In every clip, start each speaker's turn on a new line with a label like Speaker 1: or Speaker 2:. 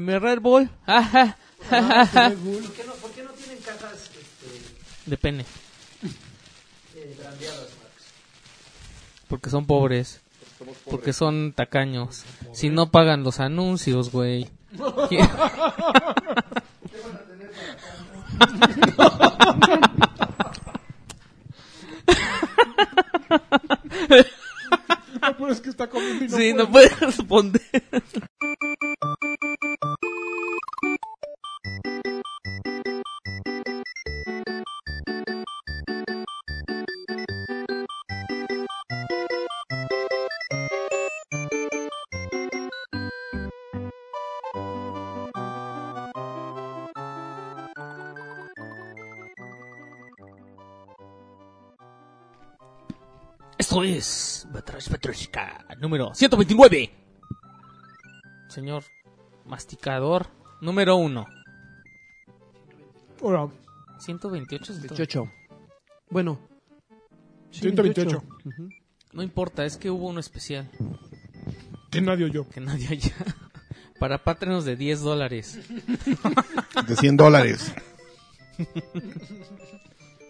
Speaker 1: mi Red Bull. ah, Ajá.
Speaker 2: Ah, ¿Por qué no, por qué no tienen cajas este,
Speaker 1: De pene.
Speaker 2: eh, brandeadas, Max?
Speaker 1: Porque son pobres.
Speaker 3: Somos pobres.
Speaker 1: Porque son tacaños. Si no pagan los anuncios, güey. ¿Quién-
Speaker 4: No, pero es que está comiendo y no
Speaker 1: Sí,
Speaker 4: puede.
Speaker 1: no puedes responder. Esto es Batrash Batrushka número 129. Señor masticador número 1.
Speaker 4: Ahora,
Speaker 1: 128, 128.
Speaker 2: 28. Bueno.
Speaker 4: 128.
Speaker 2: Ujú.
Speaker 1: No importa, es que hubo uno especial
Speaker 4: Que nadie oyó.
Speaker 1: que nadie allá. Para pátrinos de 10 dólares.
Speaker 5: De 100 dólares.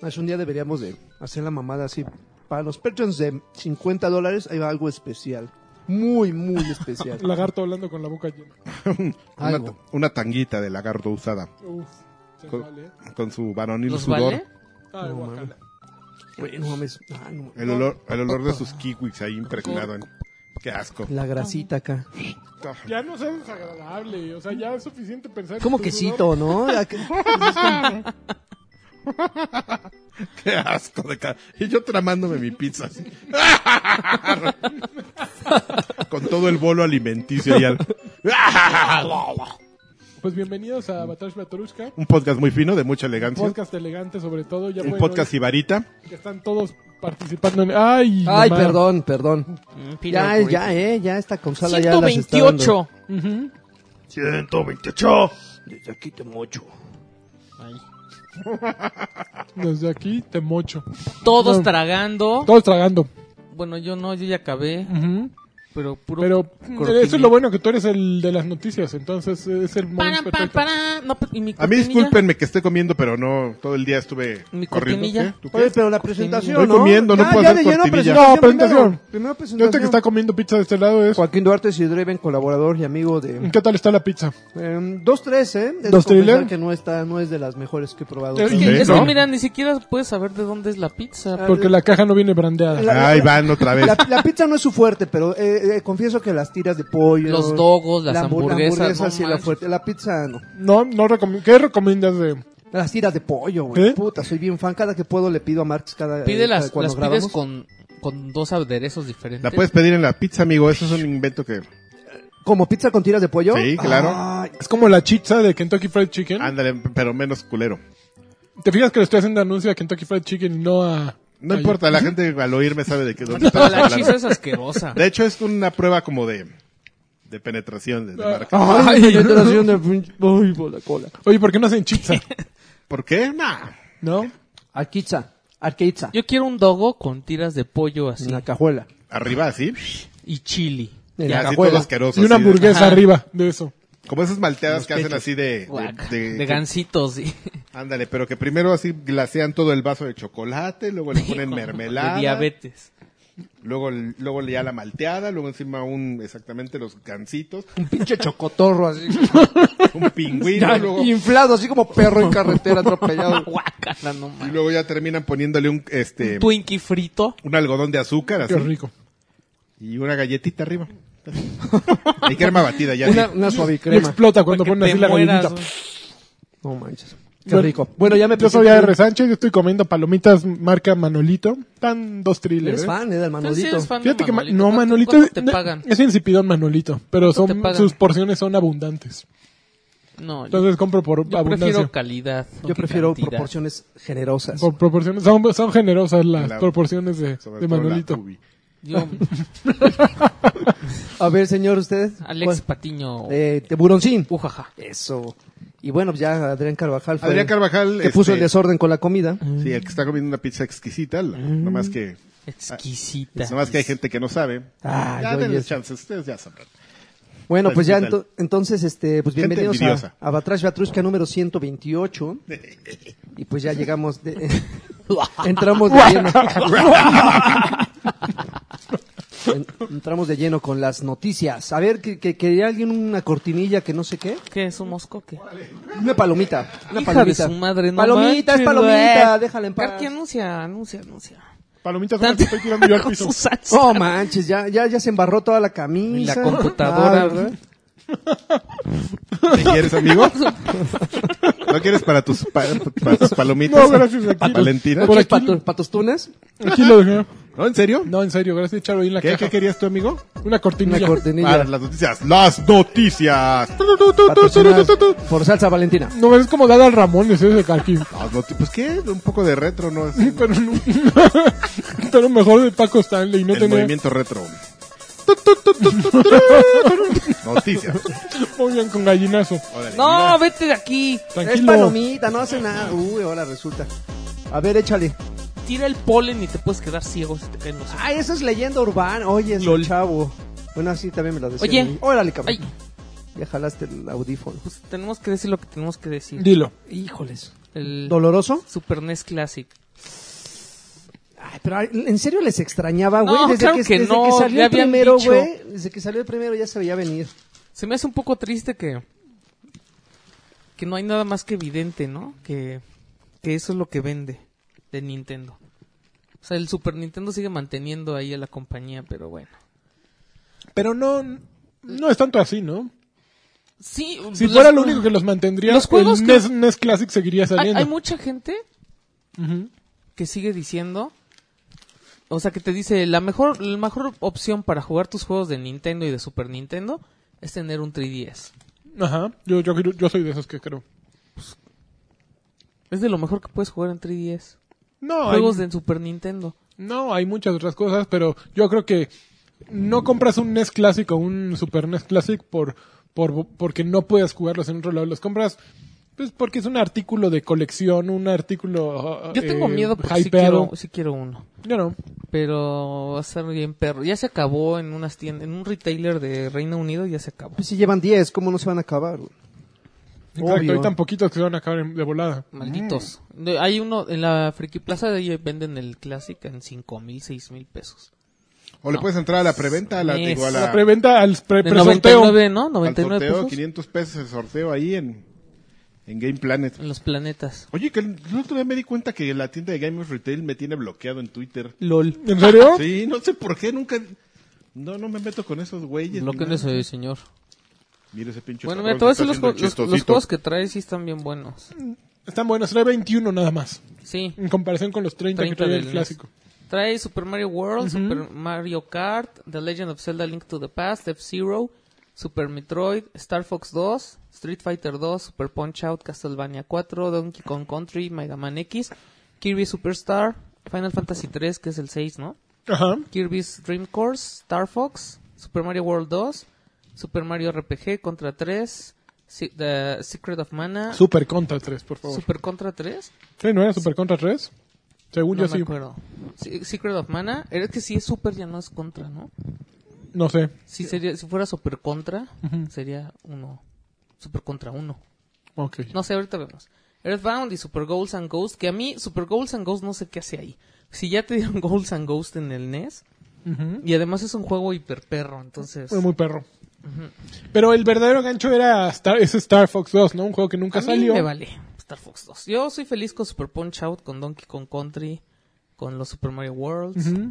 Speaker 2: Más un día deberíamos de hacer la mamada así. Para los patrons de 50 dólares, ahí va algo especial. Muy, muy especial.
Speaker 4: Lagarto hablando con la boca llena.
Speaker 5: Una,
Speaker 2: Algo.
Speaker 5: una tanguita de lagarto usada.
Speaker 4: Uf, se
Speaker 5: Co-
Speaker 4: vale, ¿eh?
Speaker 5: Con su varonil
Speaker 1: ¿Los
Speaker 5: sudor.
Speaker 1: vale?
Speaker 4: Ay,
Speaker 2: No,
Speaker 4: guacala.
Speaker 2: Güey, no mames. Ay, no.
Speaker 5: El olor, el olor de sus kiwis ahí impregnado. En... Qué asco.
Speaker 2: La grasita acá.
Speaker 4: Ya no seas desagradable. O sea, ya es suficiente pensar.
Speaker 2: Como
Speaker 4: tu
Speaker 2: quesito, ¿no? Ya que-
Speaker 5: Qué asco de cara. Y yo tramándome mi pizza así. Con todo el bolo alimenticio y al...
Speaker 4: sudor- Pues bienvenidos a Batash Batarushka.
Speaker 5: Un podcast muy fino, de mucha elegancia.
Speaker 4: Podcast elegante, sobre todo. Ya
Speaker 5: un
Speaker 4: pueden
Speaker 5: podcast
Speaker 4: oír
Speaker 5: ibarita.
Speaker 4: Que están todos participando en. ay,
Speaker 2: Ay,
Speaker 4: mamá.
Speaker 2: perdón, perdón.
Speaker 1: Mm, pilo
Speaker 2: Ya,
Speaker 1: por-
Speaker 2: ya, eh, ya esta consola ya las está dando.
Speaker 1: 128.
Speaker 4: Ujú.
Speaker 5: 128.
Speaker 2: Desde aquí te mocho.
Speaker 1: Ay.
Speaker 4: Desde aquí te mocho.
Speaker 1: Todos
Speaker 4: No.
Speaker 1: tragando.
Speaker 4: Todos tragando.
Speaker 1: Bueno, yo no, yo ya acabé.
Speaker 4: Ujú.
Speaker 1: Pero puro.
Speaker 4: Pero eh, eso
Speaker 1: cortinilla.
Speaker 4: es lo bueno que tú eres el de las noticias. Entonces eh, es el momento
Speaker 1: Para, para,
Speaker 4: perfecto.
Speaker 1: para. No, pues, ¿y mi
Speaker 5: A mí
Speaker 1: cortinilla?
Speaker 5: discúlpenme que esté comiendo, pero no, todo el día estuve
Speaker 1: Mi
Speaker 5: corriendo.
Speaker 1: cortinilla.
Speaker 5: ¿Qué? ¿Tú qué?
Speaker 2: Oye, pero la presentación,
Speaker 5: Estoy
Speaker 2: ¿no?
Speaker 5: comiendo, no
Speaker 2: Ya,
Speaker 5: puedo
Speaker 2: ya
Speaker 5: hacer
Speaker 2: de lleno
Speaker 5: cortinilla.
Speaker 2: presentación.
Speaker 4: No, presentación.
Speaker 2: Primero, primero presentación.
Speaker 4: Este que está comiendo pizza de este lado es.
Speaker 2: Joaquín Duarte es Cidreven, colaborador y amigo de...
Speaker 4: ¿Qué tal está la pizza?
Speaker 2: Eh, dos, tres, ¿eh? He de
Speaker 4: Dos,
Speaker 2: confesar
Speaker 4: thriller.
Speaker 2: que no, está, no es de las mejores que he probado.
Speaker 4: Eh,
Speaker 1: Es
Speaker 4: Sí,
Speaker 1: que, es que
Speaker 5: ¿no?
Speaker 1: mira, ni siquiera puedes saber de dónde es la pizza.
Speaker 4: Porque la caja no viene brandeada.
Speaker 2: La-
Speaker 5: Ay, van otra vez.
Speaker 2: La, la pizza no es su fuerte, pero eh, eh, confieso que las tiras de pollo...
Speaker 1: Los dogos, las
Speaker 2: la hambur-
Speaker 1: hamburguesas,
Speaker 2: La hamburguesa
Speaker 1: no
Speaker 2: sí la
Speaker 1: manches.
Speaker 2: fuerte. La pizza no.
Speaker 4: No, no recom- ¿Qué recomiendas de.?
Speaker 2: Las tiras de pollo, güey.
Speaker 4: ¿Eh?
Speaker 2: Puta, soy bien fan. Cada que puedo le pido a Marx
Speaker 5: Ah,
Speaker 2: cada...
Speaker 1: Pide
Speaker 2: eh, cada-
Speaker 1: las,
Speaker 2: cuando
Speaker 1: las pides
Speaker 2: grabamos.
Speaker 1: con, con dos aderezos diferentes.
Speaker 5: La puedes pedir en la pizza, amigo. Eso es un invento que.
Speaker 2: ¿Como pizza con tiras de pollo?
Speaker 5: Sí, claro.
Speaker 2: Ay,
Speaker 4: Es como la pizza de Kentucky Fried Chicken.
Speaker 5: Ándale, pero menos culero.
Speaker 4: ¿Te fijas que le estoy haciendo anuncio a Kentucky Fried Chicken y no a.
Speaker 5: No
Speaker 4: a-
Speaker 5: importa, la gente al oírme sabe de qué dónde
Speaker 1: Pero
Speaker 5: estamos
Speaker 1: la chisa
Speaker 5: hablando.
Speaker 1: es asquerosa.
Speaker 5: De hecho, es una prueba como de, de penetración de, de marca.
Speaker 4: Ay,
Speaker 2: Ay, yo te la hacía de pinche- Ay, por la cola.
Speaker 4: Oye, ¿por qué no hacen pizza?
Speaker 5: ¿Por qué? Nah.
Speaker 4: ¿No?
Speaker 2: Arquiza, arquiza.
Speaker 1: Yo quiero un dogo con tiras de pollo así
Speaker 2: En la cajuela.
Speaker 5: Arriba, así.
Speaker 1: y chili.
Speaker 2: En
Speaker 5: Ya,
Speaker 2: la
Speaker 5: así todo
Speaker 2: cajuela.
Speaker 5: asqueroso.
Speaker 4: Y una
Speaker 5: así de-
Speaker 4: hamburguesa
Speaker 1: Ajá.
Speaker 4: arriba de eso.
Speaker 5: como esas malteadas
Speaker 1: Los
Speaker 5: que hacen
Speaker 1: pechos.
Speaker 5: así de.
Speaker 1: Guac,
Speaker 5: de- de-
Speaker 1: de gancitos. sí.
Speaker 5: Ándale, pero que primero así glasean todo el vaso de chocolate, luego le ponen
Speaker 1: Hijo,
Speaker 5: mermelada.
Speaker 1: De diabetes.
Speaker 5: Luego, el- luego le ya la malteada, luego encima un, exactamente los gancitos,
Speaker 2: Un pinche chocotorro así.
Speaker 5: un pingüino, luego, y
Speaker 2: inflado, así como perro en carretera atropellado.
Speaker 1: Guácala, no mames.
Speaker 5: luego ya terminan poniéndole un, este,
Speaker 1: Twinkie frito.
Speaker 5: un algodón de azúcar, así.
Speaker 4: Qué rico.
Speaker 5: Y una galletita arriba. Y crema batida ya.
Speaker 2: Una,
Speaker 5: sí.
Speaker 2: una
Speaker 4: Me
Speaker 2: suavicrema.
Speaker 4: explota Ah, cuando
Speaker 1: Para que
Speaker 4: ponen
Speaker 1: te
Speaker 4: así la Ah,
Speaker 1: mueras,
Speaker 4: gallinita.
Speaker 1: güey.
Speaker 2: No manches. Qué
Speaker 4: Bueno,
Speaker 2: rico. Bueno, ya me
Speaker 4: Yo soy
Speaker 2: presenté.
Speaker 4: AR Sánchez, yo estoy comiendo palomitas marca Manolito. Tan dos thrillers.
Speaker 2: Eres
Speaker 4: ¿eh?
Speaker 2: fan, eh, del
Speaker 1: Entonces, si
Speaker 2: Manolito.
Speaker 1: eres fan de
Speaker 4: Fíjate que ma-
Speaker 1: Manolito,
Speaker 4: no,
Speaker 1: ¿cuánto-
Speaker 4: Manolito
Speaker 1: cuánto
Speaker 4: es,
Speaker 1: te pagan?
Speaker 4: es insipidón Manolito, pero
Speaker 1: te
Speaker 4: son,
Speaker 1: pagan?
Speaker 4: sus porciones son abundantes.
Speaker 1: No, yo,
Speaker 4: Entonces compro por
Speaker 1: yo
Speaker 4: abundancia.
Speaker 1: prefiero calidad. no
Speaker 2: Yo
Speaker 1: que
Speaker 2: prefiero
Speaker 1: cantidad.
Speaker 2: proporciones generosas.
Speaker 4: Por proporciones, son, son generosas las
Speaker 5: La-
Speaker 4: proporciones de,
Speaker 5: Sobre
Speaker 4: de
Speaker 5: todo la
Speaker 4: Manolito.
Speaker 5: tubi.
Speaker 1: Yo,
Speaker 2: A ver, señor, usted.
Speaker 1: Alex
Speaker 2: ¿Cuál?
Speaker 1: Patiño.
Speaker 2: Eh, de Buroncín.
Speaker 1: Ujaja.
Speaker 2: Eso. Y bueno, pues ya Adrián Carvajal fue
Speaker 5: Adrián Carvajal.
Speaker 2: que puso el
Speaker 5: este,
Speaker 2: desorden con la comida.
Speaker 5: Sí, el que está comiendo una pizza exquisita. la-
Speaker 4: Mm.
Speaker 5: Nomás que.
Speaker 1: Exquisita.
Speaker 5: Nomás que hay gente que no sabe.
Speaker 2: Ah,
Speaker 5: ya
Speaker 2: yo y
Speaker 5: denles
Speaker 2: eso.
Speaker 5: chance, ustedes ya sabrán.
Speaker 2: Bueno,
Speaker 5: Pues,
Speaker 2: pues ya
Speaker 5: ¿qué tal?
Speaker 2: ento- entonces, este, pues
Speaker 5: Gente
Speaker 2: bienvenidos
Speaker 5: envidiosa.
Speaker 2: a, a Batrash Batrushka número 128. Y pues ya llegamos de... entramos de lleno. En- entramos de lleno con las noticias. A ver, que, que, que alguien una cortinilla que no sé qué.
Speaker 1: ¿Qué es un moscoque?
Speaker 2: Una palomita. Una
Speaker 1: Hija
Speaker 2: palomita.
Speaker 1: de su madre, no
Speaker 2: palomita,
Speaker 1: manches,
Speaker 2: es palomita,
Speaker 1: güey.
Speaker 2: déjala en paz.
Speaker 1: Karki, anuncia, anuncia, anuncia.
Speaker 4: Palomitas son las que estoy tirando yo al
Speaker 1: Con
Speaker 4: piso.
Speaker 1: sus salsas.
Speaker 2: Oh, manches, ya, ya, ya se embarró toda la camisa.
Speaker 1: Y la computadora.
Speaker 2: Ah, ¿verdad?
Speaker 5: ¿Te quieres, amigo? ¿No quieres para tus, pa- para tus palomitas?
Speaker 4: No, gracias, aquí.
Speaker 5: ¿Valentina?
Speaker 4: Por
Speaker 2: ¿Qué es
Speaker 4: aquí.
Speaker 2: pa' tu- pa' tus tunas?
Speaker 4: Aquí lo dejé.
Speaker 5: ¿No? ¿En serio?
Speaker 4: No, en serio, gracias echarlo ahí en la
Speaker 5: ¿Qué,
Speaker 4: caja.
Speaker 5: ¿Qué querías tú, amigo?
Speaker 4: Una cortinilla.
Speaker 2: Una cortinilla.
Speaker 5: Para las noticias. ¡Las noticias!
Speaker 2: patrocinadas por Salsa Valentina.
Speaker 4: No, es como dada al Ramones ese de Carqui.
Speaker 5: Las noti- pues qué, un poco de retro, ¿no? Es el
Speaker 4: Pero, no- pero mejor de Paco Stanley. No tenía...
Speaker 5: movimiento retro. noticias.
Speaker 4: Muy bien, con gallinazo.
Speaker 5: Órale.
Speaker 1: No, vete de aquí.
Speaker 4: Tranquilo.
Speaker 2: Es palomita, no hace nada. Uy, ahora resulta. A ver, échale.
Speaker 1: Tira el polen y te puedes quedar ciego si te caen los ojos.
Speaker 2: Ay, eso es leyenda urbana. Oye, es
Speaker 1: Lol.
Speaker 2: un chavo. Bueno, así también me lo decía.
Speaker 1: Oye.
Speaker 2: Órale, cabrón.
Speaker 1: Ay,
Speaker 2: Ya jalaste el audífono.
Speaker 1: pues tenemos que decir lo que tenemos que decir.
Speaker 4: Dilo.
Speaker 2: Híjoles.
Speaker 1: El
Speaker 2: ¿Doloroso?
Speaker 1: Super NES Classic.
Speaker 2: Ay, pero ay, en serio les extrañaba, güey.
Speaker 1: No,
Speaker 2: desde
Speaker 1: claro
Speaker 2: que,
Speaker 1: que
Speaker 2: desde
Speaker 1: no,
Speaker 2: que
Speaker 1: ya
Speaker 2: salió el
Speaker 1: habían
Speaker 2: primero,
Speaker 1: dicho.
Speaker 2: güey. Desde que salió el primero ya se veía venir.
Speaker 1: Se me hace un poco triste que que no hay nada más que evidente, ¿no? Que, que eso es lo que vende de Nintendo. O sea, el Super Nintendo sigue manteniendo ahí a la compañía, pero bueno.
Speaker 4: Pero no, no es tanto así, ¿no?
Speaker 1: Sí,
Speaker 4: Si
Speaker 1: las-
Speaker 4: fuera lo único que los mantendría,
Speaker 1: los juegos
Speaker 4: el E
Speaker 1: que-
Speaker 4: NES, NES Classic seguiría
Speaker 1: hay,
Speaker 4: saliendo.
Speaker 1: hay mucha gente
Speaker 4: Ujú.
Speaker 1: que sigue diciendo, o sea, que te dice la mejor la mejor opción para jugar tus juegos de Nintendo y de Super Nintendo es tener un 3DS.
Speaker 4: Ajá. Yo, yo, yo soy de esos que creo.
Speaker 1: Es de lo mejor que puedes jugar en 3DS.
Speaker 4: No, hay,
Speaker 1: Juegos de Super Nintendo.
Speaker 4: no, hay muchas otras cosas, pero yo creo que no compras un NES Classic o un Super NES Classic por, por, porque no puedes jugarlos en otro lado. Los compras pues porque es un artículo de colección, un artículo.
Speaker 1: Yo tengo
Speaker 4: eh,
Speaker 1: miedo porque sí
Speaker 4: hypeado.
Speaker 1: quiero, sí quiero uno.
Speaker 4: Yo no.
Speaker 1: Pero va a ser bien perro. Ya se acabó en unas tiendas, en un retailer de Reino Unido ya se acabó.
Speaker 2: Pues si llevan 10, ¿cómo no se van a acabar? güey?
Speaker 4: Exacto,
Speaker 2: Obvio.
Speaker 4: hay tan poquitos que se van a acabar en- de volada.
Speaker 1: Malditos. De- Hay uno en la Friki Plaza de ahí venden el Classic en cinco mil, seis mil pesos.
Speaker 5: O le puedes entrar a la preventa, a la,
Speaker 1: Yes.
Speaker 5: digo, a la,
Speaker 4: La preventa al pre-
Speaker 1: De
Speaker 4: presorteo.
Speaker 1: 99, ¿no?
Speaker 5: al
Speaker 1: 99
Speaker 5: sorteo,
Speaker 1: pesos
Speaker 5: 500 pesos el sorteo ahí en, en Game Planet.
Speaker 1: en los planetas.
Speaker 5: Oye, que el el otro día me di cuenta que la tienda de Gamers Retail me tiene bloqueado en Twitter.
Speaker 4: LOL. ¿En serio?
Speaker 5: Sí, no sé por qué, nunca... No, no me meto con esos güeyes.
Speaker 1: Lo que no
Speaker 5: nada.
Speaker 1: soy, señor.
Speaker 5: Mira ese pinche
Speaker 1: Bueno,
Speaker 5: cabrón
Speaker 1: mira, todos
Speaker 5: que
Speaker 1: los,
Speaker 5: está
Speaker 1: ju- los,
Speaker 5: haciendo el
Speaker 1: los juegos
Speaker 5: chistosito.
Speaker 1: que trae sí están bien buenos.
Speaker 4: Están buenos, trae 21 nada más.
Speaker 1: Sí.
Speaker 4: En comparación con los 30,
Speaker 1: 30
Speaker 4: que trae
Speaker 1: del E
Speaker 4: el
Speaker 1: NES.
Speaker 4: clásico.
Speaker 1: Trae Super Mario World, Super Mario Kart, The Legend of Zelda Link to the Past, F-Zero, Super Metroid, Star Fox 2, Street Fighter 2, Super Punch Out, Castlevania 4, Donkey Kong Country, Mega Man X, Kirby Superstar, Final Fantasy 3, que es el 6, ¿no?
Speaker 4: Ajá.
Speaker 1: Kirby's Dream Course, Star Fox, Super Mario World 2, Super Mario RPG contra 3, Si- The Secret of Mana,
Speaker 4: Super Contra 3, por favor.
Speaker 1: Super Contra 3.
Speaker 4: Sí, ¿no era Super Contra 3? Según
Speaker 1: No
Speaker 4: yo
Speaker 1: me
Speaker 4: sí.
Speaker 1: acuerdo. Se- Secret of Mana, era que si es Super ya no es Contra, ¿no?
Speaker 4: No sé.
Speaker 1: Si, sería, si fuera Super Contra, sería uno. Super Contra uno.
Speaker 4: Ok.
Speaker 1: No sé, ahorita vemos. Earthbound y Super Goals and Ghosts, que a mí Super Goals and Ghosts no sé qué hace ahí. Si ya te dieron Goals and Ghosts en el NES,
Speaker 4: Ujú.
Speaker 1: y además es un juego hiper perro, entonces...
Speaker 4: Fue muy perro. Pero el verdadero gancho era Star, ese Star Fox 2, ¿no? Un juego que nunca
Speaker 1: a mí
Speaker 4: salió.
Speaker 1: me vale Star Fox 2. Yo soy feliz con Super Punch Out, con Donkey Kong Country, con los Super Mario Worlds.
Speaker 4: Ujú.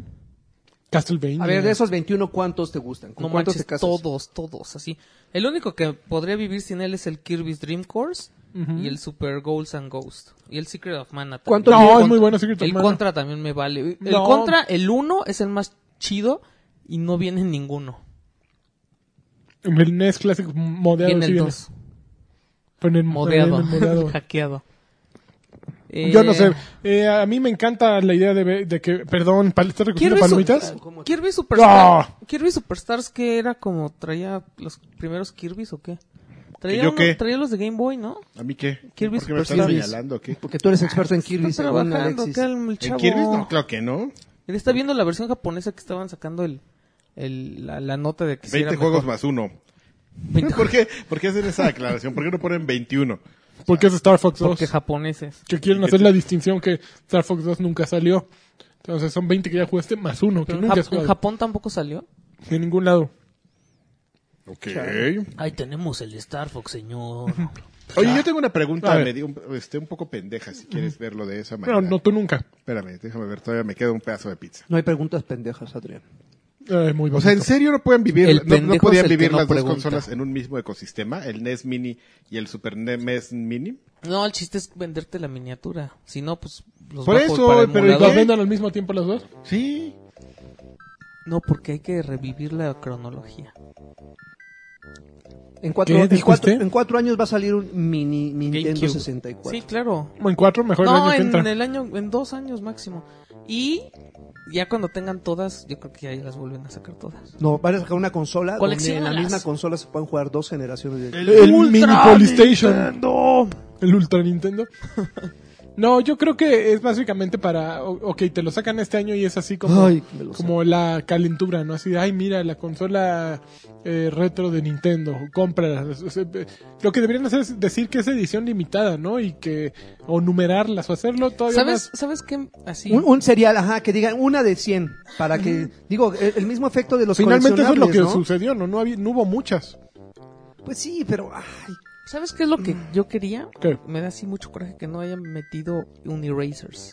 Speaker 4: Castlevania.
Speaker 2: A ver, de esos 21, ¿cuántos te gustan? ¿Con
Speaker 1: No
Speaker 2: cuántos
Speaker 1: manches,
Speaker 2: te casas?
Speaker 1: todos, todos, así. El único que podría vivir sin él es el Kirby's Dream Course y el Super Goals and Ghost. Y el Secret of Mana también.
Speaker 2: ¿Cuánto
Speaker 4: No,
Speaker 2: tiempo?
Speaker 4: es
Speaker 1: Contra-
Speaker 4: muy bueno Secret of
Speaker 1: El
Speaker 4: Mana.
Speaker 1: Contra también me vale. El
Speaker 4: No.
Speaker 1: Contra, el 1 es el más chido y no viene en ninguno.
Speaker 4: El NES Classic modeado.
Speaker 1: Viene
Speaker 4: sí
Speaker 1: el
Speaker 4: viene.
Speaker 1: 2.
Speaker 4: Pero en el
Speaker 1: Modeado.
Speaker 4: en el modeado.
Speaker 1: Hackeado.
Speaker 4: Yo
Speaker 1: Eh,
Speaker 4: no sé. Eh, a mí me encanta la idea de, ve- de que... Perdón, pal- ¿estás recogiendo
Speaker 1: Kirby,
Speaker 4: palomitas?
Speaker 1: Su- Kirby Superstar.
Speaker 4: ¡Ah!
Speaker 1: Kirby Superstars que era como traía los primeros Kirby's o qué? Traía,
Speaker 5: ¿Y yo
Speaker 1: uno-
Speaker 5: qué?
Speaker 1: traía los de Game Boy, ¿no?
Speaker 5: ¿A mí qué?
Speaker 1: Kirby
Speaker 5: ¿Por qué me
Speaker 1: Super
Speaker 5: estás
Speaker 2: Kirby.
Speaker 5: señalando aquí?
Speaker 2: Porque tú eres experto en Kirby,
Speaker 1: Está
Speaker 2: según
Speaker 1: trabajando
Speaker 2: Alexis.
Speaker 1: acá el
Speaker 5: ¿En
Speaker 1: chavo.
Speaker 5: Kirby? No, claro que no.
Speaker 1: Él está viendo la versión japonesa que estaban sacando el, el- la, la nota de que si era
Speaker 5: 20 juegos
Speaker 1: mejor.
Speaker 5: más uno. ¿Por qué, ¿Por qué hacen esa aclaración? ¿Por qué no ponen 21?
Speaker 4: Porque es Star Fox 2.
Speaker 1: Porque japoneses.
Speaker 4: Que quieren hacer la distinción que Star Fox 2 nunca salió. Entonces son 20 que ya jugaste más uno que
Speaker 1: Pero en
Speaker 4: nunca
Speaker 1: Jap-
Speaker 4: has
Speaker 1: en
Speaker 4: jugado.
Speaker 1: Japón tampoco salió.
Speaker 4: De ningún lado.
Speaker 5: Ok.
Speaker 3: Ahí tenemos el Star Fox, señor.
Speaker 5: Oye, yo tengo una pregunta
Speaker 4: A ver.
Speaker 5: medio, un, este, un poco pendeja, si quieres verlo de esa manera.
Speaker 4: No, no tú nunca.
Speaker 5: Espérame, déjame ver, todavía me queda un pedazo de pizza.
Speaker 2: No hay preguntas pendejas, Adrián.
Speaker 4: Eh, muy bonito.
Speaker 5: O sea, ¿en serio no pueden vivir,
Speaker 1: El
Speaker 5: no- no,
Speaker 1: pendejo es
Speaker 5: podían
Speaker 1: el que
Speaker 5: vivir
Speaker 1: no
Speaker 5: las
Speaker 1: pregunta.
Speaker 5: dos consolas en un mismo ecosistema? El NES Mini y el Super NES Mini.
Speaker 1: No, el chiste es venderte la miniatura. Si no, pues los
Speaker 5: Por
Speaker 1: va
Speaker 5: eso,
Speaker 1: para
Speaker 5: pero
Speaker 4: ¿Las
Speaker 1: emulador.
Speaker 5: ¿qué?
Speaker 4: venden al mismo tiempo las dos?
Speaker 5: Sí.
Speaker 1: No, porque hay que revivir la cronología.
Speaker 2: En cuatro,
Speaker 4: ¿Qué?
Speaker 2: en, cuatro,
Speaker 4: ¿Dijiste?
Speaker 2: en cuatro años va a salir un mini Nintendo
Speaker 1: GameCube.
Speaker 2: 64.
Speaker 1: Sí, claro.
Speaker 4: Como en cuatro, mejor el
Speaker 1: No,
Speaker 4: año que
Speaker 1: en
Speaker 4: entra.
Speaker 1: el año, en dos años máximo. Y ya cuando tengan todas, yo creo que ya las vuelven a sacar todas.
Speaker 2: No, van a sacar una consola donde en la
Speaker 1: Colecciónalas.
Speaker 2: misma consola se pueden jugar dos generaciones de
Speaker 4: El mini Polystation. El Ultra Nintendo. No, yo creo que es básicamente para. o- Ok, te lo sacan este año y es así como.
Speaker 2: Ay, me lo
Speaker 4: como la calentura, ¿no? Así de, ay, mira, la consola eh, retro de Nintendo, cómprala. O sea, eh, Lo que deberían hacer es decir que es edición limitada, ¿no? Y que. O numerarlas o hacerlo todavía
Speaker 1: ¿Sabes,
Speaker 4: más.
Speaker 1: ¿Sabes qué? Así.
Speaker 2: Un, un serial, ajá, que digan una de 100. Para que, digo, el, el mismo efecto de los
Speaker 4: Finalmente eso es lo que
Speaker 2: coleccionables,
Speaker 4: sucedió, ¿no? No, había- no hubo muchas.
Speaker 2: ¿no? Pues sí, pero, ay,
Speaker 1: ¿Sabes qué es lo que yo quería?
Speaker 4: ¿Qué?
Speaker 1: Me da así mucho coraje que no hayan metido un Erasers.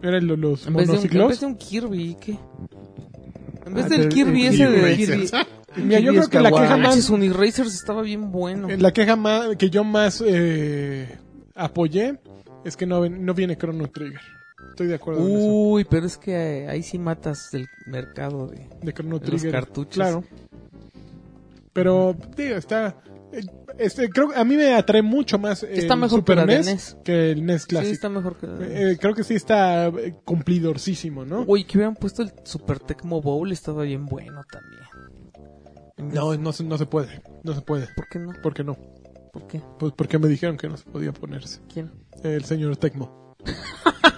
Speaker 4: Eran lo- los,
Speaker 1: En vez, de un, en
Speaker 4: monociclos.
Speaker 1: vez de un Kirby, ¿qué? En vez
Speaker 2: Ah,
Speaker 1: del
Speaker 2: pero
Speaker 1: Kirby
Speaker 2: el
Speaker 1: ese de...
Speaker 2: Kirby-
Speaker 4: Mira, yo
Speaker 2: Kirby
Speaker 4: creo que la
Speaker 2: Skyward.
Speaker 4: queja
Speaker 1: Ah,
Speaker 4: más
Speaker 1: manches,
Speaker 4: eh,
Speaker 1: un Erasers estaba bien bueno.
Speaker 4: La queja más, que yo más eh, apoyé es que no, ven- no viene Chrono Trigger. Estoy de acuerdo en eso.
Speaker 1: Uy, pero es que eh, ahí sí matas el mercado de...
Speaker 4: De Chrono
Speaker 1: de los
Speaker 4: Trigger.
Speaker 1: cartuchos.
Speaker 4: Claro. Pero, digo, está. eh, Este, creo a mí me atrae mucho más el
Speaker 1: Está mejor que
Speaker 4: Super
Speaker 1: la de
Speaker 4: NES,
Speaker 1: NES.
Speaker 4: que el NES
Speaker 1: Sí,
Speaker 4: Classic.
Speaker 1: está mejor Uh. que...
Speaker 4: Eh, eh, creo que sí está eh, cumplidorcísimo, ¿no?
Speaker 1: Uy, que hubieran puesto el Super Tecmo Bowl estaba bien bueno también.
Speaker 4: No, no, se- no se puede. No se puede.
Speaker 1: ¿Por qué no?
Speaker 4: ¿Por qué no?
Speaker 1: ¿Por qué?
Speaker 4: Pues porque me dijeron que no se podía ponerse.
Speaker 1: ¿Quién?
Speaker 4: El señor Tecmo.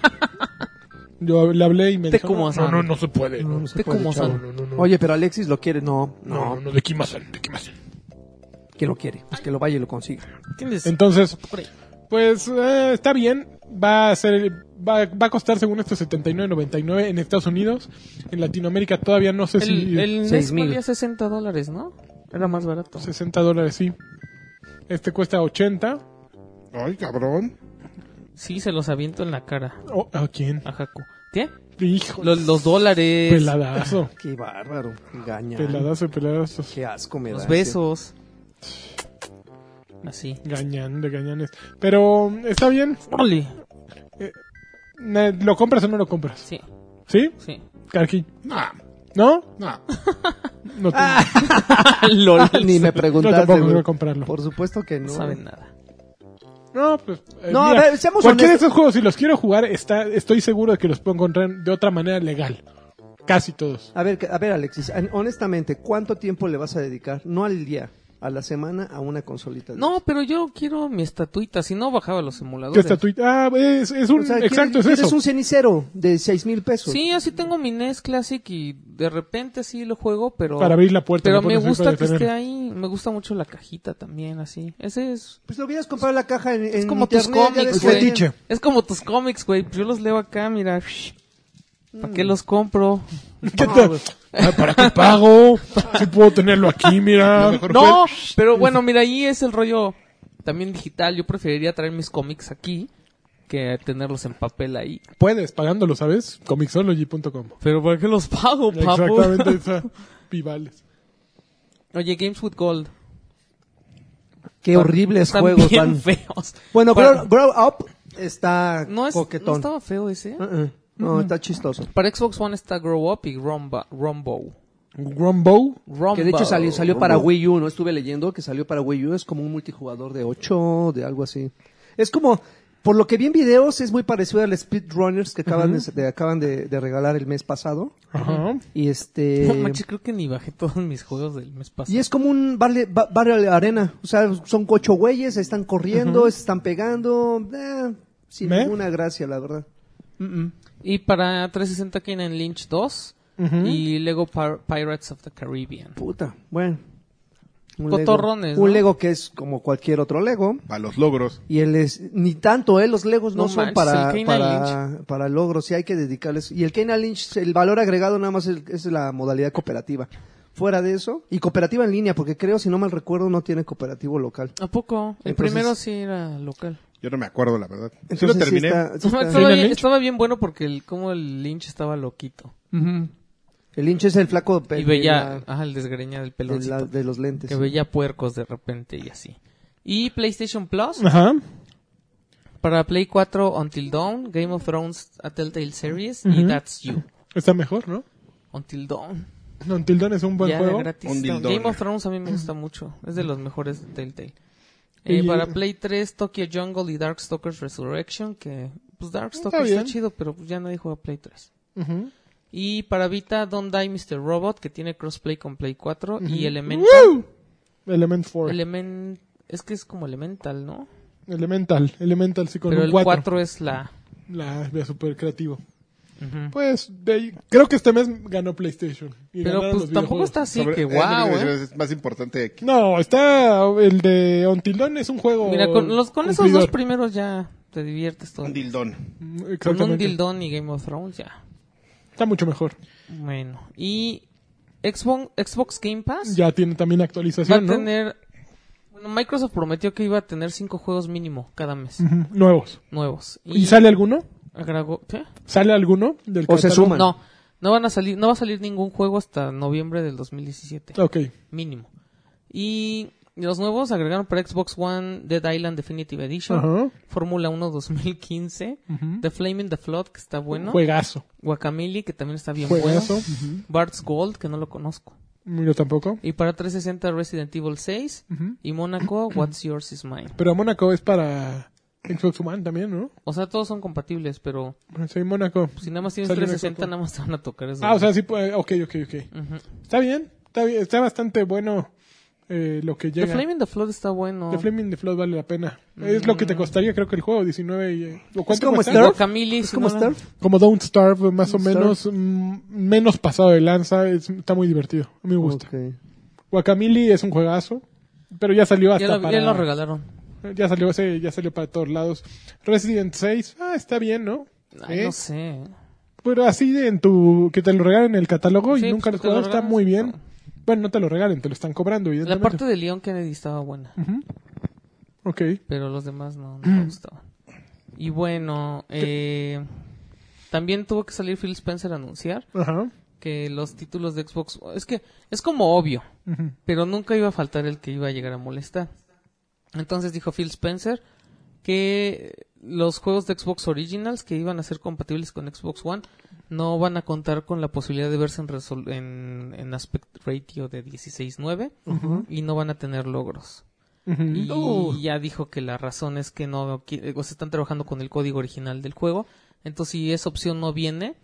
Speaker 4: Yo le hablé y me dijo,
Speaker 1: Tecmo,
Speaker 4: no,
Speaker 1: o sea,
Speaker 4: no, no, no se puede. Eh, No,
Speaker 2: no se
Speaker 1: ¿Te
Speaker 2: puede,
Speaker 1: cómo
Speaker 2: chavo.
Speaker 1: son?
Speaker 4: no, no, no.
Speaker 2: Oye, pero Alexis lo quiere. No, no,
Speaker 4: no, de Kimasan, de Kimasan.
Speaker 2: que lo quiere. Pues que lo vaya y lo consiga.
Speaker 1: ¿Tienes?
Speaker 4: Entonces,
Speaker 1: Por ahí.
Speaker 4: pues eh, está bien, va a ser va, va a costar según esto 79.99 en Estados Unidos, en Latinoamérica todavía no sé
Speaker 1: El,
Speaker 4: si
Speaker 1: el NES
Speaker 2: 6,000.
Speaker 1: valía 60 dólares, ¿no? Era más barato.
Speaker 4: 60 dólares sí. Este cuesta 80.
Speaker 5: Ay, cabrón.
Speaker 1: Sí, se los aviento en la cara
Speaker 4: Oh, ¿A quién?
Speaker 1: a Jaco. ¿Qué?
Speaker 4: Hijo.
Speaker 1: Los, los dólares,
Speaker 4: Pues Peladazo.
Speaker 2: Qué bárbaro. Engaña.
Speaker 4: Peladazo, peladazo.
Speaker 2: Qué asco me da.
Speaker 1: los
Speaker 2: ese.
Speaker 1: besos. Así.
Speaker 4: Gañán de gañanes. Pero está bien.
Speaker 1: ¡Órale!
Speaker 4: Na- ¿Lo compras o no lo compras?
Speaker 1: Sí,
Speaker 4: ¿Sí?
Speaker 1: sí.
Speaker 4: Carqui.
Speaker 5: Nah,
Speaker 4: ¿No?
Speaker 5: nah.
Speaker 4: No, te-
Speaker 2: Ah.
Speaker 1: LOL.
Speaker 2: Ni me eh.
Speaker 4: yo
Speaker 2: preguntaste.
Speaker 4: tampoco voy a
Speaker 2: güey.
Speaker 4: comprarlo.
Speaker 2: Por supuesto que no.
Speaker 1: No saben nada.
Speaker 4: No, pues. eh,
Speaker 2: No, a ver, seamos
Speaker 4: Cualquiera de
Speaker 2: honestos.
Speaker 4: estos juegos, si los quiero jugar, está, estoy seguro de que los puedo encontrar de otra manera legal. Casi todos.
Speaker 2: A ver, que- a ver, Alexis, an- honestamente, ¿cuánto tiempo le vas a dedicar? No al día, a la semana, a una consolita. de-
Speaker 1: No, pero yo quiero mi estatuita. Si no, bajaba los emuladores.
Speaker 4: Que está tuit- Ah, es, es un.
Speaker 2: O sea, ¿quieres-
Speaker 4: exacto, es
Speaker 2: quieres
Speaker 4: eso.
Speaker 2: un cenicero de 6 mil pesos.
Speaker 1: Sí, así tengo mi NES Classic y de repente sí lo juego, pero...
Speaker 4: Para abrir la puerta.
Speaker 1: Pero
Speaker 4: le
Speaker 1: me
Speaker 4: pones eso
Speaker 1: gusta
Speaker 4: de
Speaker 1: que esté
Speaker 4: tener.
Speaker 1: ahí. Me gusta mucho la cajita también, así. Ese es...
Speaker 2: Pues lo hubieras comprado en la caja en,
Speaker 1: Es
Speaker 2: en
Speaker 1: como tus
Speaker 2: internet, Mm, ya
Speaker 1: cómics,
Speaker 2: ves,
Speaker 1: güey.
Speaker 2: güey.
Speaker 4: fetiche.
Speaker 1: Es como tus cómics, güey. Yo los leo acá, mira. ¿Para
Speaker 2: Mm.
Speaker 1: qué los compro?
Speaker 4: ¿Qué tal? Ah, ¿Para qué pago? Si puedo tenerlo aquí, mira.
Speaker 1: No, pero bueno, mira, ahí es el rollo también digital. Yo preferiría traer mis cómics aquí que tenerlos en papel ahí.
Speaker 4: Puedes, pagándolo, ¿sabes? Comixology.com.
Speaker 1: Pero ¿para qué los pago, papo?
Speaker 4: Exactamente, esa. Pivales.
Speaker 1: Oye, Games with Gold.
Speaker 2: Qué horribles
Speaker 1: Están
Speaker 2: juegos
Speaker 1: bien
Speaker 2: van.
Speaker 1: feos.
Speaker 2: Bueno,
Speaker 1: Para-
Speaker 2: grow, Grow Up está
Speaker 1: no, es, no
Speaker 2: coquetón.
Speaker 1: estaba feo ese.
Speaker 2: Uh-uh. No, está chistoso.
Speaker 1: Para Xbox One está Grow Up y Romba, Rombo.
Speaker 4: Grumbow.
Speaker 1: Rombo.
Speaker 2: Que de hecho salió, salió para Wii U, ¿no? Estuve leyendo que salió para Wii U. Es como un multijugador de 8, de algo así. Es como, por lo que vi en videos, es muy parecido al Speedrunners que acaban, de, de- acaban de, de regalar el mes pasado.
Speaker 4: Ajá.
Speaker 2: Y este...
Speaker 1: No manches, creo que ni bajé todos mis juegos del mes pasado.
Speaker 2: Y es como un barrio arena. O sea, son cocho güeyes, se están corriendo, se están pegando. eh, sin
Speaker 4: ¿Me?
Speaker 2: ninguna gracia, la verdad.
Speaker 1: Y para 360 Kane Lynch 2 y Lego Pir- Pirates of the Caribbean.
Speaker 2: Puta, bueno. Un
Speaker 1: Cotorrones,
Speaker 2: Lego, Un
Speaker 1: ¿no?
Speaker 2: Lego que es como cualquier otro Lego.
Speaker 5: Para los logros.
Speaker 2: Y él es, ni tanto, ¿eh? Los Legos no,
Speaker 1: No
Speaker 2: son
Speaker 1: manches,
Speaker 2: para,
Speaker 1: el Kane
Speaker 2: para, para logros, sí hay que dedicarles. Y el Kane Lynch, el valor agregado nada más es, es la modalidad cooperativa. Fuera de eso, y cooperativa en línea, porque creo, si no mal recuerdo, no tiene cooperativo local.
Speaker 1: ¿A poco? El
Speaker 2: Entonces-
Speaker 1: primero sí era local.
Speaker 5: Yo no me acuerdo, la verdad. sí lo
Speaker 2: Entonces,
Speaker 5: terminé.
Speaker 2: está- sí está-
Speaker 1: estaba, bien,
Speaker 4: Lynch?
Speaker 1: estaba bien bueno porque el, como el Lynch estaba loquito.
Speaker 2: El Lynch es el flaco pe-
Speaker 1: y veía,
Speaker 2: de, la-
Speaker 1: ajá, el desgreña del
Speaker 2: de la-
Speaker 1: peloncito.
Speaker 2: de los lentes.
Speaker 1: que veía puercos de repente y así. Y PlayStation Plus,
Speaker 4: Ajá.
Speaker 1: para Play 4 Until Dawn, Game of Thrones A Telltale Series y
Speaker 4: Ujú.
Speaker 1: That's You.
Speaker 4: Está mejor, ¿no?
Speaker 1: Until Dawn.
Speaker 4: No, Tildón es un buen
Speaker 1: ya de
Speaker 4: juego.
Speaker 1: gratis.
Speaker 5: Until
Speaker 1: está.
Speaker 5: Dawn.
Speaker 1: Game of Thrones a mí me gusta mucho. Es de los mejores de Telltale. Eh,
Speaker 4: Y-
Speaker 1: para Play 3, Tokyo Jungle y Darkstalkers Resurrection, que pues Darkstalkers
Speaker 4: Está
Speaker 1: está,
Speaker 4: bien.
Speaker 1: chido, pero pues, ya nadie juega Play 3.
Speaker 4: Ujú.
Speaker 1: Y para Vita, Don't Die Mr. Robot, que tiene crossplay con Play 4 y Elemental.
Speaker 4: ¡Woo! Element 4.
Speaker 1: Elemen- es que es como Elemental, ¿no?
Speaker 4: Elemental. Elemental, sí, con
Speaker 1: pero
Speaker 4: un
Speaker 1: el
Speaker 4: 4.
Speaker 1: 4 es la...
Speaker 4: La, la super creativo.
Speaker 1: Ujú.
Speaker 4: Pues, de ahí- creo que este mes ganó PlayStation. y
Speaker 1: Pero
Speaker 4: ganaron
Speaker 1: pues
Speaker 4: los
Speaker 1: tampoco
Speaker 4: videojuegos.
Speaker 1: está así
Speaker 5: Sobre-
Speaker 1: que
Speaker 5: es lo que
Speaker 1: guau,
Speaker 5: iba a
Speaker 1: ¿eh?
Speaker 5: decir, Es más importante que...
Speaker 4: No, está el de Ontildón es un juego.
Speaker 1: Mira, con, los, con esos dos
Speaker 4: cumplidor.
Speaker 1: primeros ya te diviertes todo.
Speaker 5: Un dildón.
Speaker 4: Mm,
Speaker 1: Con un
Speaker 4: Exactamente.
Speaker 1: dildón y Game of Thrones ya.
Speaker 4: Está mucho mejor.
Speaker 1: Bueno, y Xbox, Xbox Game Pass
Speaker 4: Ya tiene también
Speaker 1: va a
Speaker 4: actualización, ¿no?
Speaker 1: tener... Bueno, Microsoft prometió que iba a tener cinco juegos mínimo cada mes,
Speaker 4: Ujú, Nuevos.
Speaker 1: nuevos.
Speaker 4: Mm. ¿Y sale alguno?
Speaker 1: agregó- ¿qué?
Speaker 4: ¿Sale alguno del
Speaker 2: O se
Speaker 4: catálogo?
Speaker 2: Bueno.
Speaker 1: No, no van a salir, no va a salir ningún juego hasta noviembre del 2017.
Speaker 4: Ok.
Speaker 1: mínimo. Y los nuevos agregaron para Xbox One Dead Island Definitive Edition,
Speaker 4: Ajá.
Speaker 1: Fórmula 1 2015,
Speaker 4: Ujú.
Speaker 1: The Flame in the Flood, que está bueno,
Speaker 4: Juegazo.
Speaker 1: Guacamole, que también está bien
Speaker 4: Juegazo.
Speaker 1: bueno, Bart's Gold, que no lo conozco.
Speaker 4: Ujú. Yo tampoco.
Speaker 1: Y para 360 Resident Evil 6
Speaker 4: Ujú.
Speaker 1: y Monaco What's Yours Is Mine.
Speaker 4: Pero Mónaco es para Xbox One también, ¿no?
Speaker 1: O sea, todos son compatibles, pero
Speaker 4: Sí, Mónaco.
Speaker 1: si nada más tienes
Speaker 4: Salió en
Speaker 1: 360
Speaker 4: Xbox.
Speaker 1: nada más te van a tocar eso.
Speaker 4: Ah, o sea, sí, pues, ok, ok, ok. Está bien, está bien, está bastante bueno eh, lo que
Speaker 1: The
Speaker 4: llega.
Speaker 1: Flame in the Flood está bueno.
Speaker 4: The Flame in the Flood vale la pena. Es lo que te costaría, creo que el juego, 19 y... eh, ¿o ¿Cuánto
Speaker 2: como
Speaker 4: cuesta?
Speaker 1: Y
Speaker 2: Starve?
Speaker 1: Guacamole,
Speaker 2: ¿Es
Speaker 1: si
Speaker 2: como
Speaker 1: no la-
Speaker 2: Star?
Speaker 4: Como Don't Starve, más o
Speaker 2: Starve.
Speaker 4: menos, mm, menos pasado de lanza, es- está muy divertido, a mí me gusta.
Speaker 2: Ok.
Speaker 4: Guacamole es un juegazo, pero ya salió hasta
Speaker 1: Ya lo,
Speaker 4: para...
Speaker 1: ya lo regalaron.
Speaker 4: ya salió ese- ya salió para todos lados. Resident 6, ah, está bien, ¿no?
Speaker 1: Ay,
Speaker 4: ¿Eh?
Speaker 1: No sé.
Speaker 4: Pero así de en tu que te lo regalen en el catálogo
Speaker 1: Sí,
Speaker 4: y nunca
Speaker 1: pues,
Speaker 4: lo
Speaker 1: que
Speaker 4: has
Speaker 1: te lo
Speaker 4: jugado, está
Speaker 1: regalen,
Speaker 4: muy
Speaker 1: sí,
Speaker 4: bien.
Speaker 1: claro.
Speaker 4: Bueno, no te lo regalen, te lo están cobrando,
Speaker 1: La
Speaker 4: evidentemente.
Speaker 1: parte de Leon Kennedy estaba buena.
Speaker 4: Ujú. Ok.
Speaker 1: pero los demás no, no me gustaban. Y bueno, eh, también tuvo que salir Phil Spencer a anunciar
Speaker 4: Ajá.
Speaker 1: que los títulos de Xbox, es que es como obvio,
Speaker 4: Ujú.
Speaker 1: pero nunca iba a faltar el que iba a llegar a molestar. Entonces dijo Phil Spencer que los juegos de Xbox Originals que iban a ser compatibles con Xbox One no van a contar con la posibilidad de verse en, resol- en, en aspect ratio de 16.9 y no van a tener logros.
Speaker 4: Ujú.
Speaker 1: Y ya dijo que la razón es que no qui- o sea, están trabajando con el código original del juego. Entonces, si esa opción no viene.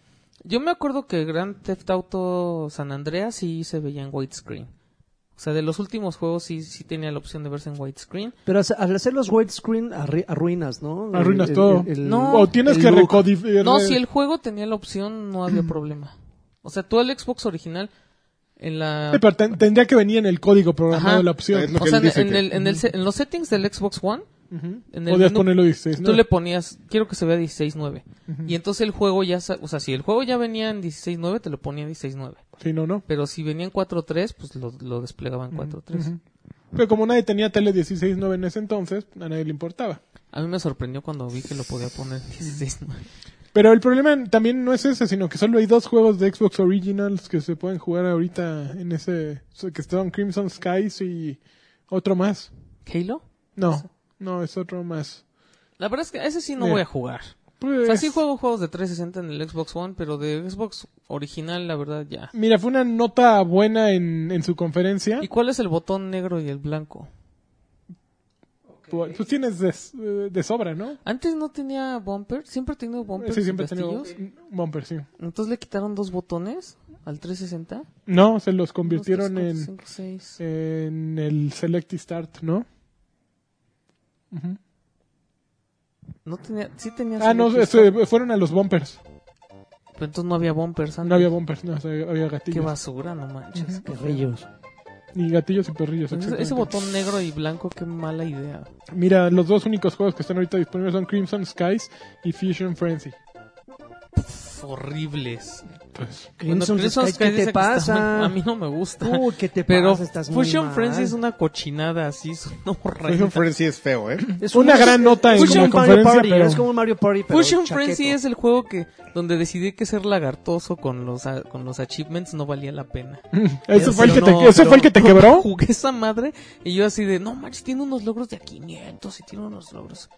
Speaker 1: Yo me acuerdo que Grand Theft Auto San Andreas sí se veía en widescreen. O sea, de los últimos juegos sí, sí tenía la opción de verse en widescreen.
Speaker 2: Pero hace- al hacer los widescreen arri- arruinas, ¿no?
Speaker 4: Arruinas
Speaker 2: El- el-
Speaker 4: todo.
Speaker 2: el-
Speaker 1: No.
Speaker 4: o tienes
Speaker 2: el
Speaker 4: que
Speaker 2: look.
Speaker 4: recodificar.
Speaker 1: No, si el juego tenía la opción, no había problema. O sea, tú el Xbox original en la.
Speaker 4: Pero ten- tendría que venir en el código programado
Speaker 1: Ajá.
Speaker 4: la opción.
Speaker 5: Es lo
Speaker 1: O
Speaker 5: que
Speaker 1: sea,
Speaker 5: él dice
Speaker 1: en,
Speaker 5: que-
Speaker 1: el- en el se- en los settings del Xbox One, en el
Speaker 4: Podías
Speaker 1: menú-
Speaker 4: ponerlo 16. ¿no?
Speaker 1: Tú le ponías, quiero que se vea 16.9. Y entonces el juego ya, sa- o sea, si el juego ya venía en 16.9, te lo ponía en 16.9.
Speaker 4: Sí, no, no.
Speaker 1: Pero si venía en 4.3, pues lo, lo desplegaba en 4.3.
Speaker 4: Pero como nadie tenía tele 16.9 en ese entonces, a nadie le importaba.
Speaker 1: A mí me sorprendió cuando vi que lo podía poner en 16.9.
Speaker 4: Pero el problema también no es ese, sino que solo hay dos juegos de Xbox Originals que se pueden jugar ahorita en ese... Que están Crimson Skies y otro más.
Speaker 1: ¿Halo?
Speaker 4: No, no, es otro más.
Speaker 1: La verdad es que a ese sí no
Speaker 4: Mira.
Speaker 1: voy a jugar. O
Speaker 4: Pues,
Speaker 1: sea, sí juego juegos de 360 en el Xbox One, pero de Xbox original, la verdad, ya.
Speaker 4: Mira, fue una nota buena en, en su conferencia.
Speaker 1: ¿Y cuál es el botón negro y el blanco?
Speaker 4: Tú, tú pues tienes de, eh, de sobra, ¿no?
Speaker 1: Antes no tenía bumper, siempre he tenido bumper.
Speaker 4: Sí, siempre he tenido
Speaker 1: castillos.
Speaker 4: un bumper, sí.
Speaker 1: Entonces le quitaron dos botones al 360.
Speaker 4: No, se
Speaker 1: Uno,
Speaker 4: los
Speaker 1: tres,
Speaker 4: convirtieron
Speaker 1: cuatro,
Speaker 4: en,
Speaker 1: cinco, seis.
Speaker 4: en el Select y Start, ¿no? Ujú.
Speaker 1: No tenía, sí tenía.
Speaker 4: Ah, no,
Speaker 1: selectivo.
Speaker 4: este, fueron a los bumpers.
Speaker 1: Pero entonces no había bumpers antes.
Speaker 4: No había bumpers, no, o sea, había
Speaker 1: Qué
Speaker 4: gatillos.
Speaker 1: basura, no manches.
Speaker 2: Carrillos.
Speaker 4: Ni gatillos y perrillos.
Speaker 1: Entonces, ese
Speaker 4: exactamente.
Speaker 1: botón negro y blanco, qué mala idea.
Speaker 4: Mira, los dos únicos juegos que están ahorita disponibles son Crimson Skies y Fusion Frenzy.
Speaker 1: Pff, horribles.
Speaker 4: Pues,
Speaker 2: Crimson
Speaker 1: Crimson
Speaker 2: Sky,
Speaker 1: Sky
Speaker 2: ¿qué
Speaker 1: dice
Speaker 2: te
Speaker 1: que está-
Speaker 2: pasa?
Speaker 1: a mí no me gusta.
Speaker 2: Uy, ¿qué te
Speaker 1: Pero
Speaker 2: pasa? Estás muy
Speaker 1: Fusion
Speaker 2: mal.
Speaker 1: Frenzy es una cochinada así, es una
Speaker 5: Fusion
Speaker 1: horrenda.
Speaker 5: Frenzy es feo, ¿eh?
Speaker 2: Es
Speaker 4: Una
Speaker 2: un-
Speaker 4: gran nota en
Speaker 2: es
Speaker 4: como
Speaker 2: un Mario
Speaker 4: conferencia,
Speaker 2: Party,
Speaker 4: pero-
Speaker 2: Es como un Mario Party, pero
Speaker 1: Fusion
Speaker 2: chaqueto.
Speaker 1: Frenzy es el juego que donde decidí que ser lagartoso con los a- con los achievements no valía la pena.
Speaker 4: ¿Ese,
Speaker 1: Pero
Speaker 4: fue el, que te,
Speaker 1: no,
Speaker 4: ese
Speaker 1: pero-
Speaker 4: fue el que te quebró?
Speaker 1: Jugué esa madre y yo así de, no manches, tiene unos logros de a 500 y tiene unos logros.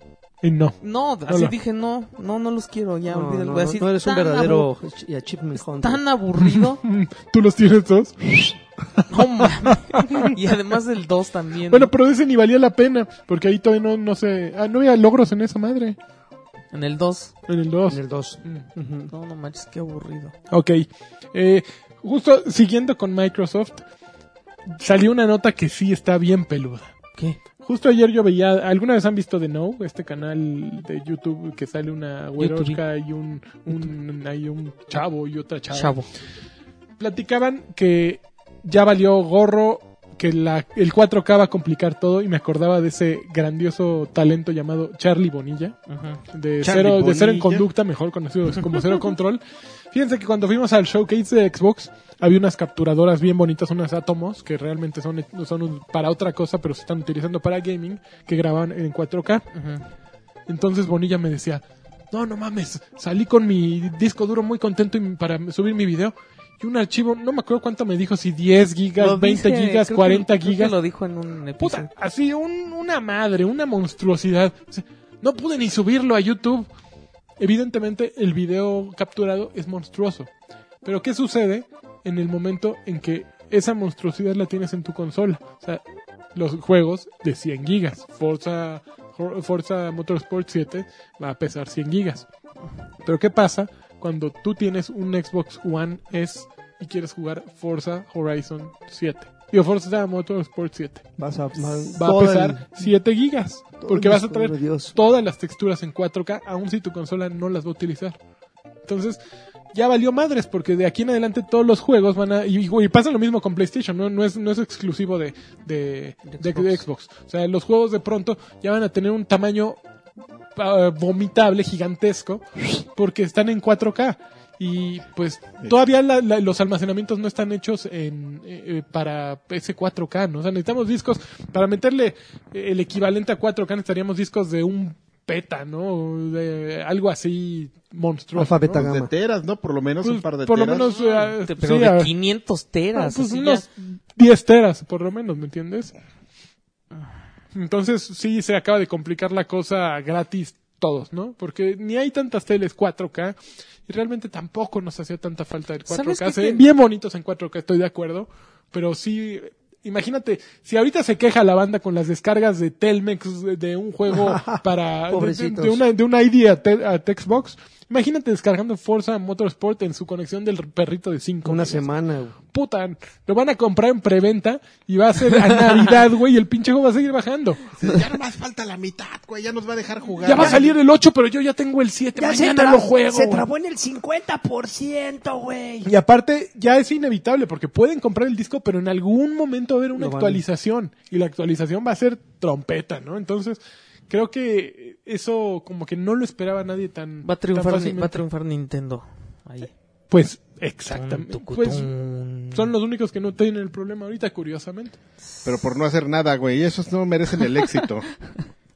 Speaker 4: Y no.
Speaker 1: No, así
Speaker 4: Hola.
Speaker 1: dije, no, no, no los quiero, ya
Speaker 2: No,
Speaker 1: olvídalo.
Speaker 2: no,
Speaker 1: Voy a
Speaker 2: no,
Speaker 1: decir,
Speaker 2: no eres un
Speaker 1: tan
Speaker 2: verdadero ach- achievement
Speaker 1: abu-
Speaker 2: hunter.
Speaker 1: Tan aburrido,
Speaker 4: ¿Tú los tienes dos?
Speaker 1: no mames. Y además del 2 también.
Speaker 4: Bueno, pero ese ni valía la pena, porque ahí todavía no, no sé... Ah, no había logros en esa madre,
Speaker 1: En el 2.
Speaker 4: en el 2.
Speaker 2: En el 2.
Speaker 1: No, no manches, qué aburrido.
Speaker 4: Ok. Eh, justo siguiendo con Microsoft, salió una nota que sí está bien peluda.
Speaker 1: ¿Qué?
Speaker 4: Justo ayer yo veía, ¿alguna vez han visto The Know? Este canal de YouTube que sale una güerochca y un, un, hay un chavo y otra chava.
Speaker 1: Chavo.
Speaker 4: Platicaban que ya valió gorro, que la, el 4K va a complicar todo y me acordaba de ese grandioso talento llamado Charlie Bonilla
Speaker 1: Ajá.
Speaker 4: de
Speaker 5: Charlie
Speaker 4: cero, de cero en
Speaker 5: Bonilla.
Speaker 4: conducta, mejor conocido como cero control. Fíjense que cuando fuimos al showcase de Xbox había unas capturadoras bien bonitas, unas átomos que realmente son, son un- para otra cosa, pero se están utilizando para gaming, que graban en 4K.
Speaker 1: Ajá.
Speaker 4: Entonces Bonilla me decía, no, no mames, salí con mi disco duro muy contento y para subir mi video. Y un archivo, no me acuerdo cuánto me dijo, si 10 gigas,
Speaker 1: Lo
Speaker 4: 20
Speaker 1: dije,
Speaker 4: gigas,
Speaker 1: creo que-
Speaker 4: 40
Speaker 1: creo que
Speaker 4: gigas.
Speaker 1: lo dijo en un episodio.
Speaker 4: Puta, así un- una madre, una monstruosidad. O sea, No pude ni subirlo a YouTube. Evidentemente el video capturado es monstruoso. Pero ¿qué sucede en el momento en que esa monstruosidad la tienes en tu consola? O sea, los juegos de 100 gigas. Forza, Forza Motorsport 7 va a pesar 100 gigas. Pero ¿qué pasa cuando tú tienes un Xbox One S y quieres jugar Forza Horizon 7? Digo, Forza Motorsport 7
Speaker 2: Vas a,
Speaker 4: va a pesar 7 gigas.
Speaker 2: todo
Speaker 4: Porque
Speaker 2: el
Speaker 4: vas a
Speaker 2: disco duro
Speaker 4: traer
Speaker 2: de Dios.
Speaker 4: todas las texturas en 4K, aun si tu consola no las va a utilizar. Entonces, ya valió madres, porque de aquí en adelante todos los juegos van a. Y, y pasa lo mismo con PlayStation, no, no, es, no es exclusivo de, de, de- de Xbox.
Speaker 1: Xbox.
Speaker 4: O sea, los juegos de pronto ya van a tener un tamaño ah, vomitable, gigantesco, porque están en 4K. Y pues todavía la- la- los almacenamientos no están hechos en, eh, eh, para ese 4K, ¿no? O sea, necesitamos discos, para meterle eh, el equivalente a 4K necesitaríamos discos de un peta, ¿no? De algo así monstruoso.
Speaker 2: Alfa,
Speaker 4: ¿no?
Speaker 2: beta,
Speaker 5: Pues de
Speaker 2: gama.
Speaker 5: teras, ¿no? Por lo menos
Speaker 4: Pues,
Speaker 5: un par de
Speaker 4: por lo
Speaker 5: teras.
Speaker 4: menos eh,
Speaker 1: Ah, Te- Pero
Speaker 4: sí,
Speaker 1: de
Speaker 4: a-
Speaker 1: 500 teras.
Speaker 4: pues
Speaker 1: así
Speaker 4: unos
Speaker 1: ya.
Speaker 4: 10 teras, por lo menos, ¿me entiendes? Entonces, sí, se acaba de complicar la cosa gratis todos, ¿no? Porque ni hay tantas teles 4K y realmente tampoco nos hacía tanta falta el
Speaker 1: ¿Sabes
Speaker 4: 4K.
Speaker 1: qué?
Speaker 4: Se ven
Speaker 1: Que-
Speaker 4: bien bonitos en 4K, estoy de acuerdo, pero sí... Imagínate, si ahorita se queja la banda con las descargas de Telmex de- de un juego para de- de,
Speaker 2: Pobrecitos.
Speaker 4: de una de una ID a, te- a Textbox, imagínate descargando Forza Motorsport en su conexión del perrito de 5
Speaker 2: Una semana, güey.
Speaker 4: puta, lo van a comprar en preventa y va a ser a Navidad, güey, y el pinche juego va a seguir bajando.
Speaker 5: Ya nomás falta la mitad, güey. Ya nos va a dejar jugar.
Speaker 4: Ya va a salir el 8, pero yo ya tengo el 7, mañana lo juego.
Speaker 6: Se trabó en el 50%, güey.
Speaker 4: Y aparte, ya es inevitable porque pueden comprar el disco, pero en algún momento va a haber una
Speaker 2: Lo van-
Speaker 4: actualización y la actualización va a ser trompeta, ¿no? Entonces, creo que eso como que no lo esperaba nadie tan
Speaker 1: Va a
Speaker 4: tan
Speaker 1: triunfar,
Speaker 4: fácilmente.
Speaker 1: va a triunfar Nintendo. Ahí.
Speaker 4: Pues exactamente.
Speaker 1: Tum,
Speaker 4: Pues,
Speaker 1: tucutum.
Speaker 4: son los únicos que no tienen el problema ahorita, curiosamente.
Speaker 5: Pero por no hacer nada, güey. Esos no merecen el éxito.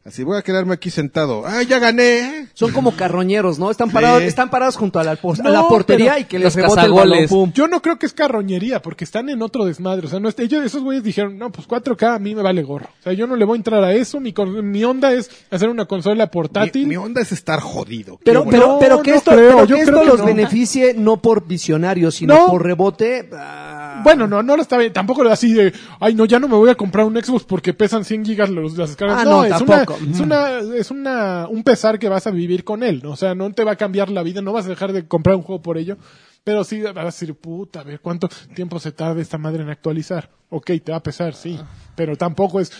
Speaker 5: Así voy a quedarme aquí sentado. ¡Ah, ya gané!
Speaker 2: Son como carroñeros, ¿no? Están parados,
Speaker 5: Sí.
Speaker 2: están parados junto a la, por- a
Speaker 4: No,
Speaker 2: la portería
Speaker 4: pero
Speaker 2: y que
Speaker 1: los
Speaker 2: les rebote el balón.
Speaker 1: cazagoles.
Speaker 2: pum.
Speaker 4: Yo no creo que es carroñería, porque están en otro desmadre. O sea, no es- ellos, esos güeyes dijeron, no, pues 4K a mí me vale gorro. O sea, yo no le voy a entrar a eso. Mi, con- mi onda es hacer una consola
Speaker 5: Mi,
Speaker 4: portátil.
Speaker 5: mi onda es estar jodido. Qué
Speaker 2: Pero,
Speaker 5: bueno.
Speaker 2: pero,
Speaker 4: No,
Speaker 2: pero que
Speaker 4: no
Speaker 2: esto,
Speaker 4: creo,
Speaker 2: pero
Speaker 4: yo
Speaker 2: que
Speaker 4: creo
Speaker 2: esto
Speaker 4: que
Speaker 2: los
Speaker 4: no.
Speaker 2: beneficie no por visionarios, sino
Speaker 4: No.
Speaker 2: por rebote. ah,
Speaker 4: Bueno, no, no lo está bien. Tampoco así de, ay, no, ya no me voy a comprar un Xbox porque pesan 100 gigas los, las descargas.
Speaker 2: Ah,
Speaker 4: no,
Speaker 2: no,
Speaker 4: es, una,
Speaker 2: tampoco.
Speaker 4: es una, es una, un pesar que vas a vivir con él. ¿no? O sea, no te va a cambiar la vida, no vas a dejar de comprar un juego por ello. Pero sí vas a decir, puta, a ver
Speaker 2: Ah.
Speaker 4: cuánto tiempo se tarda esta madre en actualizar. Ok, te va a pesar, sí. Pero tampoco es,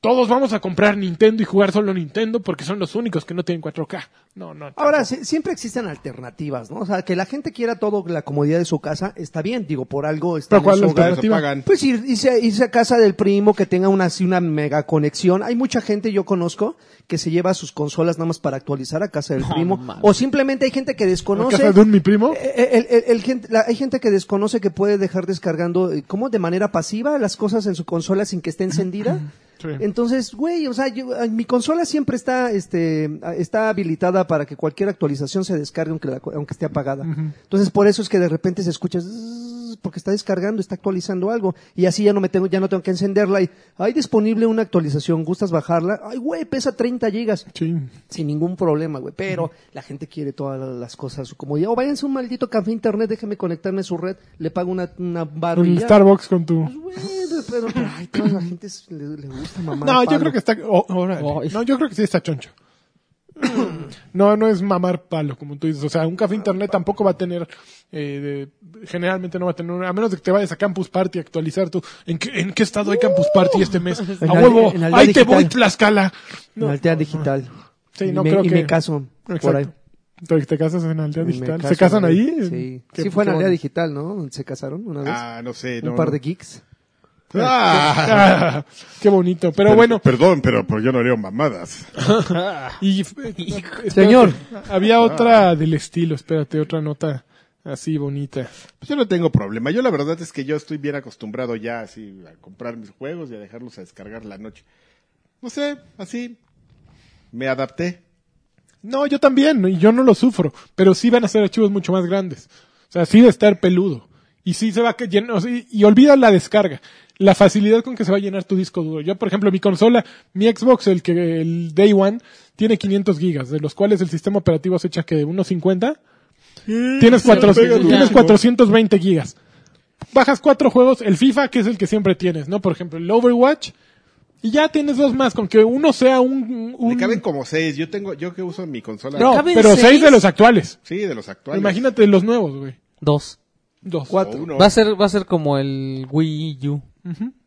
Speaker 4: todos vamos a comprar Nintendo y jugar solo Nintendo porque son los únicos que no tienen 4K. No, no.
Speaker 2: Ahora, sí, siempre existen alternativas, ¿no? O sea, que la gente quiera todo la comodidad de su casa está bien, digo, por algo está
Speaker 4: Pero ¿cuál
Speaker 2: en su
Speaker 4: es la
Speaker 2: hogar.
Speaker 4: alternativa?
Speaker 5: pagan.
Speaker 2: Pues ir, irse, irse a casa del primo que tenga una, así una mega conexión. Hay mucha gente, yo conozco, que se lleva sus consolas nada más para actualizar a casa del primo.
Speaker 1: mames.
Speaker 2: o simplemente hay gente que
Speaker 4: ¿En
Speaker 2: desconoce.
Speaker 4: casa de un mi primo?
Speaker 2: Eh, eh, el- el- el gen- la- hay gente que desconoce que puede dejar descargando, eh, ¿cómo? De manera pasiva las cosas en su consola sin que esté encendida.
Speaker 4: Sí.
Speaker 2: Entonces, güey, o sea, yo- eh, mi consola siempre está, este, ah, está habilitada para que cualquier actualización se descargue aunque, la co- aunque esté apagada. Entonces, por eso es que de repente se escucha, "Zzzz", porque está descargando, está actualizando algo. Y así ya no me tengo, ya no tengo que encenderla. Y, hay disponible una actualización, ¿gustas bajarla? Ay, güey, pesa 30 gigas
Speaker 4: Sí.
Speaker 2: sin ningún problema, güey. Pero la gente quiere todas las cosas a su comodidad. O váyanse a un maldito café internet, déjeme conectarme a su red, le pago una, una
Speaker 4: Un
Speaker 2: barbilla.
Speaker 4: Starbucks con tu...
Speaker 2: Pues, Güey, pero, pero, ay, toda la gente es- le, le gusta mamá.
Speaker 4: No, yo creo que está. oh, órale.
Speaker 1: Ay.
Speaker 4: No, yo creo que sí está choncho. No, no es mamar palo, como tú dices. O sea, un café internet tampoco va a tener, eh, de- generalmente no va a tener, a menos de que te vayas a Campus Party a actualizar tú. ¿En qué, en qué estado hay Campus Party este mes?
Speaker 2: En
Speaker 4: A
Speaker 2: la-
Speaker 4: huevo,
Speaker 2: en la aldea
Speaker 4: ahí te
Speaker 2: digital.
Speaker 4: voy, Tlaxcala.
Speaker 2: En altea digital.
Speaker 4: Sí, no
Speaker 2: y me,
Speaker 4: creo
Speaker 2: y
Speaker 4: que-
Speaker 2: me caso por
Speaker 4: Exacto.
Speaker 2: ahí.
Speaker 4: Te, te casas en aldea
Speaker 2: Me
Speaker 4: digital.
Speaker 2: caso,
Speaker 4: ¿Se casan
Speaker 2: güey.
Speaker 4: ahí?
Speaker 2: Sí.
Speaker 4: Qué-
Speaker 2: Sí fue en
Speaker 4: qué
Speaker 2: aldea
Speaker 4: bueno.
Speaker 2: digital, ¿no? Se casaron una vez.
Speaker 5: Ah, no sé.
Speaker 2: un
Speaker 5: no,
Speaker 2: par
Speaker 5: no.
Speaker 2: de geeks.
Speaker 4: Ah,
Speaker 5: Ah,
Speaker 4: qué bonito. Pero
Speaker 5: per-
Speaker 4: bueno,
Speaker 5: Perdón, pero, pero yo no haría mamadas.
Speaker 4: Y, eh, espérate,
Speaker 2: Señor.
Speaker 4: Había otra del estilo, espérate, otra nota así bonita.
Speaker 5: Pues yo no tengo problema. Yo la verdad es que yo estoy bien acostumbrado ya así a comprar mis juegos y a dejarlos a descargar la noche. No sé, así me adapté.
Speaker 4: No, yo también, y yo no lo sufro, pero sí van a ser archivos mucho más grandes. O sea, sí va a estar peludo. Y sí se va a que- llenar, o sea, y- y olvida la descarga, la facilidad con que se va a llenar tu disco duro. Yo, por ejemplo, mi consola, mi Xbox, el que el Day One, tiene 500 gigas, de los cuales el sistema operativo se echa que unos 50. Tienes, cuatro- tienes 420 gigas. Bajas cuatro juegos, el FIFA, que es el que siempre tienes, ¿no? Por ejemplo, el Overwatch, y ya tienes dos más, con que uno sea un... un-
Speaker 5: Me caben como seis. Yo tengo, yo que uso mi consola.
Speaker 4: no,
Speaker 1: ¿Caben
Speaker 4: pero seis
Speaker 1: seis?
Speaker 4: de los actuales.
Speaker 5: Sí, de los actuales.
Speaker 4: Imagínate los nuevos, güey.
Speaker 1: Dos.
Speaker 4: Dos.
Speaker 5: O
Speaker 2: Cuatro.
Speaker 5: uno.
Speaker 1: Va a ser, va a ser como el Wii U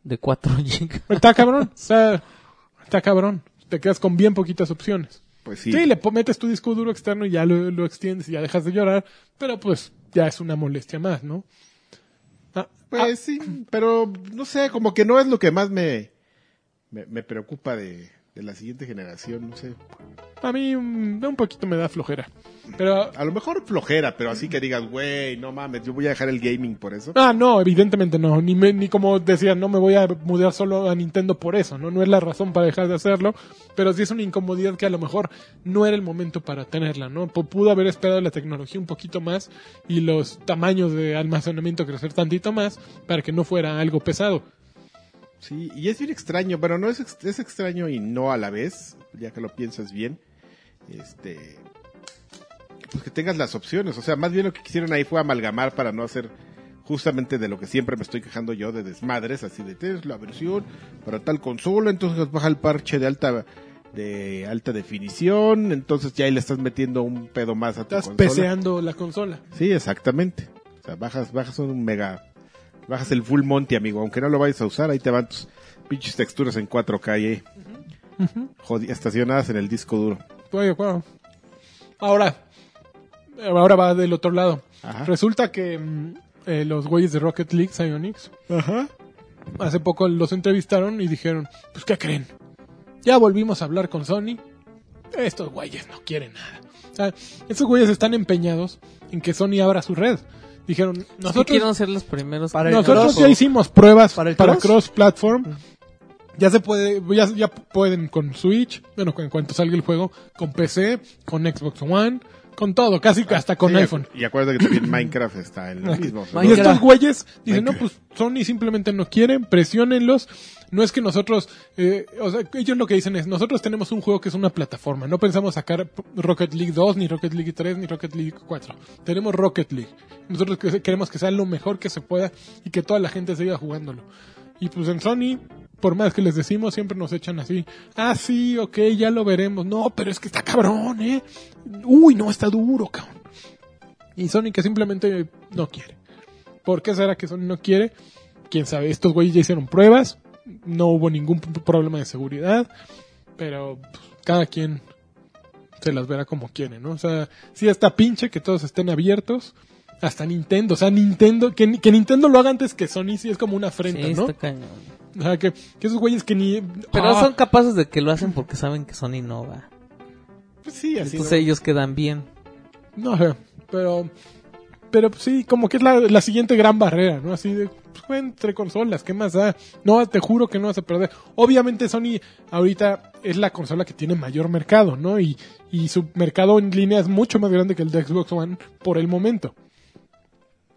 Speaker 1: de 4 GB.
Speaker 4: Está cabrón. Está, está cabrón. Te quedas con bien poquitas opciones.
Speaker 5: Pues sí.
Speaker 4: Sí, le po- metes tu disco duro externo y ya lo, lo extiendes y ya dejas de llorar. Pero pues ya es una molestia más, ¿no? Ah,
Speaker 5: Pues sí, pero no sé, como que no es lo que más me, me, me preocupa de, de la siguiente generación, no sé.
Speaker 4: ah, a mí mm, un poquito me da flojera. Pero...
Speaker 5: A lo mejor flojera, pero así que digas, güey, no mames, yo voy a dejar el gaming por eso.
Speaker 4: Ah, no, evidentemente no. Ni, me- ni como decía, no me voy a mudar solo a Nintendo por eso, ¿no? No es la razón para dejar de hacerlo. Pero sí es una incomodidad que a lo mejor no era el momento para tenerla, ¿no? P- Pudo haber esperado la tecnología un poquito más y los tamaños de almacenamiento crecer tantito más para que no fuera algo pesado.
Speaker 5: Sí, y es bien extraño, bueno, no es, ex- es extraño y no a la vez, ya que lo piensas bien. Este. Pues que tengas las opciones, o sea, más bien lo que quisieron ahí fue amalgamar para no hacer justamente de lo que siempre me estoy quejando yo de desmadres, así de tienes la versión para tal consola, entonces baja el parche de alta de alta definición, entonces ya ahí le estás metiendo un pedo más a tu
Speaker 4: Estás
Speaker 5: consola.
Speaker 4: peseando la consola.
Speaker 5: Sí, exactamente. O sea, bajas, bajas un mega. Bajas el full monty, amigo. Aunque no lo vayas a usar, ahí te van tus pinches texturas en 4K, eh. Jodi- estacionadas en el disco duro.
Speaker 4: Estoy de acuerdo. Ahora, eh, ahora va del otro lado.
Speaker 5: Ajá.
Speaker 4: Resulta que mm, eh, los güeyes de Rocket League, Psyonix, hace poco los entrevistaron y dijeron, pues ¿qué creen? Ya volvimos a hablar con Sony. Estos güeyes no quieren nada. O sea, estos güeyes están empeñados en que Sony abra su red. Dijeron,
Speaker 1: Nosotros
Speaker 4: nosotros
Speaker 1: quieren ser los primeros.
Speaker 2: Para el
Speaker 4: nosotros
Speaker 2: cross,
Speaker 4: ya
Speaker 2: ¿o?
Speaker 4: hicimos pruebas
Speaker 2: ¿Para
Speaker 4: para,
Speaker 2: el cross?
Speaker 4: cross platform. Ya se puede, ya, ya pueden con Switch, bueno, en cuanto salga el juego, con PC, con Xbox One, con todo, casi
Speaker 2: Ah,
Speaker 4: hasta con
Speaker 5: Sí,
Speaker 4: iPhone.
Speaker 5: Y acuérdate que también Minecraft está en lo mismo.
Speaker 4: Y
Speaker 2: Minecraft.
Speaker 4: estos güeyes dicen, no,
Speaker 5: Minecraft.
Speaker 4: pues Sony simplemente no quieren, presionenlos. No es que nosotros, eh, o sea, ellos lo que dicen es, nosotros tenemos un juego que es una plataforma, no pensamos sacar Rocket League 2, ni Rocket League 3, ni Rocket League 4. Tenemos Rocket League. Nosotros que- queremos que sea lo mejor que se pueda y que toda la gente siga jugándolo. Y pues en Sony, por más que les decimos, siempre nos echan así, ah, sí, ok, ya lo veremos. No, pero es que está cabrón, ¿eh? Uy, no, está duro, cabrón. Y Sony que simplemente no quiere. ¿Por qué será que Sony no quiere? Quién sabe, estos güeyes ya hicieron pruebas, no hubo ningún p- problema de seguridad, pero pues, cada quien se las verá como quiere, ¿no? O sea, sí está pinche que todos estén abiertos, hasta Nintendo, o sea, Nintendo, que, que Nintendo lo haga antes que Sony sí es como una afrenta,
Speaker 1: Sí,
Speaker 4: ¿no?
Speaker 1: está cañón.
Speaker 4: O sea, que, que esos güeyes que ni...
Speaker 1: Pero
Speaker 4: Ah,
Speaker 1: son capaces de que lo hacen porque saben que Sony no va.
Speaker 4: pues sí, así,
Speaker 1: Entonces
Speaker 4: ¿no?
Speaker 1: ellos quedan bien.
Speaker 4: No sé, pero. Pero pues, sí, como que es la, la siguiente gran barrera, ¿no? Así de, pues, juega entre consolas, ¿qué más da? No, te juro que no vas a perder. Obviamente Sony ahorita es la consola que tiene mayor mercado, ¿no? Y, y su mercado en línea es mucho más grande que el de Xbox One por el momento.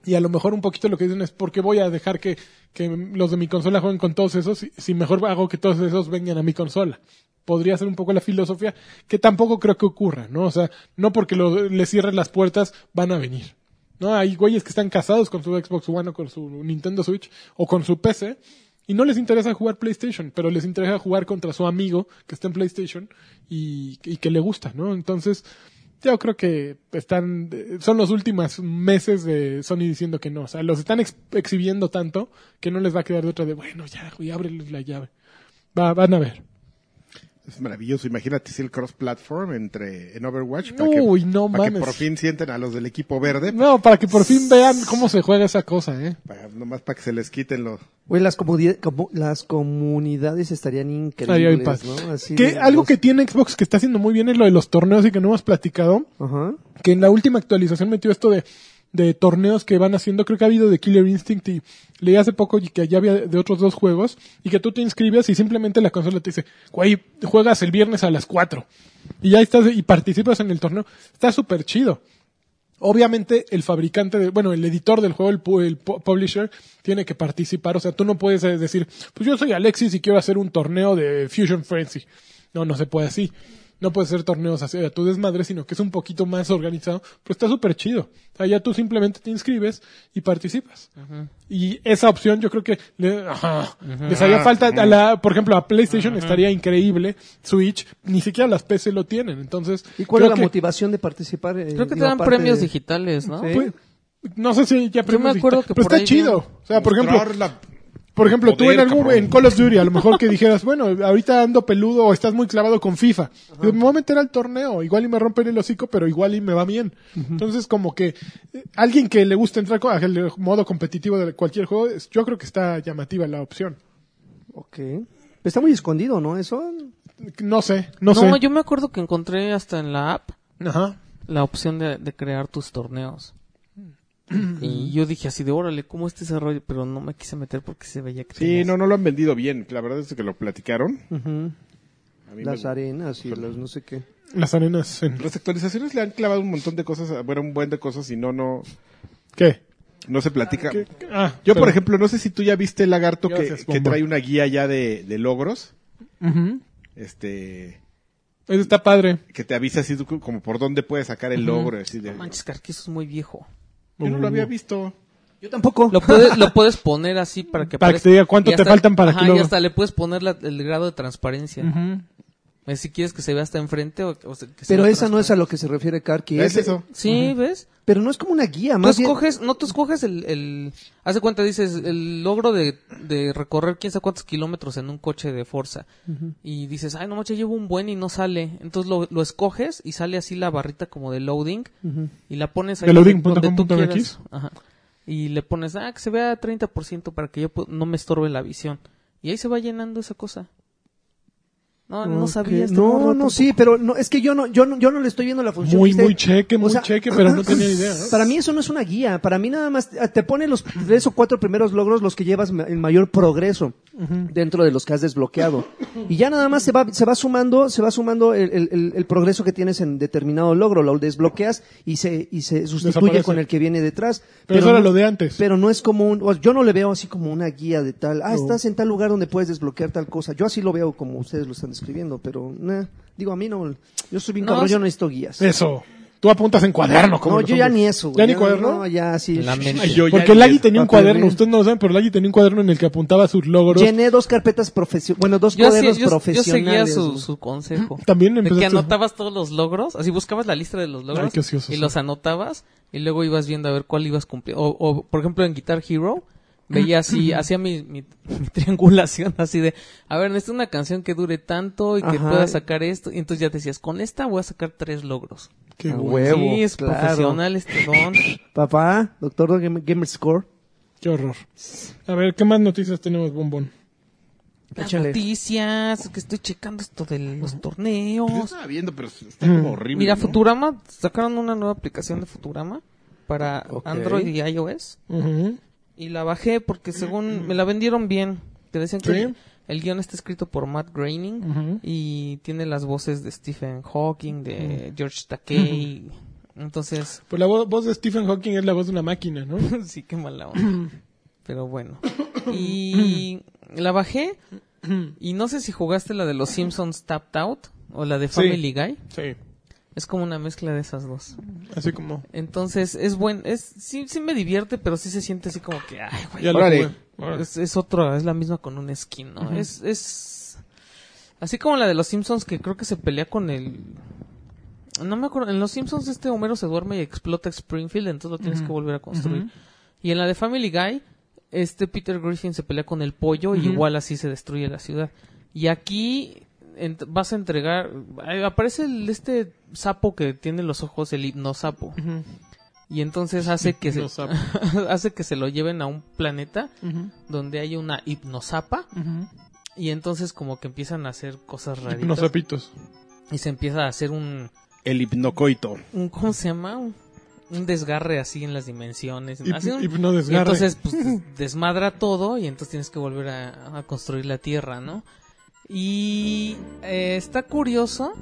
Speaker 4: Y a lo mejor un poquito lo que dicen es, ¿por qué voy a dejar que, que los de mi consola jueguen con todos esos? Si, si mejor hago que todos esos vengan a mi consola. Podría ser un poco la filosofía, que tampoco creo que ocurra, ¿no? O sea, no porque lo- le cierren las puertas van a venir. ¿No? Hay güeyes que están casados con su Xbox One o con su Nintendo Switch o con su PC y no les interesa jugar PlayStation, pero les interesa jugar contra su amigo que está en PlayStation y, y que le gusta, ¿no? Entonces, yo creo que están, eh, son los últimos meses de Sony diciendo que no. O sea, los están ex- exhibiendo tanto que no les va a quedar de otra de, bueno, ya, güey, ábreles la llave. Va, van a ver.
Speaker 5: Es maravilloso. Imagínate si el cross-platform entre en Overwatch
Speaker 4: Uy, no
Speaker 5: para que
Speaker 4: mames.
Speaker 5: por fin sienten a los del equipo verde.
Speaker 4: No, para que por fin vean cómo se juega esa cosa, ¿eh?
Speaker 5: Para, nomás para que se les quiten los...
Speaker 2: Güey, las, comuni- como- las comunidades estarían
Speaker 4: Estaría bien
Speaker 2: increíbles,
Speaker 4: padre.
Speaker 2: ¿no? Así
Speaker 4: que
Speaker 2: de-
Speaker 4: algo
Speaker 2: los-
Speaker 4: que tiene Xbox que está haciendo muy bien es lo de los torneos y que no hemos platicado,
Speaker 2: Ajá.
Speaker 4: que en la última actualización metió esto de, de torneos que van haciendo, creo que ha habido de Killer Instinct y leí hace poco y que ya había de otros dos juegos y que tú te inscribes y simplemente la consola te dice, güey, juegas el viernes a las 4 y ya estás y participas en el torneo. Está súper chido. Obviamente el fabricante, de, bueno, el editor del juego, el, pu- el pu- publisher, tiene que participar. O sea, tú no puedes eh, decir, pues yo soy Alexis y quiero hacer un torneo de Fusion Frenzy. No, no se puede así. No puedes hacer torneos así a tu desmadre, sino que es un poquito más organizado. Pero está súper chido. O sea, ya tú simplemente te inscribes y participas. Y esa opción yo creo que le- ajá, les haría falta a la, por ejemplo, a PlayStation estaría increíble. Switch, ni siquiera las PC lo tienen. Entonces,
Speaker 2: ¿Y cuál
Speaker 4: creo
Speaker 2: es la
Speaker 4: que-
Speaker 2: motivación de participar? eh,
Speaker 1: Creo que te
Speaker 2: digo,
Speaker 1: dan
Speaker 2: aparte
Speaker 1: premios
Speaker 2: de-
Speaker 1: digitales, ¿no?
Speaker 2: Sí.
Speaker 4: pues, no sé si ya
Speaker 1: Yo me
Speaker 4: aprendimos
Speaker 1: acuerdo
Speaker 4: digital,
Speaker 1: que
Speaker 4: pero
Speaker 1: por
Speaker 4: está
Speaker 1: ahí
Speaker 4: chido.
Speaker 1: vi-
Speaker 4: O sea, por ejemplo,
Speaker 5: Mostrar la-
Speaker 4: por ejemplo, tú
Speaker 5: Poder,
Speaker 4: en algún
Speaker 5: cabrón.
Speaker 4: en Call of Duty, a lo mejor que dijeras, bueno, ahorita ando peludo o estás muy clavado con FIFA. Yo me voy a meter al torneo, igual y me rompen el hocico, pero igual y me va bien. Entonces, como que eh, alguien que le gusta entrar co- al modo competitivo de cualquier juego, es- yo creo que está llamativa la opción.
Speaker 2: Ok. Está muy escondido, ¿no? Eso.
Speaker 4: No sé,
Speaker 1: No,
Speaker 4: no, sé.
Speaker 1: yo me acuerdo que encontré hasta en la app
Speaker 4: Ajá.
Speaker 1: la opción de, de crear tus torneos. y yo dije así de, órale, ¿cómo este desarrollo? Pero no me quise meter porque se veía que
Speaker 5: Sí,
Speaker 1: tenías-
Speaker 5: no, no lo han vendido bien. La verdad es que lo platicaron.
Speaker 4: Mm.
Speaker 2: Ujú.
Speaker 5: A mí
Speaker 2: Las
Speaker 5: me-
Speaker 2: arenas y las no sé qué.
Speaker 4: Las arenas en...
Speaker 5: Las actualizaciones le han clavado un montón de cosas, bueno, un buen de cosas y no, no,
Speaker 4: ¿Qué?
Speaker 5: no se platica.
Speaker 4: ¿Qué? Ah,
Speaker 5: Yo, por
Speaker 4: pero-
Speaker 5: ejemplo, no sé si tú ya viste el lagarto que,
Speaker 4: Gracias,
Speaker 5: que
Speaker 4: Bombo.
Speaker 5: trae una guía ya de, de logros,
Speaker 4: Ujú.
Speaker 5: este,
Speaker 4: Eso está padre.
Speaker 5: que te avisa así tú como por dónde puedes sacar el logro. así de-
Speaker 1: No manches, Car, que eso es muy viejo.
Speaker 5: yo no lo había visto.
Speaker 2: Yo tampoco.
Speaker 1: Lo puedes, lo puedes poner así para que
Speaker 4: Para que
Speaker 1: aparezca.
Speaker 4: te diga cuánto
Speaker 1: Y
Speaker 4: te faltan para
Speaker 1: ajá,
Speaker 4: que lo-
Speaker 1: y hasta le puedes poner la- el grado de transparencia.
Speaker 4: Ujú.
Speaker 1: Eh, Si quieres que se vea hasta enfrente o, o se- que se
Speaker 2: Pero
Speaker 1: vea
Speaker 2: esa no es a
Speaker 1: transparente.
Speaker 2: lo que se refiere Karki.
Speaker 5: Es eso.
Speaker 1: Sí, ¿ves?
Speaker 2: Pero no es como una guía,
Speaker 1: Tú
Speaker 2: más bien.
Speaker 1: escoges, no, tú escoges el, el... Haz de cuenta, dices, el logro de, de recorrer quién sabe cuántos kilómetros en un coche de Forza. Y dices, ay, no manches, llevo un buen y no sale. Entonces lo, lo escoges y sale así la barrita como de loading. Y la pones ahí
Speaker 4: De
Speaker 1: donde-
Speaker 4: loading.com.mx.
Speaker 1: donde tú quieras. Ajá. Y le pones, ah, que se vea 30% para que yo pu- no me estorbe la visión. Y ahí se va llenando esa cosa. No, no
Speaker 2: Ok.
Speaker 1: sabías.
Speaker 2: No, no, sí, pero no, es que yo no, yo no, Pues yo no le estoy viendo la función.
Speaker 4: Muy,
Speaker 2: ¿viste?
Speaker 4: muy cheque, muy
Speaker 2: sea,
Speaker 4: cheque, pero no tenía idea. ¿no?
Speaker 2: Para mí eso no es una guía. Para mí nada más te te pone los tres o cuatro primeros logros los que llevas ma- el mayor progreso dentro de los que has desbloqueado. Y ya nada más se va, se va sumando, se va sumando el, el- el- el progreso que tienes en determinado logro. Lo desbloqueas y se, y se sustituye
Speaker 4: Desaparece.
Speaker 2: con el que viene detrás.
Speaker 4: Pero eso era
Speaker 2: no-
Speaker 4: lo de antes.
Speaker 2: Pero no es como un, o- yo no le veo así como una guía de tal, ah, estás en tal lugar donde puedes desbloquear tal cosa. Yo así lo veo como ustedes lo están describiendo, pero, nah, digo, a mí no, yo soy bien
Speaker 1: No,
Speaker 2: cabrón, yo
Speaker 1: es-
Speaker 2: no necesito guías.
Speaker 4: Eso. Tú apuntas en cuaderno. como
Speaker 2: No,
Speaker 4: los
Speaker 2: yo ya
Speaker 4: hombres.
Speaker 2: ni eso. güey.
Speaker 4: ¿Ya ni
Speaker 2: no,
Speaker 4: cuaderno?
Speaker 2: No, ya sí.
Speaker 1: La mente.
Speaker 5: Ay, yo ya
Speaker 4: Porque
Speaker 5: ni
Speaker 4: Laggy
Speaker 5: es-
Speaker 4: tenía un
Speaker 2: papel,
Speaker 4: cuaderno.
Speaker 2: güey.
Speaker 4: Ustedes no lo saben, pero Laggy tenía un cuaderno en el que apuntaba sus logros.
Speaker 2: Llené dos carpetas profesionales. Bueno, dos
Speaker 1: Yo, hacía-
Speaker 2: cuadernos
Speaker 1: yo- yo seguía
Speaker 2: profesionales.
Speaker 1: su,
Speaker 2: güey.
Speaker 1: su consejo.
Speaker 4: También
Speaker 1: De que
Speaker 4: empezaste.
Speaker 1: anotabas todos los logros, así buscabas la lista de los logros
Speaker 4: Ay, qué ¿eh? ocioso,
Speaker 1: y
Speaker 4: sí.
Speaker 1: los anotabas y luego ibas viendo a ver cuál ibas cumpliendo. O, o, por ejemplo, en Guitar Hero veía así, hacía mi, mi, mi triangulación así de, a ver, necesito una canción que dure tanto y que
Speaker 2: Ajá.
Speaker 1: pueda sacar esto. Y entonces ya decías, con esta voy a sacar tres logros.
Speaker 4: Qué
Speaker 2: A
Speaker 4: bueno.
Speaker 2: huevo,
Speaker 1: sí, es
Speaker 2: claro.
Speaker 1: profesional este don.
Speaker 2: Papá, doctor Game- Gamer Score.
Speaker 4: Qué horror. A ver, ¿qué más noticias tenemos, bombón?
Speaker 1: Las
Speaker 2: Échale.
Speaker 1: noticias, que estoy checando esto de los
Speaker 5: Pues yo
Speaker 1: torneos.
Speaker 5: estaba viendo, pero está como horrible.
Speaker 1: Mira,
Speaker 5: ¿no?
Speaker 1: Futurama, sacaron una nueva aplicación de Futurama para
Speaker 2: Ok.
Speaker 1: Android y iOS.
Speaker 4: Ujú.
Speaker 1: Y la bajé porque según me la vendieron bien. Te decían que
Speaker 4: Sí. Mm.
Speaker 1: el, el guión está escrito por Matt Groening
Speaker 4: Ujú.
Speaker 1: y tiene las voces de Stephen Hawking, de George Takei. Entonces,
Speaker 4: Pues la vo- voz de Stephen Hawking es la voz de una máquina, ¿no?
Speaker 1: sí, qué mala onda. Pero bueno. Y la bajé y no sé si jugaste la de los Simpsons Tapped Out o la de
Speaker 4: Sí.
Speaker 1: Family Guy.
Speaker 4: Sí.
Speaker 1: Es como una mezcla de esas dos.
Speaker 4: Así como.
Speaker 1: Entonces, es buen, es, sí, sí me divierte, pero sí se siente así como que, ay, güey.
Speaker 4: Ya lo
Speaker 5: Órale.
Speaker 4: jugué. Órale.
Speaker 1: Es, es otra, es la misma con un skin, ¿no? Es, es. Así como la de los Simpsons que creo que se pelea con el. No me acuerdo. En los Simpsons este Homero se duerme y explota Springfield, entonces lo tienes que volver a construir. Y en la de Family Guy, este Peter Griffin se pelea con el pollo y igual así se destruye la ciudad. Y aquí ent- vas a entregar. eh, Aparece el, este sapo que tiene los ojos, el hipnosapo. Y entonces hace que se,
Speaker 4: Hipnosapo.
Speaker 1: hace que se lo lleven a un planeta donde hay una hipnosapa y entonces como que empiezan a hacer cosas
Speaker 4: Unos
Speaker 1: raritas
Speaker 4: sapitos.
Speaker 1: y se empieza a hacer un,
Speaker 5: El hipnocoito.
Speaker 1: un ¿cómo se llama? Un, un desgarre así en las dimensiones.
Speaker 4: Hip-
Speaker 1: Hace un- y
Speaker 4: hipnodesgarre.
Speaker 1: entonces pues, des- desmadra todo y entonces tienes que volver a, a construir la Tierra, ¿no? Y eh, está curioso,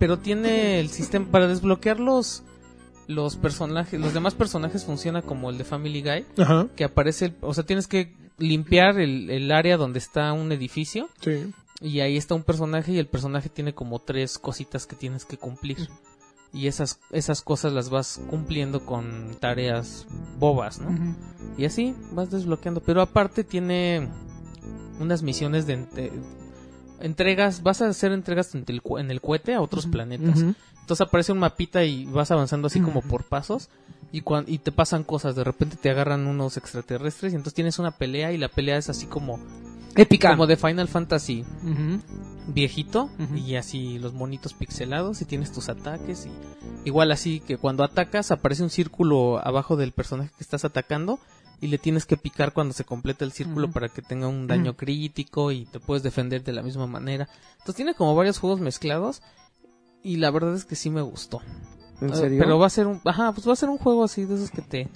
Speaker 1: pero tiene el sistema para desbloquear los los personajes, los demás personajes funciona como el de Family Guy,
Speaker 4: Ajá.
Speaker 1: que aparece, el- o sea, tienes que limpiar el, el área donde está un edificio
Speaker 4: Sí.
Speaker 1: y ahí está un personaje y el personaje tiene como tres cositas que tienes que cumplir. Y esas, esas cosas las vas cumpliendo con tareas bobas, ¿no? Y así vas desbloqueando. Pero aparte tiene unas misiones de ente- entregas, vas a hacer entregas en el, cu- en el cohete a otros planetas. Entonces aparece un mapita y vas avanzando así como por pasos y, cuan- y te pasan cosas. De repente te agarran unos extraterrestres y entonces tienes una pelea y la pelea es así como... Épica. Como de Final Fantasy viejito y así los monitos pixelados y tienes tus ataques y igual así que cuando atacas aparece un círculo abajo del personaje que estás atacando y le tienes que picar cuando se completa el círculo para que tenga un daño crítico y te puedes defender de la misma manera. Entonces tiene como varios juegos mezclados y la verdad es que sí me gustó.
Speaker 2: ¿En
Speaker 1: Ah,
Speaker 2: serio?
Speaker 1: Pero va a ser un, ajá, pues va a ser un juego así de esos que te,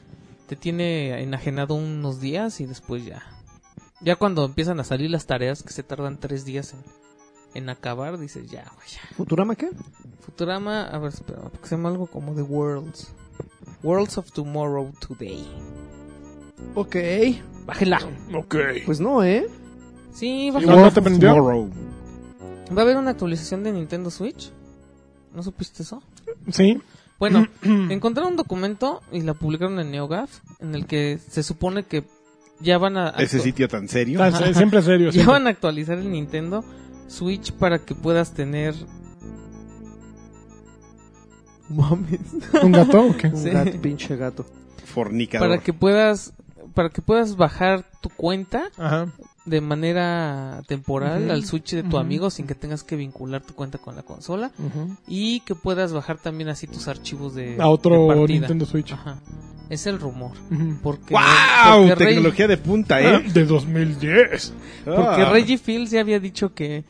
Speaker 1: te tiene enajenado unos días y después ya. Ya cuando empiezan a salir las tareas que se tardan tres días en, en acabar, dices ya, güey, ya.
Speaker 2: ¿Futurama qué?
Speaker 1: Futurama, a ver, espera, porque se llama algo como The Worlds. Worlds of Tomorrow Today.
Speaker 2: Ok.
Speaker 1: Bájela.
Speaker 4: Ok.
Speaker 2: Pues no, ¿eh?
Speaker 1: Sí,
Speaker 4: Igual
Speaker 1: bájela.
Speaker 4: no te prendió.
Speaker 5: Tomorrow.
Speaker 1: Va a haber una actualización de Nintendo Switch. ¿No supiste eso?
Speaker 4: Sí.
Speaker 1: Bueno, encontraron un documento y la publicaron en NeoGAF en el que se supone que ya van a
Speaker 5: Ese
Speaker 1: actu-
Speaker 5: sitio tan serio.
Speaker 4: Ah, sí, siempre serio.
Speaker 1: ya
Speaker 4: siempre.
Speaker 1: van a actualizar el Nintendo Switch para que puedas tener Mames.
Speaker 4: ¿Un gato o qué?
Speaker 2: Un
Speaker 1: Sí.
Speaker 2: gato, pinche gato.
Speaker 5: Fornicador.
Speaker 1: para que puedas para que puedas bajar tu cuenta
Speaker 4: Ajá.
Speaker 1: de manera temporal
Speaker 4: Ujú.
Speaker 1: al Switch de tu
Speaker 4: Ujú.
Speaker 1: amigo sin que tengas que vincular tu cuenta con la consola
Speaker 4: Ujú.
Speaker 1: y que puedas bajar también así tus archivos de
Speaker 4: A otro
Speaker 1: de partida.
Speaker 4: Nintendo Switch.
Speaker 1: Ajá. Es el rumor.
Speaker 4: Ujú. Ah,
Speaker 1: Porque,
Speaker 5: ¡Wow!
Speaker 1: porque Rey-
Speaker 5: Tecnología de punta, ¿eh?
Speaker 4: De 2010.
Speaker 1: porque
Speaker 5: Ah.
Speaker 1: Reggie Fields ya había dicho que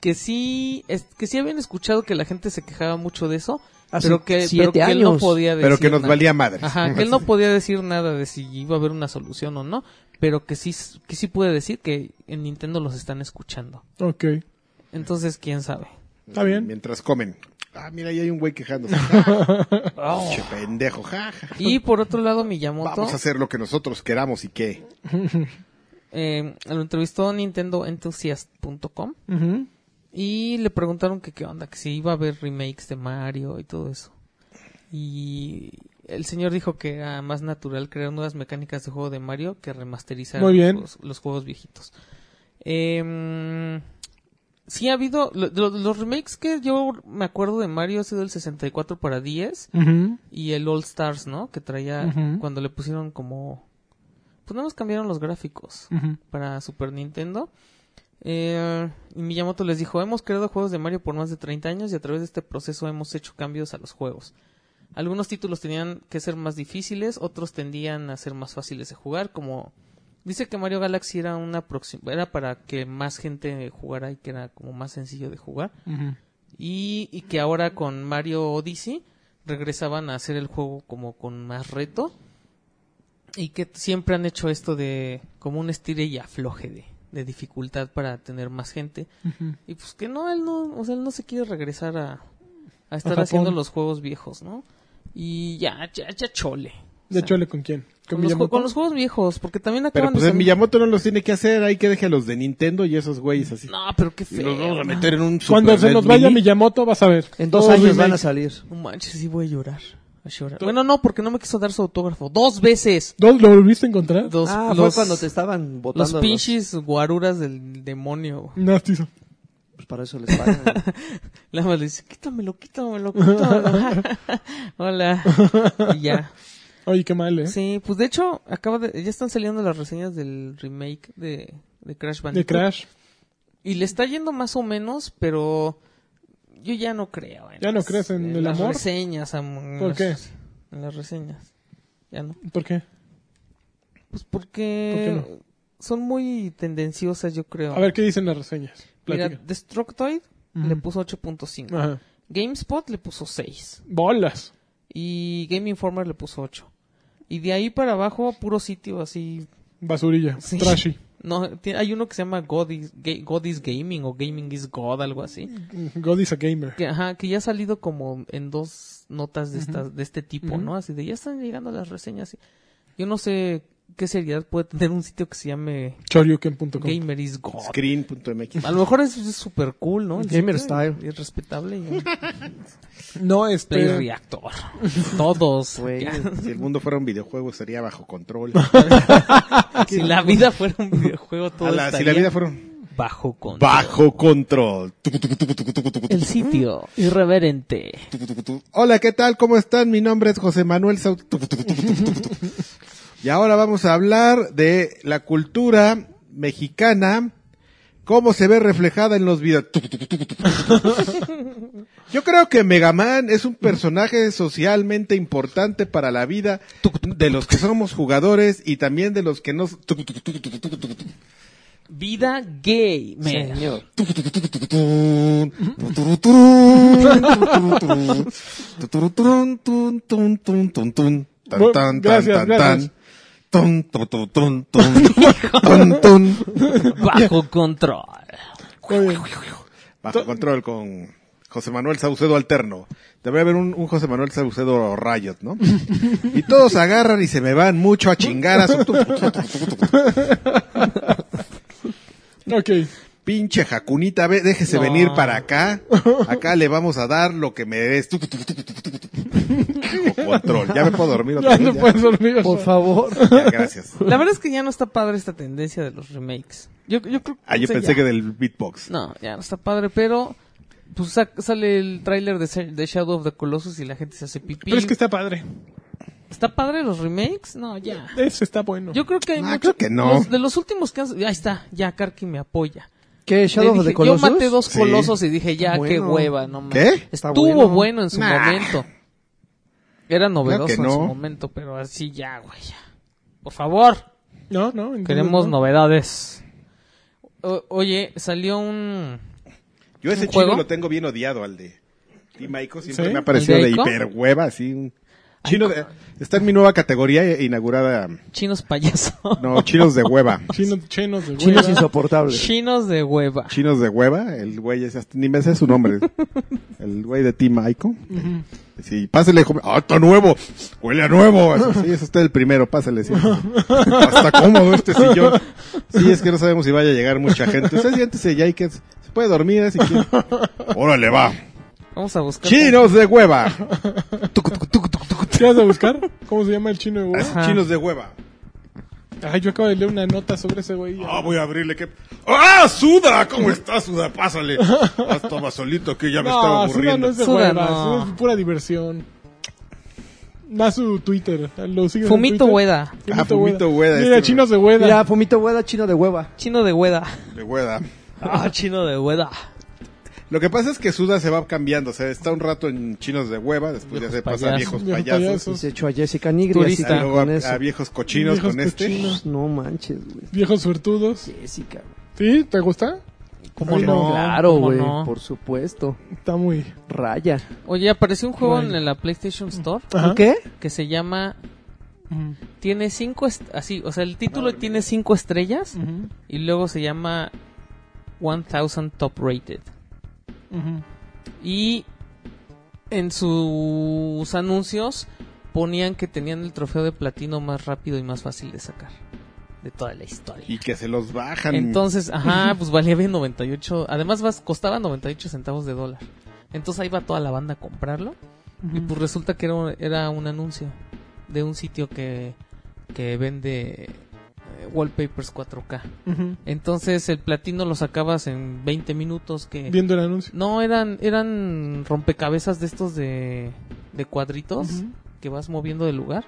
Speaker 1: que sí es- que sí habían escuchado que la gente se quejaba mucho de eso,
Speaker 2: Hace
Speaker 1: pero que
Speaker 2: siete
Speaker 1: pero que él no
Speaker 2: años.
Speaker 1: podía decir
Speaker 5: Pero que nos
Speaker 1: nada.
Speaker 5: valía madre.
Speaker 1: Ajá, que él no podía decir nada de si iba a haber una solución o no, pero que sí que sí puede decir que en Nintendo los están escuchando.
Speaker 4: Ok.
Speaker 1: Entonces, quién sabe.
Speaker 4: Está bien.
Speaker 5: Mientras comen. Ah, mira, ahí hay un güey quejándose. Ah, Che pendejo, ja, ja.
Speaker 1: Y por otro lado Miyamoto
Speaker 5: Vamos a hacer lo que nosotros queramos y qué.
Speaker 1: eh, lo entrevistó nintendoenthusiast.com
Speaker 4: Ujú.
Speaker 1: Y le preguntaron que qué onda, que si iba a haber remakes de Mario y todo eso. Y el señor dijo que era más natural crear nuevas mecánicas de juego de Mario que remasterizar
Speaker 4: Muy bien.
Speaker 1: Los, los juegos viejitos. Em, sí ha habido, lo- lo- los remakes que yo me acuerdo de Mario ha sido el 64 para 10
Speaker 4: Ujú.
Speaker 1: y el All Stars, ¿no? Que traía
Speaker 4: Ujú.
Speaker 1: cuando le pusieron como... Pues nada más cambiaron los gráficos
Speaker 4: Ujú.
Speaker 1: para Super Nintendo. Eh, y Miyamoto les dijo, hemos creado juegos de Mario por más de 30 años y a través de este proceso hemos hecho cambios a los juegos. Algunos títulos tenían que ser más difíciles, otros tendían a ser más fáciles de jugar, como dice que Mario Galaxy era una proxi- era para que más gente jugara y que era como más sencillo de jugar
Speaker 4: Ujú.
Speaker 1: y, y que ahora con Mario Odyssey regresaban a hacer el juego como con más reto y que siempre han hecho esto de como un estire y afloje de, de dificultad para tener más gente
Speaker 4: Ujú.
Speaker 1: y pues que no él no o sea él no se quiere regresar a, a estar
Speaker 4: Japón.
Speaker 1: haciendo los juegos viejos no y ya ya, ya chole O
Speaker 4: ¿De
Speaker 1: sea,
Speaker 4: chole con quién?
Speaker 1: con los, ju-
Speaker 4: Miyamoto?
Speaker 1: con los juegos viejos porque también
Speaker 5: Pero
Speaker 1: acaban
Speaker 5: pues
Speaker 1: de
Speaker 5: en
Speaker 1: salir-
Speaker 5: Miyamoto no los tiene que hacer, hay que deje a los de Nintendo y esos güeyes así.
Speaker 1: no pero qué
Speaker 5: y
Speaker 1: feo
Speaker 5: los vamos a
Speaker 1: no.
Speaker 5: meter en un
Speaker 4: Cuando
Speaker 5: Super
Speaker 4: se nos
Speaker 5: NES
Speaker 4: vaya
Speaker 5: Mini.
Speaker 4: Miyamoto vas a ver.
Speaker 2: En dos
Speaker 4: Todos
Speaker 2: años van a
Speaker 4: remakes.
Speaker 2: salir.
Speaker 1: no manches sí voy a llorar, a llorar. bueno no porque no me quiso dar su autógrafo dos veces
Speaker 4: ¿Dos lo volviste a encontrar?
Speaker 1: Los,
Speaker 2: ah,
Speaker 1: los-
Speaker 2: fue cuando te estaban botando.
Speaker 1: los pinches guaruras del demonio.
Speaker 4: Nastizo.
Speaker 2: Pues para eso les pagan.
Speaker 1: La madre dice, quítamelo, quítamelo, quítamelo. Hola. Y ya.
Speaker 4: Oye, qué mal, ¿eh?
Speaker 1: Sí, pues de hecho, acaba de, ya están saliendo las reseñas del remake de, de Crash
Speaker 4: De
Speaker 1: Bandicoot.
Speaker 4: Crash.
Speaker 1: Y le está yendo más o menos, pero yo ya no creo. en
Speaker 4: ¿Ya no
Speaker 1: las-
Speaker 4: crees en el
Speaker 1: las
Speaker 4: amor?
Speaker 1: reseñas, amor.
Speaker 4: ¿Por qué?
Speaker 1: En las reseñas. Ya no.
Speaker 4: ¿Por qué?
Speaker 1: Pues porque
Speaker 4: ¿Por qué
Speaker 1: son muy tendenciosas, yo creo.
Speaker 4: A ver, ¿qué dicen las reseñas?
Speaker 1: Mira,
Speaker 4: Platica.
Speaker 1: Destructoid le puso 8.5.
Speaker 2: Ah.
Speaker 4: Ajá.
Speaker 1: GameSpot le puso 6
Speaker 4: Bolas.
Speaker 1: y Game Informer le puso 8. Y de ahí para abajo, puro sitio así.
Speaker 4: Basurilla.
Speaker 1: Sí.
Speaker 4: Trashy.
Speaker 1: No, ti- hay uno que se llama God is, Ga- God is Gaming o Gaming is God, algo así.
Speaker 2: Mm.
Speaker 4: God is a gamer.
Speaker 1: Que, ajá, que ya ha salido como en dos notas de, estas, de este tipo,
Speaker 4: Ujú.
Speaker 1: ¿no? Así de ya están llegando las reseñas. y- Yo no sé qué seriedad puede tener un sitio que se llame
Speaker 4: Choryuken.com.
Speaker 1: Gamer is God.
Speaker 5: Screen.mx.
Speaker 1: A lo mejor es es súper cool, ¿no? El
Speaker 2: Gamer
Speaker 1: sitio
Speaker 2: style.
Speaker 1: y- y respetable. y-
Speaker 4: No,
Speaker 1: Play
Speaker 4: este.
Speaker 1: Reactor. Todos.
Speaker 2: Güey.
Speaker 1: ya.
Speaker 5: Si el mundo fuera un videojuego sería bajo control.
Speaker 1: Si la vida fuera un videojuego, todo
Speaker 5: A la- si la
Speaker 1: estaría
Speaker 5: vida fuera un-
Speaker 1: bajo control.
Speaker 5: bajo control. Tucu, tucu, tucu, tucu, tucu, tucu,
Speaker 1: El sitio irreverente.
Speaker 5: tucu, tucu, tucu. Hola, ¿qué tal? ¿Cómo están? Mi nombre es José Manuel Saut. Tucu, tucu, tucu, tucu, tucu, tucu. Y ahora vamos a hablar de la cultura mexicana, cómo se ve reflejada en los videos. Tucu, tucu, tucu, tucu, tucu. Yo creo que Megaman es un personaje socialmente importante para la vida de los que somos jugadores y también de los que no. Tucu, tucu, tucu, tucu, tucu, tucu.
Speaker 1: Vida gay, man.
Speaker 2: Señor.
Speaker 5: Tucutucutucutun, tucutucuturun, tucutucuturun, tucutucuturun, tun, tun, tun, tun, tun, tan,
Speaker 4: Bueno,
Speaker 5: tan, tan,
Speaker 4: gracias,
Speaker 5: tan,
Speaker 4: gracias.
Speaker 5: tan, tun, tu, tu, tun, tun, tun, tun.
Speaker 1: Bajo control.
Speaker 4: Muy bien.
Speaker 5: Bajo control con José Manuel Saucedo Alterno. Debería haber un, un José Manuel Saucedo Riot, ¿no? Y todos agarran y se me van mucho a chingar a su
Speaker 4: Ok.
Speaker 5: pinche jacunita, ve, déjese
Speaker 1: No.
Speaker 5: venir para acá. Acá le vamos a dar lo que merece. Bajo control. Ya me puedo dormir otra
Speaker 4: Ya
Speaker 5: vez.
Speaker 4: no
Speaker 5: ya.
Speaker 4: puedes dormir. o
Speaker 2: Por
Speaker 4: sea.
Speaker 2: favor.
Speaker 5: Ya, gracias.
Speaker 1: La verdad es que ya no está padre esta tendencia de los remakes. Yo, yo creo
Speaker 5: Ah, yo
Speaker 1: o sea,
Speaker 5: pensé
Speaker 1: ya.
Speaker 5: que del beatbox.
Speaker 1: No, ya no está padre, pero... Pues sa- sale el tráiler de, Sa- de Shadow of the Colossus y la gente se hace pipí.
Speaker 4: Pero es que está padre.
Speaker 1: ¿Está padre los remakes? No, ya.
Speaker 4: Ese está bueno.
Speaker 1: Yo creo que hay
Speaker 5: Ah,
Speaker 1: mucho-
Speaker 5: creo que no.
Speaker 1: los- de los últimos que han... Ahí está, ya Karki me apoya.
Speaker 2: ¿Qué?
Speaker 1: Le
Speaker 2: ¿Shadow of
Speaker 1: dije,
Speaker 2: the Colossus?
Speaker 1: Yo maté dos
Speaker 5: Sí.
Speaker 1: colosos y dije, ya,
Speaker 2: Está
Speaker 1: qué
Speaker 2: bueno.
Speaker 1: hueva, no mames.
Speaker 5: ¿Qué?
Speaker 2: Está
Speaker 1: Estuvo bueno.
Speaker 2: bueno.
Speaker 1: en su
Speaker 5: Nah.
Speaker 1: momento. Era novedoso
Speaker 5: que
Speaker 1: en su
Speaker 5: no.
Speaker 1: momento, pero así ya, güey, ya. Por favor,
Speaker 4: No, no. entonces
Speaker 1: queremos
Speaker 4: no.
Speaker 1: novedades. O- oye, salió un...
Speaker 5: Yo ese
Speaker 1: ¿Un juego?
Speaker 5: chino lo tengo bien odiado al de Timaico. Siempre
Speaker 4: ¿Sí?
Speaker 5: me ha parecido
Speaker 1: ¿El de
Speaker 5: de
Speaker 1: Ico?
Speaker 5: hiperhueva, así. un
Speaker 1: Ay,
Speaker 5: Chino de- está en mi nueva categoría eh, inaugurada.
Speaker 1: Chinos payaso.
Speaker 5: No, chinos de hueva.
Speaker 4: Chinos, chinos de
Speaker 2: Chinos
Speaker 4: hueva.
Speaker 2: insoportables.
Speaker 1: Chinos de hueva.
Speaker 5: Chinos de hueva, el güey ese, hasta ni me sé su nombre. El güey de Timaico. Sí, pásale, joven. ¡Ah, está nuevo! ¡Huele a nuevo! Así, Sí, es usted el primero, pásale. Sí. Hasta cómodo este sillón. Sí, es que no sabemos si vaya a llegar mucha gente. Usted siéntese ya y que se puede dormir así que... ¡Órale, va!
Speaker 1: Vamos a buscar.
Speaker 5: ¡Chinos de hueva!
Speaker 4: ¿Qué vas a buscar? ¿Cómo se llama el chino de hueva?
Speaker 5: Así, ¡Chinos de hueva!
Speaker 4: Ay, yo acabo de leer una nota sobre ese güey.
Speaker 5: ¡Ah, voy a abrirle que... ¡Ah, Suda! ¿Cómo está, Suda? Pásale. Ah, estaba solito que ya me estaba
Speaker 4: No, Suda no
Speaker 5: aburriendo.
Speaker 4: es de
Speaker 1: Suda
Speaker 4: hueva.
Speaker 1: no.
Speaker 4: Suda es pura diversión. Da su Twitter. Lo siguen en
Speaker 1: Fumito
Speaker 4: Twitter.
Speaker 1: Hueda.
Speaker 5: Ah, Fumito Hueda,
Speaker 4: Mira,
Speaker 5: este-
Speaker 4: chinos de Hueda.
Speaker 2: Mira, Fumito Hueda, chino de hueva.
Speaker 1: Chino de Hueda.
Speaker 5: De hueda.
Speaker 3: Ah, chino de hueda.
Speaker 5: Lo que pasa es que Suda se va cambiando, o sea, está un rato en chinos de hueva, después ya se pasa a viejos
Speaker 1: Viejos
Speaker 4: payasos.
Speaker 5: payasos,
Speaker 2: Y se echó a Jessica Nigri. así
Speaker 1: Turista.
Speaker 5: y
Speaker 2: que
Speaker 5: luego a,
Speaker 2: con eso.
Speaker 5: a viejos cochinos
Speaker 4: Viejos
Speaker 5: con este.
Speaker 4: cochinos.
Speaker 2: Pff, No manches, güey.
Speaker 4: Viejos suertudos.
Speaker 2: Jessica. güey.
Speaker 4: ¿Sí? ¿Te gusta?
Speaker 1: ¿Cómo
Speaker 4: Oye,
Speaker 1: no?
Speaker 2: Claro,
Speaker 1: ¿Cómo
Speaker 2: güey.
Speaker 1: no?
Speaker 2: Por supuesto.
Speaker 4: Está muy...
Speaker 2: Raya.
Speaker 1: Oye, apareció un juego
Speaker 4: Bueno.
Speaker 1: en la PlayStation Store
Speaker 4: Ajá.
Speaker 2: ¿Qué?
Speaker 1: que se llama... Tiene cinco... est- Así, o sea, el título tiene cinco estrellas
Speaker 4: Ujú,
Speaker 1: y luego se llama 1000 Top Rated.
Speaker 4: ujú.
Speaker 1: Y en sus anuncios ponían que tenían el trofeo de platino más rápido y más fácil de sacar de toda la historia.
Speaker 5: Y que se los bajan.
Speaker 1: Entonces, ajá, pues valía bien 98. Además, vas, costaba 98 centavos de dólar. Entonces ahí va toda la banda a comprarlo. Y pues resulta que era, un- era un anuncio de un sitio que, que vende eh, wallpapers 4K.
Speaker 4: Ujú.
Speaker 1: Entonces el platino lo sacabas en 20 minutos. que
Speaker 4: Viendo el anuncio.
Speaker 1: No, eran, eran rompecabezas de estos de, de cuadritos que vas moviendo de lugar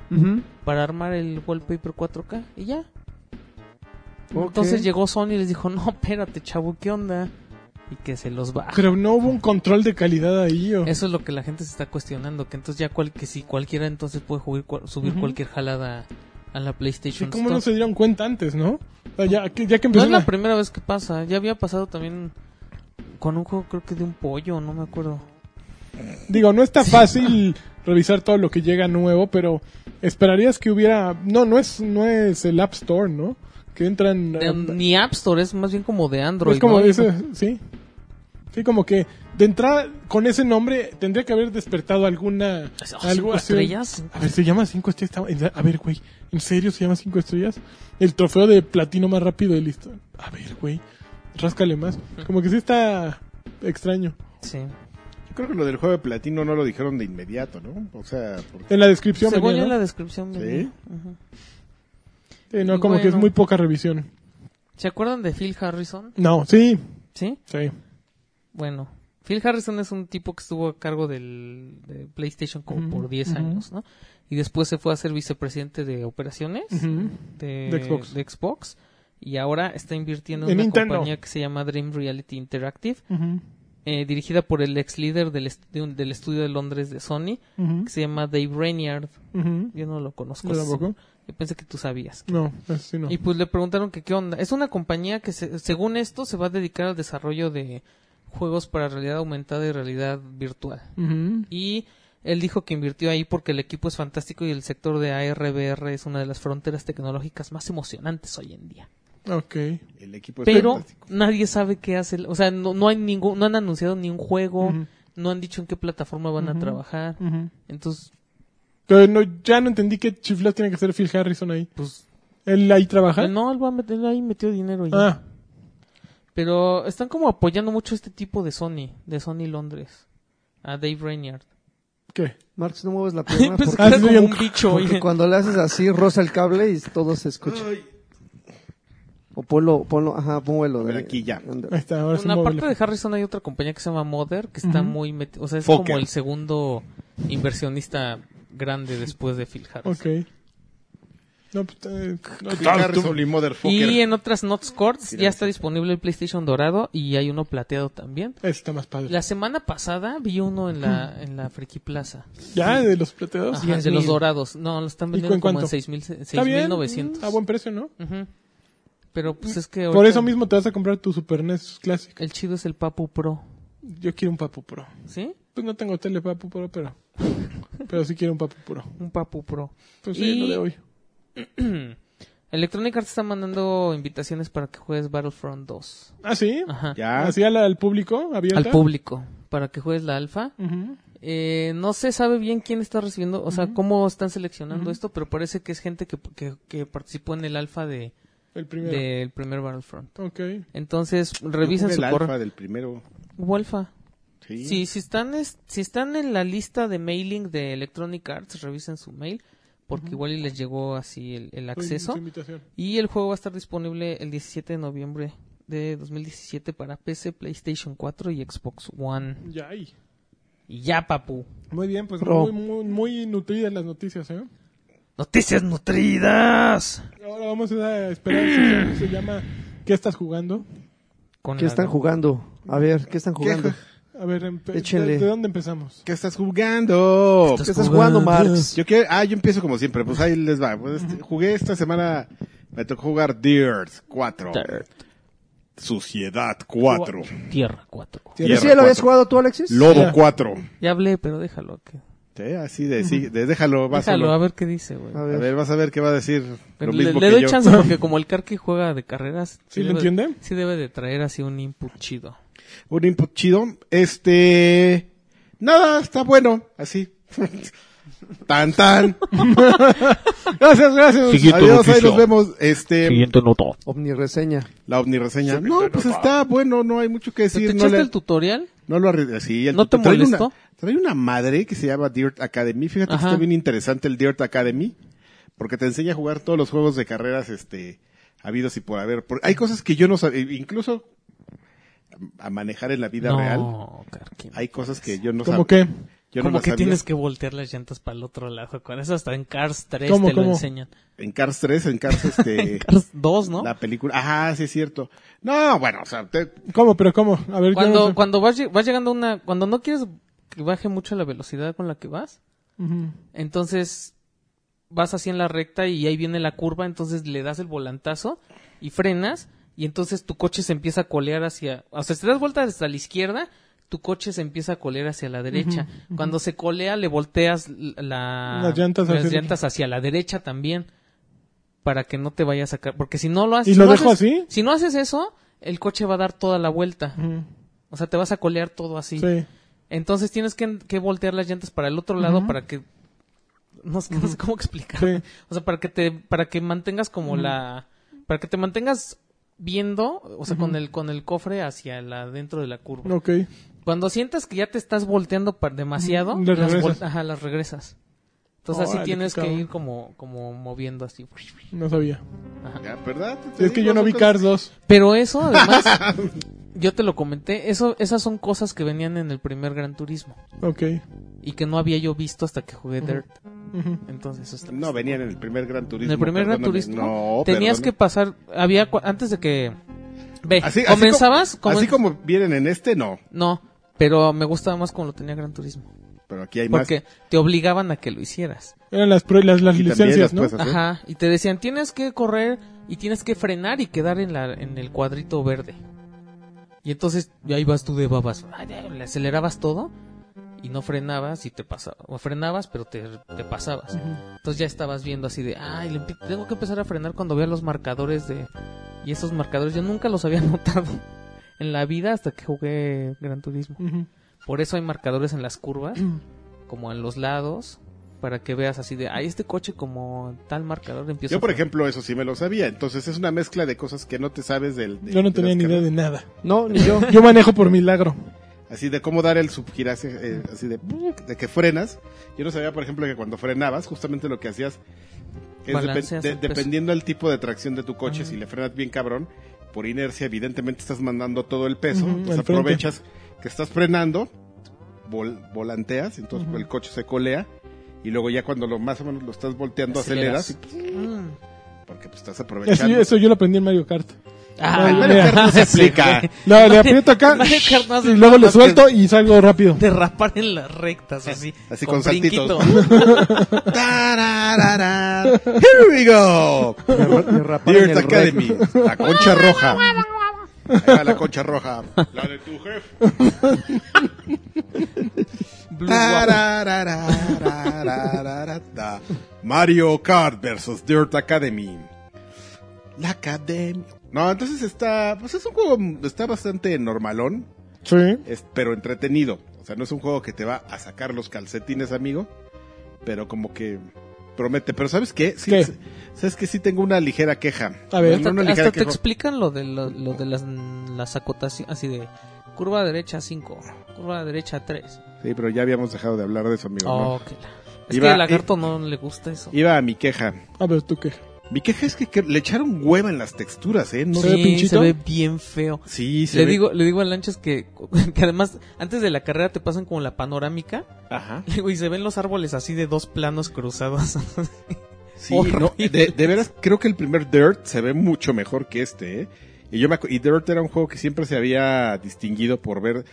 Speaker 1: para armar el wallpaper 4K y ya. Entonces llegó Sony y les dijo, no, espérate, chavo, ¿qué onda? Y que se los baja.
Speaker 4: Pero no hubo un control de calidad ahí. ¿o?
Speaker 1: Eso es lo que la gente se está cuestionando, que entonces ya cual, que si cualquiera entonces puede jugar, cua- subir
Speaker 4: Ujú.
Speaker 1: cualquier jalada a la
Speaker 4: Sí,
Speaker 1: PlayStation
Speaker 4: ¿Cómo no
Speaker 1: Store.
Speaker 4: se dieron cuenta antes, no? O sea, ya, que, ya que
Speaker 1: No
Speaker 4: empezó
Speaker 1: es la
Speaker 4: la-
Speaker 1: primera vez que pasa, ya había pasado también con un juego creo que de un pollo, no me acuerdo.
Speaker 4: Digo, no está fácil revisar todo lo que llega nuevo, pero esperarías que hubiera... No, no es, no es el App Store, ¿no? Que entran...
Speaker 1: De-
Speaker 4: eh,
Speaker 1: ni App Store, es más bien como de Android.
Speaker 4: es como
Speaker 1: ¿no?
Speaker 4: ese, sí. Sí, como que de entrada, con ese nombre, tendría que haber despertado alguna...
Speaker 1: ¿Cinco
Speaker 4: algo así.
Speaker 1: estrellas?
Speaker 4: A ver, ¿se llama cinco estrellas? Está- A ver, güey, ¿en serio se llama cinco estrellas? El trofeo de platino más rápido de listo. A ver, güey, ráscale más. Como que sí está extraño.
Speaker 1: Sí.
Speaker 5: Yo creo que lo del juego de platino no lo dijeron de inmediato, ¿no? O sea, porque...
Speaker 4: En la descripción
Speaker 1: Según
Speaker 4: venía,
Speaker 1: yo en
Speaker 4: ¿no?
Speaker 1: la descripción
Speaker 5: Sí.
Speaker 1: venía. Ujú.
Speaker 4: Sí, no, como que es
Speaker 1: Bueno.
Speaker 4: muy poca revisión.
Speaker 1: ¿Se acuerdan de Phil Harrison?
Speaker 4: No, sí,
Speaker 1: ¿Sí?
Speaker 4: sí.
Speaker 1: Bueno, Phil Harrison es un tipo que estuvo a cargo del de PlayStation como
Speaker 4: Ujú,
Speaker 1: por 10
Speaker 4: ujú.
Speaker 1: años, ¿no? Y después se fue a ser vicepresidente de operaciones
Speaker 4: Ujú.
Speaker 1: de,
Speaker 4: De Xbox.
Speaker 1: Xbox, y ahora está invirtiendo
Speaker 4: De
Speaker 1: en una
Speaker 4: Nintendo.
Speaker 1: compañía que se llama Dream Reality Interactive,
Speaker 4: Ujú,
Speaker 1: eh, dirigida por el ex líder del, est- de un- del estudio de Londres de Sony,
Speaker 4: ujú,
Speaker 1: que se llama Dave Reinhardt.
Speaker 4: ujú.
Speaker 1: Yo no lo conozco.
Speaker 4: Yo
Speaker 1: ese-
Speaker 4: tampoco.
Speaker 1: Yo pensé que tú sabías.
Speaker 4: No, eso sí no.
Speaker 1: Y pues le preguntaron que qué onda. Es una compañía que se- según esto se va a dedicar al desarrollo de juegos para realidad aumentada y realidad virtual.
Speaker 4: Ujú.
Speaker 1: Y él dijo que invirtió ahí porque el equipo es fantástico y el sector de ARBR es una de las fronteras tecnológicas más emocionantes hoy en día.
Speaker 4: Ok.
Speaker 5: el
Speaker 4: Pues
Speaker 5: equipo es
Speaker 1: Pero
Speaker 5: fantástico.
Speaker 1: nadie sabe qué hace, el- o sea, no, no hay ningún no han anunciado ni un juego,
Speaker 4: Ujú,
Speaker 1: no han dicho en qué plataforma van a
Speaker 4: Ujú.
Speaker 1: trabajar.
Speaker 4: ujú.
Speaker 1: Entonces,
Speaker 4: Pero no, ya no entendí qué chiflas tiene que hacer Phil Harrison ahí.
Speaker 1: pues
Speaker 4: ¿Él ahí trabaja?
Speaker 1: no, él va a meter él ahí metió dinero ya.
Speaker 4: Ah,
Speaker 1: Pero están como apoyando mucho este tipo de Sony, de Sony Londres, a Dave Reinhardt.
Speaker 4: ¿qué?
Speaker 2: Marx, no mueves la pierna.
Speaker 1: Pensé que
Speaker 2: porque,
Speaker 4: Ah,
Speaker 1: era
Speaker 4: sí,
Speaker 1: como
Speaker 4: un-
Speaker 1: un bicho.
Speaker 2: porque
Speaker 1: Pues oye.
Speaker 2: cuando le haces así, roza el cable y todo se escucha. O ponlo, ponlo, ajá, ponlo.
Speaker 5: ver, aquí ya.
Speaker 4: Ahí está, ahora sí
Speaker 1: Bueno,
Speaker 4: móvil.
Speaker 1: aparte de Harrison hay otra compañía que se llama Mother, que está
Speaker 4: Ujú.
Speaker 1: muy meti- o sea, es
Speaker 5: Fokker.
Speaker 1: como el segundo inversionista grande después de Phil Harrison.
Speaker 4: Ok. No, pues, eh, no,
Speaker 5: Phil Harrison y Motherfucker.
Speaker 1: Y en otras Not Scores ya está disponible el PlayStation dorado y hay uno plateado también.
Speaker 4: ese está más padre.
Speaker 1: La semana pasada vi uno en la en la Friki Plaza.
Speaker 4: Ya, de los plateados.
Speaker 1: Ajá, de los dorados. No, lo están
Speaker 4: ¿Y
Speaker 1: vendiendo
Speaker 4: en
Speaker 1: como en
Speaker 4: cuánto?
Speaker 1: 6,000,
Speaker 4: Está bien. Ah,
Speaker 1: 6,900.
Speaker 4: A buen precio, ¿no?
Speaker 1: Ujú. Pero pues es que
Speaker 4: Por
Speaker 1: ahorita
Speaker 4: eso mismo te vas a comprar tu Super NES clásico.
Speaker 1: el chido es el Papu Pro,
Speaker 4: Yo quiero un Papu Pro.
Speaker 1: ¿sí?
Speaker 4: Pues no tengo tele Papu Pro, pero. Pero sí quiero un Papu Pro.
Speaker 1: Un Papu Pro.
Speaker 4: Pues sí,
Speaker 1: Y-
Speaker 4: lo de hoy.
Speaker 1: Electronic Arts está mandando invitaciones para que juegues Battlefront 2.
Speaker 4: Ah, sí.
Speaker 1: Ajá.
Speaker 5: Ya,
Speaker 4: Así al, al público, abierta.
Speaker 1: Al público, para que juegues la alfa.
Speaker 4: Ujú.
Speaker 1: Eh, no se sabe bien quién está recibiendo, o sea, cómo están seleccionando esto, pero parece que es gente que, que- que participó en el alfa de,
Speaker 4: El primero.
Speaker 1: del primer Battlefront.
Speaker 4: Ok.
Speaker 1: Entonces,
Speaker 5: Yo
Speaker 1: revisen
Speaker 5: jugué
Speaker 1: su
Speaker 5: el
Speaker 1: correo.
Speaker 5: alfa del primero.
Speaker 1: Hubo alfa.
Speaker 5: Sí.
Speaker 1: Sí, si están, es- si están en la lista de mailing de Electronic Arts, revisen su mail, porque igual y les llegó así el, el acceso.
Speaker 4: Tu invitación.
Speaker 1: Y el juego va a estar disponible el 17 de noviembre de 2017 para PC, PlayStation 4 y Xbox One.
Speaker 4: Ya ahí.
Speaker 1: Y ya, papu.
Speaker 4: Muy bien, pues
Speaker 2: Pro.
Speaker 4: muy, muy, muy nutridas las noticias, ¿eh?
Speaker 1: Noticias nutridas.
Speaker 4: Ahora vamos a esperar si se- se llama ¿Qué estás jugando?
Speaker 1: Con
Speaker 2: ¿Qué
Speaker 1: la-
Speaker 2: están jugando? A ver, ¿qué están jugando? ¿Qué,
Speaker 4: A ver, empe-
Speaker 2: Échenle.
Speaker 4: ¿de, de dónde empezamos?
Speaker 5: ¿Qué estás jugando?
Speaker 2: estás jugando, Marx?
Speaker 5: Yo quiero, ah, yo empiezo como siempre, pues ahí les va. Pues, este, jugué esta semana, me tocó jugar Dirt 4.
Speaker 1: Dirt.
Speaker 5: Suciedad 4.
Speaker 1: Tierra 4.
Speaker 5: Sí,
Speaker 2: ¿Y
Speaker 5: Tierra
Speaker 2: si ya lo habías
Speaker 5: cuatro.
Speaker 2: jugado tú, Alexis?
Speaker 5: Lodo
Speaker 4: Ya.
Speaker 5: 4.
Speaker 1: Ya hablé, pero déjalo. Que...
Speaker 5: Sí, así de, sí, de déjalo, vas
Speaker 1: Déjalo,
Speaker 5: solo.
Speaker 1: a ver qué dice, güey.
Speaker 2: A
Speaker 5: A
Speaker 2: ver.
Speaker 5: ver, vas a ver qué va a decir. Lo
Speaker 1: Pero Le,
Speaker 5: mismo
Speaker 1: le
Speaker 5: que
Speaker 1: doy
Speaker 5: yo.
Speaker 1: chance porque como el Karki juega de carreras...
Speaker 4: ¿Sí lo
Speaker 1: debe-
Speaker 4: entiende?
Speaker 1: Sí debe de traer así un input chido.
Speaker 5: Un input chido. Este. Nada, está bueno. Así. tan, tan. gracias, gracias.
Speaker 7: Siguiente
Speaker 5: Adiós, ahí
Speaker 7: noticia.
Speaker 5: nos vemos. Este.
Speaker 7: Siguiente nota.
Speaker 2: Omnireseña.
Speaker 5: La omnireseña. No, pues está bueno, no hay mucho que
Speaker 1: ¿Te,
Speaker 5: decir.
Speaker 1: te
Speaker 5: No,
Speaker 1: echaste
Speaker 5: le-
Speaker 1: el tutorial?
Speaker 5: no lo arregla- sí, el
Speaker 1: ¿No te
Speaker 5: tuto- trae
Speaker 1: molestó?
Speaker 5: Una, trae una madre que se llama Dirt Academy. Fíjate
Speaker 1: Ajá.
Speaker 5: que está bien interesante el Dirt Academy. Porque te enseña a jugar todos los juegos de carreras, este, habidos y por haber. Por- hay cosas que yo no sabía, incluso a manejar en la vida real.
Speaker 1: No, Karki.
Speaker 5: Hay cosas que yo no
Speaker 4: ¿Cómo
Speaker 5: sabía.
Speaker 4: qué?
Speaker 5: Yo no
Speaker 1: como
Speaker 5: las
Speaker 1: que
Speaker 5: sabía.
Speaker 1: tienes que voltear las llantas para el otro lado. Con eso hasta en Cars 3
Speaker 4: ¿Cómo,
Speaker 1: te
Speaker 4: cómo?
Speaker 1: lo enseñan.
Speaker 5: En Cars 3, en Cars, este,
Speaker 1: Cars 2, ¿no?
Speaker 5: la película. Ajá, sí es cierto. No, bueno, o sea, te-
Speaker 4: ¿Cómo? ¿Pero cómo? A ver, yo no sé.
Speaker 1: Cuando, cuando vas, lleg- vas llegando a una... Cuando no quieres que baje mucho la velocidad con la que vas,
Speaker 4: Ujú.
Speaker 1: entonces vas así en la recta y ahí viene la curva, entonces le das el volantazo y frenas y entonces tu coche se empieza a colear hacia... O sea, si te das vuelta hasta la izquierda, tu coche se empieza a colear hacia la derecha. Cuando se colea, le volteas l- la-
Speaker 4: Las llantas hacia-
Speaker 1: llantas hacia la derecha también para que no te vaya a sacar. Porque si no lo haces...
Speaker 4: ¿Y
Speaker 1: si
Speaker 4: lo
Speaker 1: no
Speaker 4: dejo
Speaker 1: haces-
Speaker 4: así?
Speaker 1: Si no haces eso, el coche va a dar toda la vuelta.
Speaker 4: Ujú.
Speaker 1: O sea, te vas a colear todo así.
Speaker 4: Sí.
Speaker 1: Entonces tienes que, que voltear las llantas para el otro lado para que no sé, no sé cómo explicar.
Speaker 4: Sí.
Speaker 1: O sea, para que te para que mantengas como la para que te mantengas viendo, o sea, con el con el cofre hacia la dentro de la curva.
Speaker 4: Ok.
Speaker 1: Cuando sientas que ya te estás volteando pa- demasiado,
Speaker 4: Ujú, le
Speaker 1: las,
Speaker 4: regresas.
Speaker 1: vol- ajá, las regresas. Entonces así
Speaker 4: Órale,
Speaker 1: tienes
Speaker 4: qué
Speaker 1: que
Speaker 4: cabrón.
Speaker 1: ir como como moviendo así.
Speaker 4: No sabía.
Speaker 5: ya, ¿verdad? Te
Speaker 4: Es que
Speaker 5: digo,
Speaker 4: yo no
Speaker 5: son
Speaker 4: vi
Speaker 5: cosas-
Speaker 4: Cars 2.
Speaker 1: Pero eso además yo te lo comenté, eso esas son cosas que venían en el primer Gran Turismo
Speaker 4: Ok.
Speaker 1: y que no había yo visto hasta que jugué Dirt.
Speaker 4: Ujú.
Speaker 1: Entonces eso está
Speaker 5: No, venían en el primer Gran
Speaker 1: En
Speaker 5: Turismo.
Speaker 1: el primer Gran
Speaker 5: perdóname.
Speaker 1: Turismo
Speaker 5: No,
Speaker 1: tenías
Speaker 5: perdóname.
Speaker 1: que pasar, había cua- antes de que ve,
Speaker 5: Así- así
Speaker 1: comenzabas
Speaker 5: como-
Speaker 1: comen-
Speaker 5: así como vienen en este, no.
Speaker 1: no, pero me gustaba más como lo tenía Gran Turismo,
Speaker 5: Pero aquí hay más.
Speaker 1: porque te obligaban a que lo hicieras.
Speaker 4: Eran las, pro- las, las
Speaker 5: Y también
Speaker 4: licencias,
Speaker 5: las
Speaker 4: ¿no?
Speaker 5: puedes hacer.
Speaker 1: Ajá, y te decían, "Tienes que correr y tienes que frenar y quedar en la en el cuadrito verde." Y entonces y ahí vas tú de babas, Ay, ya, le acelerabas todo y no frenabas y te pasaba, o frenabas pero te, te pasabas. Entonces ya estabas viendo así de, ay, le empe- tengo que empezar a frenar cuando vea los marcadores de... Y esos marcadores yo nunca los había notado en la vida hasta que jugué Gran Turismo.
Speaker 4: Ujú.
Speaker 1: Por eso hay marcadores en las curvas, como en los lados, para que veas así de, ay, este coche como tal marcador empieza...
Speaker 5: Yo, por
Speaker 1: a frenar".
Speaker 5: ejemplo, eso sí me lo sabía. Entonces es una mezcla de cosas que no te sabes del. de-
Speaker 4: Yo no
Speaker 5: de
Speaker 4: tenía
Speaker 5: las
Speaker 4: ni idea
Speaker 5: carreras.
Speaker 4: de nada.
Speaker 2: No, ni yo.
Speaker 4: Yo manejo por milagro.
Speaker 5: Así de cómo dar el subgiraje, eh, así de, de que frenas. Yo no sabía, por ejemplo, que cuando frenabas, justamente lo que hacías es depen-
Speaker 1: Balanceas
Speaker 5: de-
Speaker 1: el peso.
Speaker 5: dependiendo del tipo de tracción de tu coche, si le frenas bien cabrón, por inercia, evidentemente estás mandando todo el peso.
Speaker 4: Ujú,
Speaker 5: Entonces
Speaker 4: al frente.
Speaker 5: aprovechas que estás frenando, vol- volanteas, entonces el coche se colea. Y luego ya cuando lo más o menos lo estás volteando, aceleras,
Speaker 1: Aceleras.
Speaker 5: y-
Speaker 1: Mm.
Speaker 5: porque pues, estás
Speaker 4: Eso,
Speaker 5: aprovechando.
Speaker 4: yo- eso yo lo aprendí en Mario Kart.
Speaker 1: Ah,
Speaker 4: Ay,
Speaker 1: Mario
Speaker 4: mira.
Speaker 1: Kart no se aplica.
Speaker 4: No, le aprieto acá
Speaker 1: Mario Kart no hace
Speaker 4: y
Speaker 1: nada
Speaker 4: luego le
Speaker 1: más que
Speaker 4: suelto y salgo rápido.
Speaker 1: Derrapar en las rectas, así.
Speaker 5: Así con
Speaker 1: brinquito.
Speaker 5: Tararara. Here we go.
Speaker 2: Me, me raparon el
Speaker 5: Dirt
Speaker 2: rec.
Speaker 5: Academy. La concha roja. Ahí va la concha roja. La de tu jefe.
Speaker 1: Blue Water.
Speaker 5: Tararararararararata. Mario Kart versus Dirt Academy. La Academia. No, entonces está. Pues es un juego. Está bastante normalón.
Speaker 4: Sí.
Speaker 5: es- pero entretenido. O sea, no es un juego que te va a sacar los calcetines, amigo, pero como que promete. Pero ¿sabes qué? Sí,
Speaker 4: ¿Qué?
Speaker 5: s- ¿Sabes que Sí tengo una ligera queja.
Speaker 4: A ver.
Speaker 5: No,
Speaker 1: Hasta,
Speaker 5: no
Speaker 1: hasta
Speaker 5: una ligera
Speaker 1: te
Speaker 5: queja.
Speaker 1: explican lo de, lo, lo de las, las acotaciones, así de curva derecha 5, curva derecha 3.
Speaker 5: Sí, pero ya habíamos dejado de hablar de eso, amigo. ¿no?
Speaker 1: Oh, que la- Es
Speaker 5: Iba-
Speaker 1: que al lagarto no le gusta eso.
Speaker 5: Iba a mi queja.
Speaker 4: A ver, ¿tú qué?
Speaker 5: Mi queja es que, que le echaron hueva en las texturas, ¿eh? No
Speaker 4: ¿Se ve
Speaker 5: sé.
Speaker 4: pinchito?
Speaker 1: se ve bien feo.
Speaker 5: Sí, se
Speaker 1: le
Speaker 5: ve-
Speaker 1: digo, le digo a Lanchas que, que además, antes de la carrera te pasan como la panorámica
Speaker 5: Ajá.
Speaker 1: le digo, y se ven los árboles así de dos planos cruzados.
Speaker 5: Sí, no, de, de veras, creo que el primer Dirt se ve mucho mejor que este, ¿eh? Y, yo me acu- y Dirt era un juego que siempre se había distinguido por ver...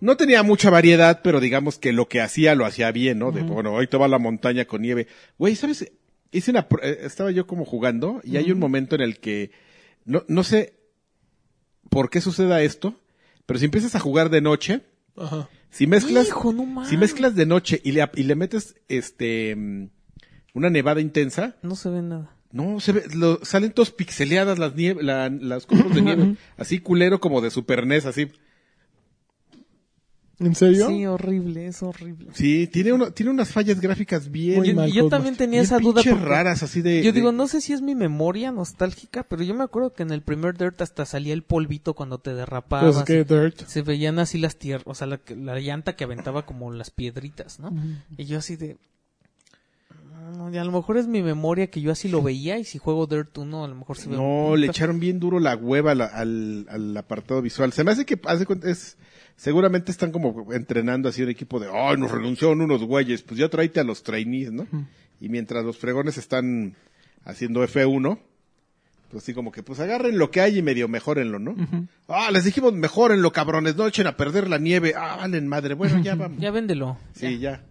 Speaker 5: No tenía mucha variedad, pero digamos que lo que hacía lo hacía bien, ¿no? De, bueno, hoy te va la montaña con nieve. Güey, ¿sabes? Hice una... pr- eh, Estaba yo como jugando y hay un momento en el que... No, no sé por qué suceda esto, pero si empiezas a jugar de noche,
Speaker 4: Ajá.
Speaker 5: si mezclas...
Speaker 1: Hijo, no mames.
Speaker 5: Si mezclas de noche y le, ap- y le metes este mm, una nevada intensa,
Speaker 1: No se ve nada.
Speaker 5: no, se ve, lo- salen todos pixeleadas las nieve, la- las copos de nieve, así culero como de Super NES, así.
Speaker 4: ¿En serio?
Speaker 1: Sí, horrible, es horrible.
Speaker 5: Sí, tiene uno, tiene unas fallas gráficas bien,
Speaker 4: Muy
Speaker 1: Y-
Speaker 4: mal,
Speaker 1: y yo
Speaker 4: Cosmos.
Speaker 1: también tenía
Speaker 5: bien
Speaker 1: esa duda.
Speaker 5: pinches
Speaker 1: porque
Speaker 5: raras, así de.
Speaker 1: Yo
Speaker 5: de-
Speaker 1: digo, no sé si es mi memoria nostálgica, pero yo me acuerdo que en el primer Dirt hasta salía el polvito cuando te derrapabas.
Speaker 4: Pues que Dirt.
Speaker 1: Se veían así las tierras, o sea, la, que- la llanta que aventaba como las piedritas, ¿no? Y yo así de... "Ah, y a lo mejor es mi memoria que yo así lo veía y si juego Dirt 1 a lo mejor se ve...
Speaker 5: No,
Speaker 1: un-
Speaker 5: le echaron bien duro la hueva a la- al, al apartado visual. Se me hace que hace cuenta- es seguramente están como entrenando así un equipo de, ay, nos renunciaron unos güeyes, pues ya tráete a los trainees, ¿no? Y mientras los fregones están haciendo F1, pues así como que, pues agarren lo que hay y medio mejorenlo, ¿no? Ah, les dijimos mejorenlo, cabrones, no echen a perder la nieve. Ah, valen madre, bueno, ya vamos.
Speaker 1: Ya véndelo.
Speaker 5: sí, ya.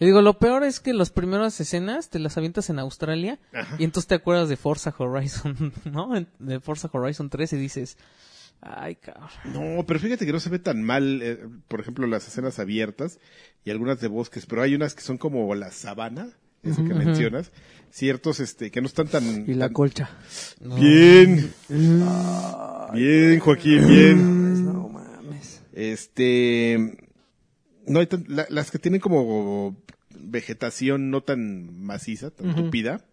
Speaker 1: Le digo, lo peor es que las primeras escenas te las avientas en Australia y entonces te acuerdas de Forza Horizon, ¿no? En- De Forza Horizon 3 y dices, ay, cabrón.
Speaker 5: No, pero fíjate que no se ve tan mal, eh, por ejemplo, las escenas abiertas y algunas de bosques, pero hay unas que son como la sabana, eso que mencionas, ciertos este que no están tan,
Speaker 2: Y la
Speaker 5: tan-
Speaker 2: colcha.
Speaker 5: bien. bien, Joaquín, bien.
Speaker 2: No mames.
Speaker 5: Este no hay tan- la- las que tienen como vegetación no tan maciza, tan tupida,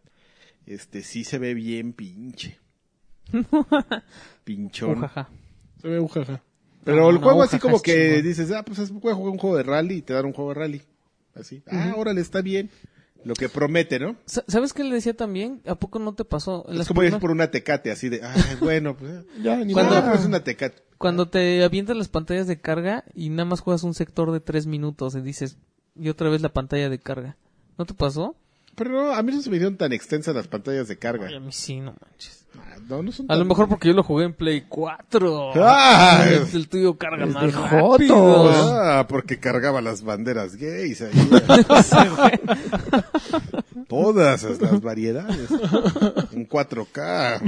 Speaker 5: este sí se ve bien pinche. Pinchón.
Speaker 1: Ujaja.
Speaker 4: Se ve ujaja.
Speaker 5: Pero el
Speaker 1: No,
Speaker 5: juego
Speaker 1: no,
Speaker 5: así
Speaker 1: jaja,
Speaker 5: como
Speaker 1: es
Speaker 5: que
Speaker 1: chingón.
Speaker 5: dices, ah, pues es, voy a jugar un juego de rally y te dan un juego de rally. Así. Ah, órale, está bien. Lo que promete, ¿no?
Speaker 1: Sa- ¿Sabes qué le decía también? ¿A poco no te pasó? En
Speaker 5: es
Speaker 1: las
Speaker 5: como ir
Speaker 1: primeras-
Speaker 5: por una tecate, así de, ah, bueno, pues.
Speaker 4: Ya, ni
Speaker 1: ¿Cuándo?
Speaker 5: Cuando
Speaker 4: modo.
Speaker 5: es una tecate.
Speaker 1: Cuando te avientas las pantallas de carga y nada más juegas un sector de tres minutos y dices, y otra vez la pantalla de carga. ¿No te pasó?
Speaker 5: Pero no, a mí no se me hicieron tan extensas las pantallas de carga.
Speaker 1: Ay, a mí sí, no manches.
Speaker 5: Ah, No, no son
Speaker 1: A
Speaker 5: tan-
Speaker 1: lo mejor porque yo lo jugué en Play 4.
Speaker 5: ¡Ah!
Speaker 1: El- El tuyo carga más rápido.
Speaker 5: Ah, porque cargaba las banderas gays ahí. Todas las variedades. En 4K.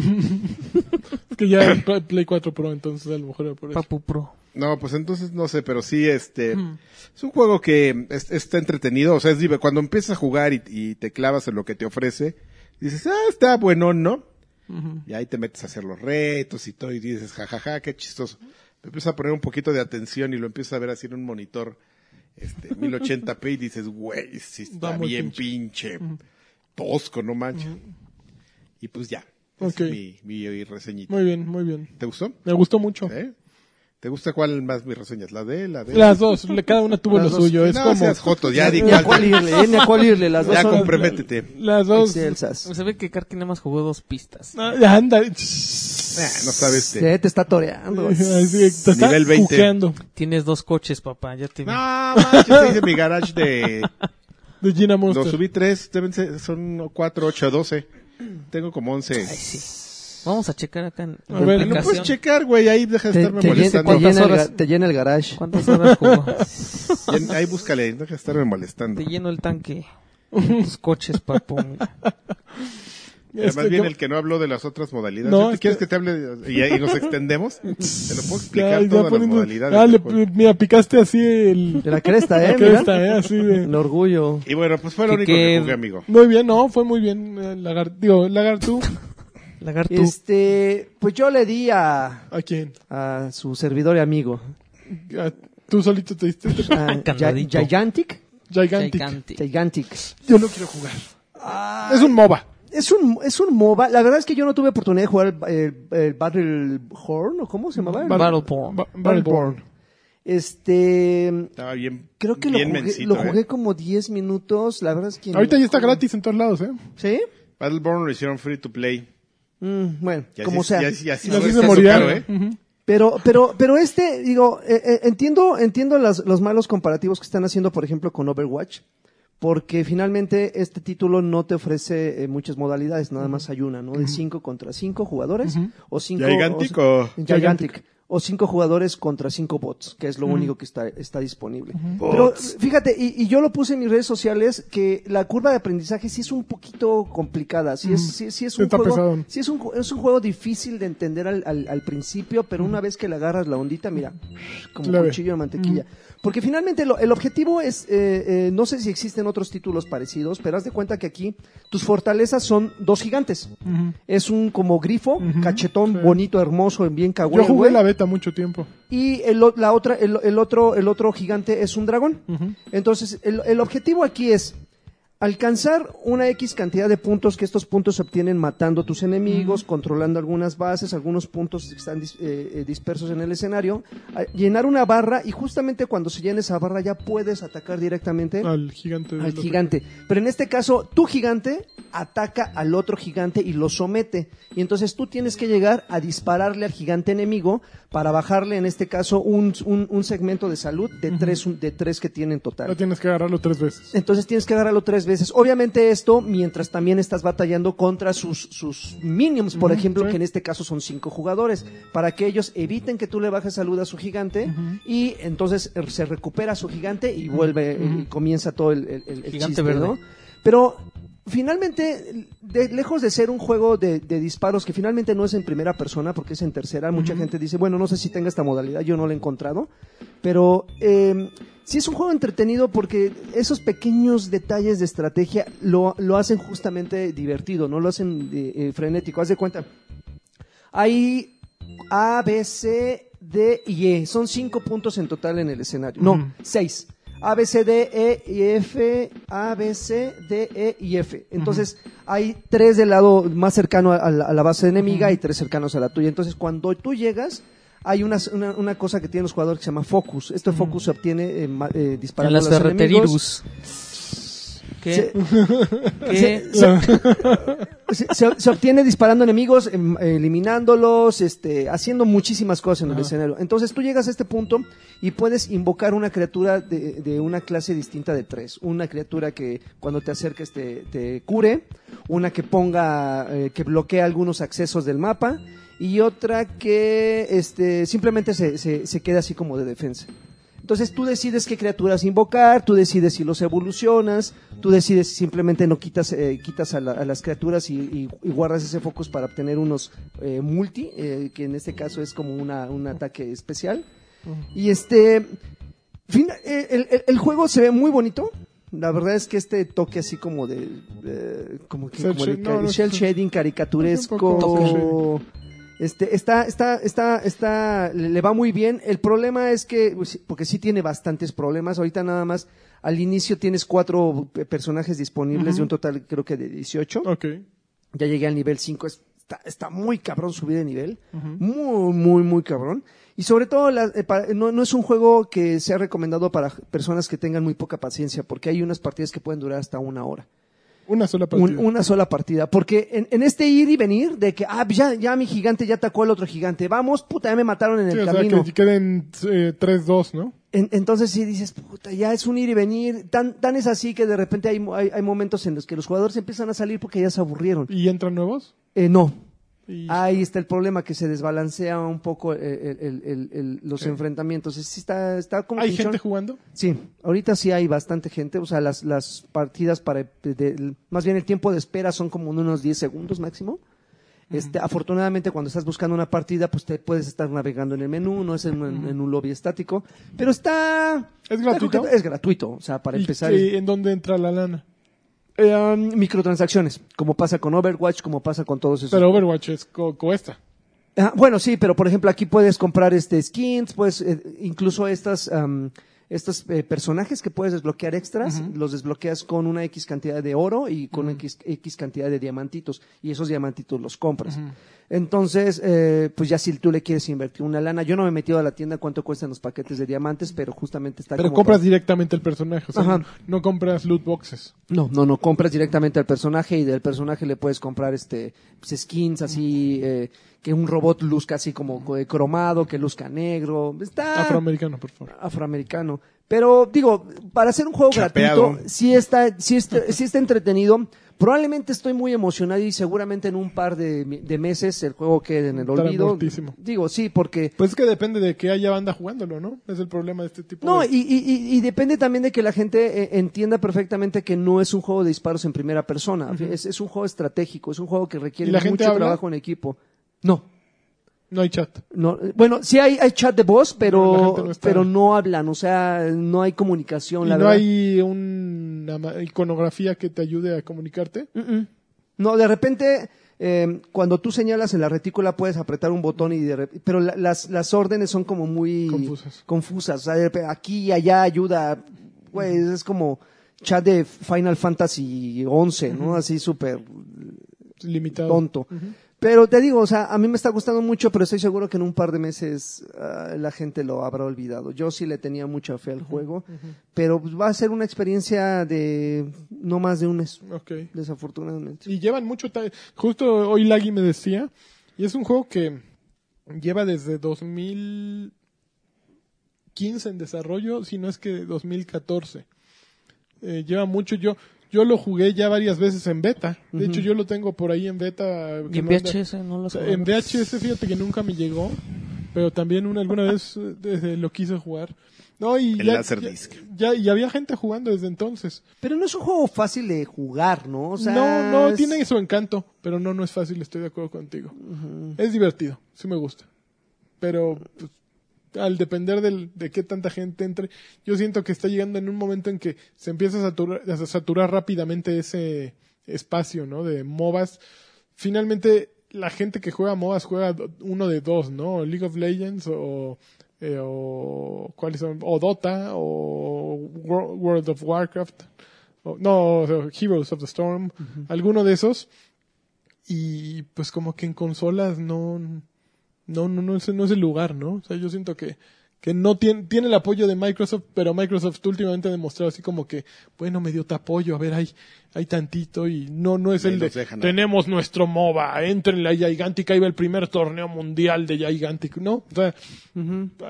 Speaker 4: Es que ya el Pla- Play 4 Pro, entonces a lo mejor era por eso.
Speaker 1: Papu Pro.
Speaker 5: No, pues entonces no sé, pero sí, este, es un juego que es- está entretenido, o sea, es diver- cuando empiezas a jugar y, y te clavas en lo que te ofrece, dices, ah, está bueno, ¿no? Y ahí te metes a hacer los retos y todo, y dices, jajaja, qué chistoso. Te empiezas a poner un poquito de atención y lo empiezas a ver así en un monitor, este, 1080p, y dices, güey, sí
Speaker 4: Da
Speaker 5: está
Speaker 4: muy
Speaker 5: bien pinche, tosco, no manches. Y pues ya, esa
Speaker 4: Ok.
Speaker 5: es mi, mi reseñita.
Speaker 4: Muy bien, muy bien.
Speaker 5: ¿Te gustó?
Speaker 4: Me gustó mucho.
Speaker 5: ¿Eh? ¿Te gusta cuál más mis reseñas? ¿La de él? ¿La de él?
Speaker 4: Las dos, le- cada una tuvo
Speaker 5: Las
Speaker 4: lo
Speaker 5: dos.
Speaker 4: suyo. Es
Speaker 5: No
Speaker 4: como.
Speaker 5: seas joto, ya di
Speaker 2: Ni a
Speaker 5: cuál.
Speaker 2: cuál irle, eh, ni a cuál irle. Las dos
Speaker 5: Ya
Speaker 2: son
Speaker 5: comprométete.
Speaker 4: Las dos.
Speaker 2: excelsas.
Speaker 1: Se ve que Karki nada más jugó dos pistas.
Speaker 4: Ah, anda.
Speaker 5: Ah, no sabes.
Speaker 2: Sí,
Speaker 5: Te.
Speaker 2: te está toreando.
Speaker 4: Así, te está
Speaker 5: Nivel 20.
Speaker 4: cujeando.
Speaker 1: Tienes dos coches, papá. Ya te vi.
Speaker 5: No, manches, te hice mi garage de...
Speaker 4: De Gina
Speaker 5: Lo
Speaker 4: Monster.
Speaker 5: subí tres, deben ser- son cuatro, ocho, doce. Tengo como once.
Speaker 1: Vamos a checar acá en
Speaker 4: A ver,
Speaker 5: No puedes
Speaker 1: aplicación.
Speaker 5: checar, güey, ahí deja de
Speaker 2: Te,
Speaker 5: estarme
Speaker 2: te llena, te
Speaker 5: molestando.
Speaker 2: llena el,
Speaker 1: horas?
Speaker 2: ga- te llena el garage.
Speaker 1: ¿Cuántas horas jugó?
Speaker 5: Llen- Ahí búscale, deja de estarme molestando.
Speaker 1: te lleno el tanque. Tus coches, papu. mira.
Speaker 5: Y Además
Speaker 4: Este,
Speaker 5: bien
Speaker 4: ¿cómo?
Speaker 5: el que no habló de las otras modalidades.
Speaker 4: No,
Speaker 5: ¿Ya te
Speaker 4: este-
Speaker 5: ¿Quieres que te hable de- y, y nos extendemos? Te lo puedo
Speaker 4: Ya,
Speaker 5: explicar
Speaker 4: ya
Speaker 5: todas las
Speaker 4: poniendo-
Speaker 5: modalidades.
Speaker 4: Ah,
Speaker 5: del
Speaker 4: le-
Speaker 5: juego.
Speaker 4: mira, picaste así el.
Speaker 2: De la cresta,
Speaker 4: la
Speaker 2: eh. Mira.
Speaker 4: cresta, eh, así de.
Speaker 2: El orgullo.
Speaker 5: Y bueno, pues fue lo
Speaker 1: Que
Speaker 5: único que
Speaker 1: quede-
Speaker 5: jugué, amigo.
Speaker 4: Muy bien, no, fue muy bien. eh, Lagar... Digo, Lagartu.
Speaker 1: Lagartu.
Speaker 2: Este, pues yo le di a,
Speaker 4: ¿A quién?
Speaker 2: a su servidor y amigo.
Speaker 4: Ah, Tú solito te diste. este-
Speaker 2: a Gi-
Speaker 1: Candadito.
Speaker 2: Gigantic.
Speaker 4: Gigantic.
Speaker 1: Gigantic.
Speaker 2: Gigantic.
Speaker 4: Yo no quiero jugar. Es un MOBA.
Speaker 2: Es un, es un MOBA. La verdad es que yo no tuve oportunidad de jugar el, el- el Battle Horn, ¿o cómo se llamaba?
Speaker 4: Bar-
Speaker 1: Battleborn.
Speaker 4: Ba- Battleborn.
Speaker 2: este,
Speaker 5: Estaba bien
Speaker 2: creo que
Speaker 5: bien
Speaker 2: lo jugué,
Speaker 5: mencito,
Speaker 2: lo
Speaker 5: ¿eh?
Speaker 2: jugué como 10 minutos. La verdad es que.
Speaker 4: Ahorita
Speaker 2: no-
Speaker 4: ya está gratis en todos lados, ¿eh?
Speaker 2: ¿Sí?
Speaker 5: Battleborn lo hicieron free to play.
Speaker 2: Mm, bueno,
Speaker 5: Y así
Speaker 2: como
Speaker 5: es-
Speaker 2: sea.
Speaker 5: y así- y así
Speaker 4: Y nos
Speaker 5: está
Speaker 4: hizo
Speaker 5: su
Speaker 4: morir.
Speaker 5: caro, ¿eh?
Speaker 4: Ujú.
Speaker 2: Pero, pero, pero este, digo, eh, eh, entiendo, entiendo las- los malos comparativos que están haciendo, por ejemplo, con Overwatch, porque finalmente este título no te ofrece eh, muchas modalidades, nada más hay una, ¿no? De 5 contra 5 jugadores, o 5...
Speaker 5: Gigantic o-
Speaker 2: Gigantic. O cinco jugadores contra cinco bots, que es lo único que está, está disponible. Pero fíjate, y, y yo lo puse en mis redes sociales, que la curva de aprendizaje sí es un poquito complicada. Sí es, sí, sí es
Speaker 4: Sí
Speaker 2: un
Speaker 4: está
Speaker 2: juego,
Speaker 4: pesado.
Speaker 2: sí es un, ju- es un juego difícil de entender al, al- al principio, pero una vez que le agarras la ondita, mira, como
Speaker 4: Leve.
Speaker 2: cuchillo de mantequilla. Porque finalmente lo- el objetivo es, eh, eh, no sé si existen otros títulos parecidos, pero haz de cuenta que aquí tus fortalezas son dos gigantes. Es un como grifo, cachetón bonito, hermoso, bien
Speaker 4: Yo
Speaker 2: cagüey.
Speaker 4: jugué
Speaker 2: güey.
Speaker 4: la beta mucho tiempo.
Speaker 2: Y el, o- la otra, el, el otro, el otro gigante es un dragón. Entonces, el, el objetivo aquí es alcanzar una X cantidad de puntos que estos puntos se obtienen matando tus enemigos, controlando algunas bases, algunos puntos que están dis- eh, eh, dispersos en el escenario, a- llenar una barra y justamente cuando se llene esa barra ya puedes atacar directamente
Speaker 4: Al gigante. del
Speaker 2: al
Speaker 4: otro.
Speaker 2: gigante. Pero en este caso, tu gigante ataca al otro gigante y lo somete. Y entonces tú tienes que llegar a dispararle al gigante enemigo para bajarle, en este caso, un, un- un segmento de salud de tres, un- de tres que tiene en
Speaker 4: Ya
Speaker 2: total.
Speaker 4: tienes que agarrarlo tres veces.
Speaker 2: Entonces tienes que agarrarlo tres veces. Obviamente esto mientras también estás batallando contra sus, sus minions, por ejemplo,
Speaker 4: sí.
Speaker 2: que en este caso son cinco jugadores, para que ellos eviten que tú le bajes salud a su gigante y entonces eh, se recupera su gigante y vuelve eh, y comienza todo el, el- el- el
Speaker 1: Gigante
Speaker 2: chiste,
Speaker 1: verde.
Speaker 2: ¿no? Pero finalmente, de- lejos de ser un juego de, de disparos que finalmente no es en primera persona porque es en tercera, mucha gente dice, bueno, no sé si tenga esta modalidad, yo no la he encontrado, pero eh, sí es un juego entretenido porque esos pequeños detalles de estrategia lo, lo hacen justamente divertido, no lo hacen eh, eh, frenético. Haz de cuenta, hay a, B, C, D y E. Son cinco puntos en total en el escenario. No, seis. A, B, C, D, E y F. A, B, C, D, E y F. Entonces, hay tres del lado más cercano a la, a la base enemiga y tres cercanos a la tuya. Entonces, cuando tú llegas, hay una, una, una cosa que tienen los jugadores que se llama focus. Este focus se obtiene eh, ma- eh,
Speaker 1: En
Speaker 2: disparando
Speaker 1: las ¿eh?
Speaker 2: a los enemigos.
Speaker 1: ferreterirus. ¿Qué?
Speaker 2: Se-
Speaker 1: ¿Qué?
Speaker 2: se, se- se obtiene disparando enemigos, em, eliminándolos, este, haciendo muchísimas cosas en el escenario. Entonces tú llegas a este punto y puedes invocar una criatura de, de una clase distinta de tres. Una criatura que cuando te acerques te, te cure, una que ponga, eh, que bloquea algunos accesos del mapa y otra que este, simplemente se, se, se queda así como de defensa. Entonces tú decides qué criaturas invocar, tú decides si los evolucionas, tú decides si simplemente no quitas, eh, quitas a, la- a las criaturas y, y- y guardas ese focus para obtener unos eh, multi, eh, que en este caso es como una, un ataque especial. Y este, fin- eh, el, el- el juego se ve muy bonito. La verdad es que este toque así como de, eh, como que,
Speaker 4: Cel
Speaker 2: como de
Speaker 4: shading,
Speaker 2: ca-
Speaker 4: no, no,
Speaker 2: shell
Speaker 4: sí.
Speaker 2: shading
Speaker 4: Un poco cel
Speaker 2: caricaturesco.
Speaker 4: shading.
Speaker 2: Este, está, está, está, está, le le va muy bien. El problema es que, pues, porque sí tiene bastantes problemas. Ahorita nada más, al inicio tienes cuatro eh, personajes disponibles de un total creo que de 18.
Speaker 4: Ok.
Speaker 2: Ya llegué al nivel 5. Está, está muy cabrón subir de nivel. Muy, muy, muy cabrón. Y sobre todo, la- eh, para- no, no es un juego que sea recomendado para personas que tengan muy poca paciencia, porque hay unas partidas que pueden durar hasta una hora.
Speaker 4: Una sola
Speaker 2: Un-
Speaker 4: partida.
Speaker 2: una sola partida. Porque en, en este ir y venir de que, ah, ya, ya mi gigante ya atacó al otro gigante. Vamos, puta, ya me mataron en
Speaker 4: Sí,
Speaker 2: el
Speaker 4: o sea,
Speaker 2: camino.
Speaker 4: que queden eh, 3-2, ¿no?
Speaker 2: En- entonces sí dices, puta, ya es un ir y venir. Tan, tan es así que de repente hay, mo- hay, hay momentos en los que los jugadores empiezan a salir porque ya se aburrieron.
Speaker 4: ¿Y entran nuevos?
Speaker 2: Eh, no.
Speaker 4: Y-
Speaker 2: Ahí está el problema, que se desbalancea un poco el- el- el- el- el- los enfrentamientos. Sí está, está como
Speaker 4: ¿Hay
Speaker 2: pinchón.
Speaker 4: gente jugando?
Speaker 2: Sí, ahorita sí hay bastante gente, o sea, las, las partidas para, de- de- más bien el tiempo de espera son como de unos 10 segundos máximo. Este, afortunadamente cuando estás buscando una partida, pues te puedes estar navegando en el menú, no es en, un- en un lobby estático, pero está...
Speaker 4: ¿Es
Speaker 2: está
Speaker 4: gratuito?
Speaker 2: coqueto, Es gratuito, o sea, para
Speaker 4: ¿Y
Speaker 2: empezar...
Speaker 4: qué- en dónde entra la lana?
Speaker 2: eh, um, microtransacciones, como pasa con Overwatch, como pasa con todos esos...
Speaker 4: Pero Overwatch es co- cuesta.
Speaker 2: Ah, Ajá, bueno, sí, pero por ejemplo aquí puedes comprar este skins, pues incluso eh, estas am, estos eh, personajes que puedes desbloquear extras, los desbloqueas con una X cantidad de oro y con X, X cantidad de diamantitos, y esos diamantitos los compras. Entonces, eh, pues ya si tú le quieres invertir una lana, yo no me he metido a la tienda cuánto cuestan los paquetes de diamantes, pero justamente está
Speaker 4: Pero
Speaker 2: como
Speaker 4: compras
Speaker 2: para-
Speaker 4: directamente el personaje, o sea,
Speaker 2: Ajá.
Speaker 4: no, no compras loot boxes.
Speaker 2: no, no, no, compras directamente al personaje y del personaje le puedes comprar este pues, skins así, eh, que un robot luzca así como co- eh, cromado, que luzca negro. Está
Speaker 4: Afroamericano, por favor.
Speaker 2: afroamericano. Pero digo, para hacer un juego
Speaker 5: Chapeado.
Speaker 2: gratuito, sí está, sí está, sí está entretenido. Probablemente estoy muy emocionado y seguramente en un par de, de meses el juego quede en el
Speaker 4: Estará
Speaker 2: olvido.
Speaker 4: muertísimo.
Speaker 2: Digo, sí, porque
Speaker 4: Pues es que depende de que haya banda jugándolo, ¿no? Es el problema de este tipo
Speaker 2: No,
Speaker 4: de...
Speaker 2: y, y- y- y depende también de que la gente eh, entienda perfectamente que no es un juego de disparos en primera persona. es, es un juego estratégico, es un juego que requiere
Speaker 4: ¿Y la gente
Speaker 2: mucho
Speaker 4: habla?
Speaker 2: trabajo en equipo. No,
Speaker 4: No hay chat.
Speaker 2: no, eh, bueno, sí hay, hay chat de voz,
Speaker 4: Pero la
Speaker 2: pero,
Speaker 4: gente no está.
Speaker 2: pero no hablan, o sea, no hay
Speaker 4: Y
Speaker 2: comunicación, la
Speaker 4: no
Speaker 2: verdad.
Speaker 4: hay una ma- iconografía que te ayude a comunicarte.
Speaker 2: Mm-mm. No, de repente, eh, cuando tú señalas en la retícula puedes apretar un botón y de rep- pero la- las, las órdenes son como muy
Speaker 4: Confusas.
Speaker 2: confusas. O sea, de rep- aquí y allá ayuda, pues es como chat de Final Fantasy 11, ¿no? Así súper Mm.
Speaker 4: Limitado.
Speaker 2: tonto. Pero te digo, o sea, a mí me está gustando mucho, pero estoy seguro que en un par de meses ah, la gente lo habrá olvidado. Yo sí le tenía mucha fe al juego, pero pues, va a ser una experiencia de no más de un mes,
Speaker 4: Ok.
Speaker 2: desafortunadamente.
Speaker 4: Y llevan mucho... ta- Justo hoy Lagui me decía, y es un juego que lleva desde 2015 en desarrollo, si no es que 2014. Eh, lleva mucho. Yo yo lo jugué ya varias veces en beta. De hecho, yo lo tengo por ahí en beta.
Speaker 1: Y
Speaker 4: que
Speaker 1: en
Speaker 4: manda-
Speaker 1: VHS no los
Speaker 4: En VHS, fíjate que nunca me llegó, pero también una, alguna vez eh, desde lo quise jugar. No, y
Speaker 5: El
Speaker 4: ya,
Speaker 5: Laserdisc.
Speaker 4: ya- ya- y había gente jugando desde entonces.
Speaker 2: Pero no es un juego fácil de jugar, ¿no? O sea,
Speaker 4: no, no,
Speaker 2: es-
Speaker 4: tiene su encanto, pero no, no es fácil, estoy de acuerdo contigo. Es divertido, sí me gusta. Pero pues, al depender del, de qué tanta gente entre, yo siento que está llegando en un momento en que se empieza a saturar, a saturar rápidamente ese espacio, ¿no? De MOBAs. Finalmente, la gente que juega MOBAs juega do- uno de dos, ¿no? League of Legends o... eh, o cuáles son o Dota o Wor- World of Warcraft o- no, o Heroes of the Storm, alguno de esos. Y pues como que en consolas no, no, no, no, es, no es el lugar, ¿no? O sea, yo siento que, que no tiene, tiene el apoyo de Microsoft, pero Microsoft últimamente ha demostrado así como que, bueno, me dio tu apoyo, a ver, hay, hay tantito y no, no es
Speaker 5: Ahí
Speaker 4: el de,
Speaker 5: nos dejan, ¿no?
Speaker 4: tenemos nuestro MOBA, entrenle a Gigantic, ahí va el primer torneo mundial de Gigantic, ¿no? O sea,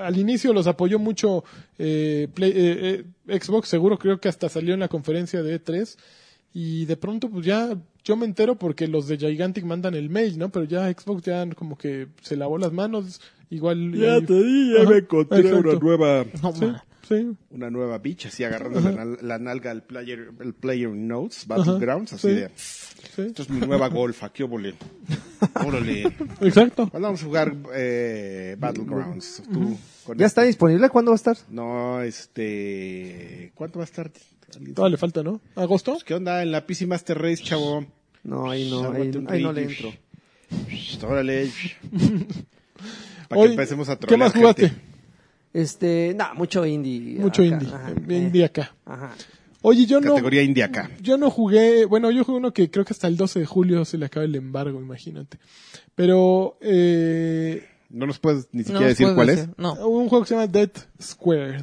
Speaker 4: al inicio los apoyó mucho eh, Play- eh, eh, Xbox, seguro creo que hasta salió en la conferencia de E3 y de pronto pues ya yo me entero porque los de Gigantic mandan el mail, ¿no? Pero ya Xbox ya como que se lavó las manos, igual... eh,
Speaker 5: di,
Speaker 4: Ajá, exacto.
Speaker 5: nueva,
Speaker 4: Sí, sí.
Speaker 5: una nueva bicha, así agarrando la, nal- la nalga al player, el player notes, battlegrounds, así
Speaker 4: sí.
Speaker 5: de,
Speaker 4: Sí,
Speaker 5: esto es mi nueva golfa, qué óvole. Órale.
Speaker 4: exacto.
Speaker 5: Bueno, vamos a jugar eh, battlegrounds. Tú, con este.
Speaker 2: ¿Ya está disponible? ¿Cuándo va a estar?
Speaker 5: No, este, ¿cuánto va a estar?
Speaker 4: Todavía le falta, ¿no? ¿Agosto?
Speaker 5: ¿Qué onda en la PC Master Race, chavo?
Speaker 2: No, ahí no, ahí,
Speaker 5: Aguanta un
Speaker 2: ahí no le
Speaker 5: rating.
Speaker 2: entro.
Speaker 5: Órale. Para
Speaker 4: Hoy,
Speaker 5: que empecemos a
Speaker 4: ¿Qué
Speaker 5: trolear
Speaker 4: más jugaste?
Speaker 5: gente.
Speaker 2: Este, nada, mucho indie.
Speaker 4: Mucho
Speaker 2: acá,
Speaker 4: indie.
Speaker 2: ajá,
Speaker 4: eh,
Speaker 2: eh,
Speaker 4: indie acá.
Speaker 2: ajá.
Speaker 4: Oye, yo no...
Speaker 5: Categoría india acá.
Speaker 4: Yo no jugué, bueno, yo jugué uno que creo que hasta el 12 de julio se le acaba el embargo, imagínate. Pero eh,
Speaker 5: No nos puedes ni
Speaker 1: No
Speaker 5: siquiera decir
Speaker 1: los puedo
Speaker 5: cuál es.
Speaker 1: decir, No.
Speaker 4: hubo un juego que se llama Dead Squared.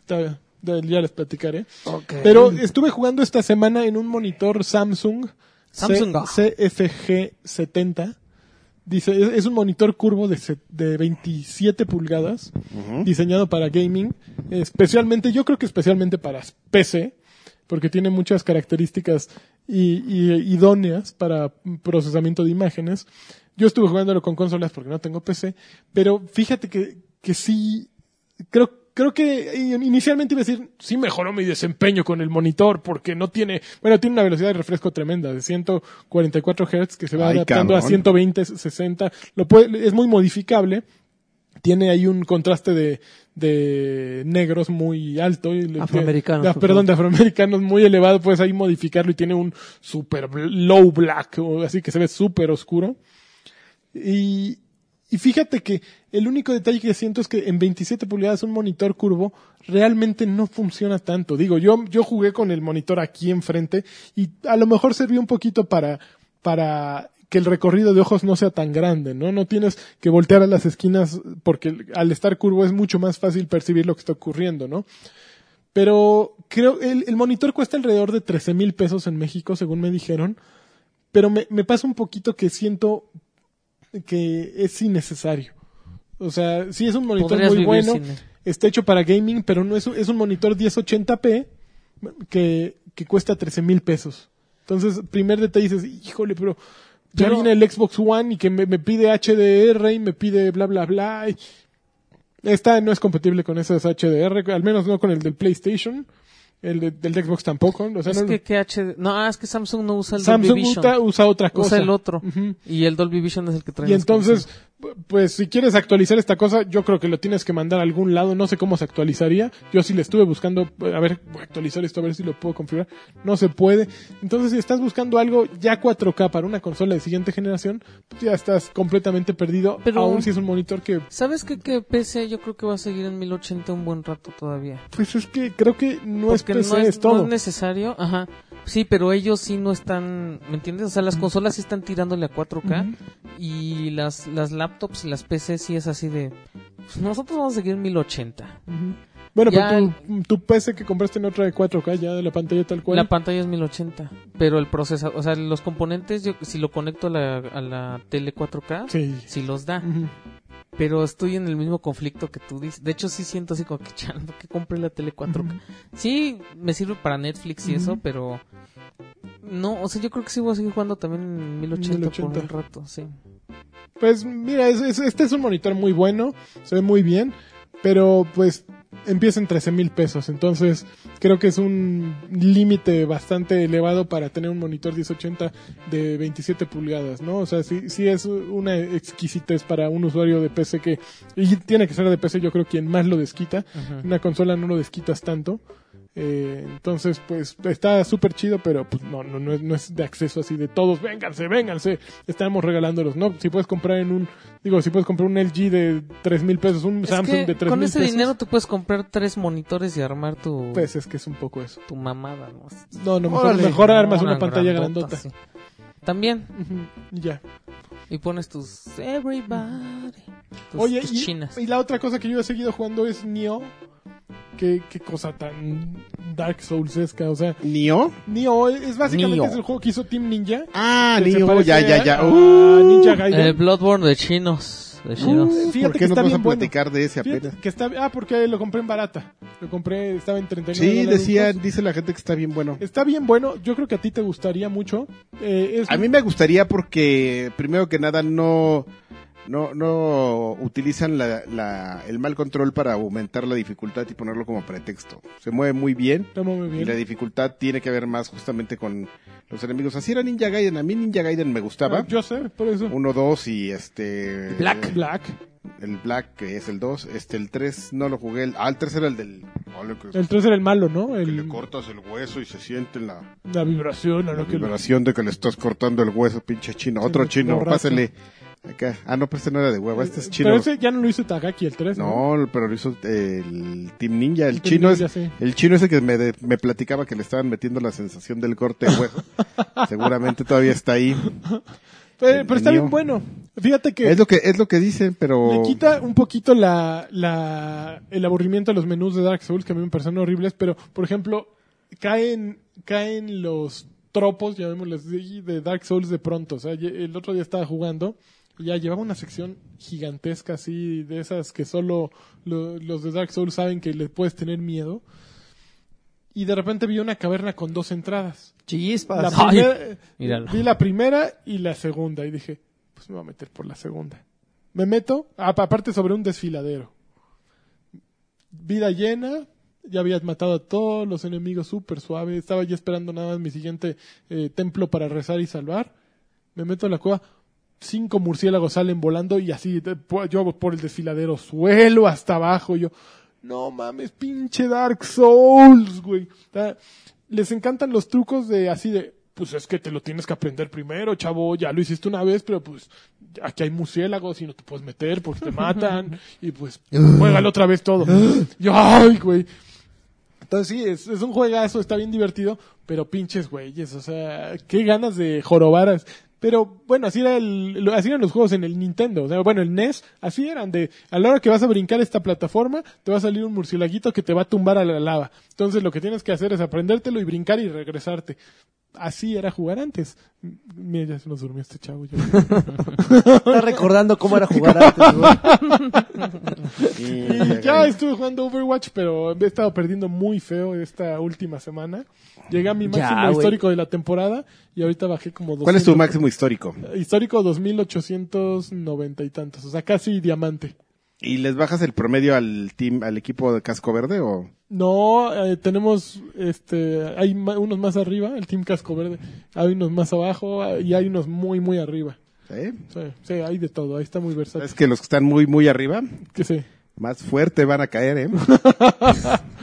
Speaker 4: Está- de- ya les platicaré.
Speaker 2: Ok.
Speaker 4: Pero estuve jugando esta semana en un monitor Samsung,
Speaker 1: Samsung. ah.
Speaker 4: C- CFG70. Dice, es, es un monitor curvo de, se- de 27 pulgadas, diseñado para gaming, especialmente, yo creo que especialmente para PC, porque tiene muchas características i- i- idóneas para procesamiento de imágenes. Yo estuve jugándolo con consolas porque no tengo PC, pero fíjate que, que sí, creo, creo que in- inicialmente iba a decir, sí mejoró mi desempeño con el monitor porque no tiene, bueno, tiene una velocidad de refresco tremenda, de 144 Hz que se va
Speaker 5: Ay,
Speaker 4: adaptando a
Speaker 5: cabrón.
Speaker 4: 120, 60, lo puede, es muy modificable. Tiene ahí un contraste de, de negros muy alto. y le-
Speaker 2: Afroamericanos,
Speaker 4: de-
Speaker 2: por
Speaker 4: perdón,
Speaker 2: favor.
Speaker 4: de afroamericanos muy elevado. Puedes ahí modificarlo y tiene un super bl- low black, o así que se ve súper oscuro. Y, Y fíjate que el único detalle que siento es que en 27 pulgadas un monitor curvo realmente no funciona tanto. Digo, yo, yo jugué con el monitor aquí enfrente y a lo mejor sirvió un poquito para, para que el recorrido de ojos no sea tan grande, ¿no? No tienes que voltear a las esquinas porque al estar curvo es mucho más fácil percibir lo que está ocurriendo, ¿no? Pero creo, el, el monitor cuesta alrededor de 13 mil pesos en México, según me dijeron. Pero me, me pasa un poquito que siento que es innecesario. O sea, sí es un monitor
Speaker 1: Podrías
Speaker 4: muy
Speaker 1: vivir
Speaker 4: bueno.
Speaker 1: sin él.
Speaker 4: Está hecho para gaming, pero no es, un- es un monitor 1080p que, que cuesta 13 mil pesos. Entonces, primer detalle dices, híjole, pero ya
Speaker 1: Pero-
Speaker 4: viene el Xbox One y que me, me pide HDR y me pide bla, bla, bla. y- Esta no es compatible con esos HDR, al menos no con el del PlayStation. El de- del Xbox tampoco. O sea,
Speaker 1: Es
Speaker 4: no-
Speaker 1: que, que HD No, ah, es que Samsung no usa el
Speaker 4: Samsung
Speaker 1: Dolby Vision.
Speaker 4: usa, usa otra cosa.
Speaker 1: usa el otro.
Speaker 4: Ujú.
Speaker 1: Y el Dolby Vision es el que trae.
Speaker 4: Y
Speaker 1: las
Speaker 4: entonces,
Speaker 1: consolas.
Speaker 4: pu- pues si quieres actualizar esta cosa, yo creo que lo tienes que mandar a algún lado. No sé cómo se actualizaría. Yo sí le estuve buscando, eh, a ver, voy a actualizar esto, a ver si lo puedo configurar. No se puede. Entonces, si estás buscando algo ya 4K para una consola de siguiente generación, pues, ya estás completamente perdido.
Speaker 1: Pero-
Speaker 4: Aún si es un monitor que,
Speaker 1: ¿Sabes qué? Que PC yo creo que va a seguir en 1080 un buen rato todavía.
Speaker 4: pues es que creo que no es
Speaker 1: Porque
Speaker 4: PC,
Speaker 1: no, es,
Speaker 4: es todo.
Speaker 1: no es necesario. Ajá. Sí, pero ellos sí no están. ¿Me entiendes? O sea, las consolas sí están tirándole a 4K. Y las, las laptops y las PC sí es así de. pues, nosotros vamos a seguir en 1080.
Speaker 4: Bueno,
Speaker 1: Ya
Speaker 4: pero tu, tu PC que compraste en otra de 4K, ya de la pantalla tal cual.
Speaker 1: La pantalla es 1080. Pero el procesador. O sea, los componentes, yo si lo conecto a la, a la tele 4K.
Speaker 4: Sí.
Speaker 1: Si los da.
Speaker 4: Ujú.
Speaker 1: Pero estoy en el mismo conflicto que tú dices. De hecho, sí siento así como que chano, que compré la tele 4K. Sí, me sirve para Netflix y eso, pero. No, o sea, yo creo que sí voy a seguir jugando también en 1080, por un
Speaker 4: 1080.
Speaker 1: rato, sí.
Speaker 4: Pues mira, es- es- este es un monitor muy bueno, se ve muy bien, pero pues empieza en 13 mil pesos, entonces creo que es un límite bastante elevado para tener un monitor 1080 de 27 pulgadas, ¿no? O sea, sí, sí es una exquisitez para un usuario de PC que, y tiene que ser de PC yo creo quien más lo desquita, una consola no lo desquitas tanto. eh, entonces, pues está súper chido, pero pues no, no, no es, no es de acceso así de todos. Vénganse, vénganse. Estamos regalándolos, ¿no? Si puedes comprar en un, digo, si puedes comprar un LG de 3 mil pesos, un
Speaker 1: Es
Speaker 4: Samsung
Speaker 1: que
Speaker 4: de 3
Speaker 1: con
Speaker 4: mil
Speaker 1: ese
Speaker 4: pesos.
Speaker 1: dinero tú puedes comprar tres monitores y armar tu,
Speaker 4: Pues es que es un poco eso.
Speaker 1: tu mamada, ¿no?
Speaker 4: No, no, mejor,
Speaker 5: Órale.
Speaker 4: mejor armas una,
Speaker 1: Una
Speaker 4: pantalla grandota.
Speaker 1: grandota, sí. También,
Speaker 4: Ujú, Ya.
Speaker 1: y pones tus Everybody. Tus,
Speaker 4: Oye,
Speaker 1: tus
Speaker 4: y,
Speaker 1: Pues, chinas.
Speaker 4: y la otra cosa que yo he seguido jugando es Nioh. Qué, qué cosa tan Dark Souls-esca, o sea.
Speaker 5: ¿Nio?
Speaker 4: Nioh es básicamente
Speaker 5: Nioh.
Speaker 4: es el juego que hizo Team Ninja.
Speaker 5: Ah,
Speaker 4: que se
Speaker 5: Nio,
Speaker 4: parece
Speaker 5: ya, ya,
Speaker 4: a- Ah,
Speaker 5: ya.
Speaker 4: a
Speaker 5: Uh, pues,
Speaker 4: Ninja Gaiden.
Speaker 1: El Eh, Bloodborne de chinos. De chinos.
Speaker 4: Uh, fíjate
Speaker 5: ¿Por
Speaker 4: que
Speaker 5: qué no
Speaker 4: está
Speaker 5: vas a
Speaker 4: bien bueno.
Speaker 5: platicar de ese
Speaker 4: Fíjate
Speaker 5: apenas?
Speaker 4: que está, ah, porque lo compré en barata. Lo compré, estaba en 39
Speaker 5: Sí,
Speaker 4: dólares.
Speaker 5: decía, dice la gente que está bien bueno.
Speaker 4: Está bien bueno, yo creo que a ti te gustaría mucho. Eh, es-
Speaker 5: A mí me gustaría porque, primero que nada, no, no, no utilizan la, la- el mal control para aumentar la dificultad y ponerlo como pretexto. Se mueve muy bien.
Speaker 4: Está muy
Speaker 5: Y
Speaker 4: bien.
Speaker 5: la dificultad tiene que ver más justamente con los enemigos. Así era Ninja Gaiden. A mí Ninja Gaiden me gustaba.
Speaker 4: Ah, Yo sé, por eso.
Speaker 5: Uno, dos y este...
Speaker 4: Black. Black.
Speaker 5: El Black, que es el 2. Este, el 3 no lo jugué. El- Ah, el 3 era el del... oh, lo que-
Speaker 4: El 3 era el malo, ¿no?
Speaker 5: que
Speaker 4: El,
Speaker 5: le cortas el hueso y se siente la,
Speaker 4: la vibración, a
Speaker 5: la
Speaker 4: lo que
Speaker 5: vibración de que le estás cortando el hueso, pinche chino. Otro chino,
Speaker 4: borracho.
Speaker 5: pásale. Acá. Ah, no, pero este no era de huevo. Este es chino.
Speaker 4: Pero ese ya no lo hizo Tagaki, el 3. No.
Speaker 5: No, pero lo hizo el Team Ninja. El
Speaker 4: Team
Speaker 5: chino
Speaker 4: Ninja,
Speaker 5: es
Speaker 4: sí.
Speaker 5: el chino ese que me, de- me platicaba que le estaban metiendo la sensación del corte de hueso. Seguramente todavía está ahí.
Speaker 4: Pero,
Speaker 5: el-
Speaker 4: Eh, pero
Speaker 5: el
Speaker 4: está bien
Speaker 5: mío.
Speaker 4: bueno. Fíjate que
Speaker 5: Es lo que es lo que dicen, pero
Speaker 4: Le quita un poquito la, la- el aburrimiento a los menús de Dark Souls, que a mí me parecen horribles, pero, por ejemplo, caen, caen los tropos, llamémosles, así, de Dark Souls de pronto. O sea, ye- el otro día estaba jugando y ya llevaba una sección gigantesca así, de esas que solo lo- los de Dark Souls saben que les puedes tener miedo. Y de repente vi una caverna con dos entradas. La
Speaker 2: Chispas.
Speaker 1: Ay,
Speaker 4: primera-
Speaker 1: míralo.
Speaker 4: vi la primera y la segunda y dije, pues me voy a meter por la segunda. Me meto, a- aparte sobre un desfiladero. Vida llena, ya habías matado a todos los enemigos súper suave, estaba ya esperando nada más mi siguiente eh, templo para rezar y salvar. Me meto a la cueva, cinco murciélagos salen volando y así de- po- yo por el desfiladero suelo hasta abajo. y Yo, no mames, pinche Dark Souls, güey. Ta- Les encantan los trucos de así de, pues es que te lo tienes que aprender primero, chavo, ya lo hiciste una vez, pero pues aquí hay murciélagos y no te puedes meter porque te matan y pues juégalo otra vez todo. Yo, ay, güey. Entonces sí, es, es un juegazo, está bien divertido, pero pinches güeyes, o sea, qué ganas de jorobaras. Pero bueno, así, era el, lo- así eran los juegos en el Nintendo. O sea, bueno, el NES, así eran de, a la hora que vas a brincar esta plataforma, te va a salir un murcielaguito que te va a tumbar a la lava. Entonces lo que tienes que hacer es aprendértelo y brincar y regresarte. Así era jugar antes. M- Mira, ya se nos durmió este chavo. yo creo.
Speaker 2: Está recordando cómo era jugar antes, güey.
Speaker 5: Y-
Speaker 4: Y ya estuve jugando Overwatch, pero he estado perdiendo muy feo esta última semana. Llegué a mi
Speaker 2: Ya,
Speaker 4: máximo
Speaker 2: güey.
Speaker 4: histórico de la temporada y ahorita bajé como dos.
Speaker 5: ¿Cuál es tu máximo histórico?
Speaker 4: Histórico 2890 y tantos, o sea, casi diamante.
Speaker 5: ¿Y les bajas el promedio al team, al equipo de casco verde o?
Speaker 4: No, eh, tenemos, este, hay ma- unos más arriba, el Team Casco Verde, hay unos más abajo eh, y hay unos muy, muy arriba.
Speaker 5: ¿Eh?
Speaker 4: Sí, sí, hay de todo, ahí está muy versátil.
Speaker 5: Es que los que están muy, muy arriba,
Speaker 4: Que sí.
Speaker 5: más fuerte van a caer, ¿eh?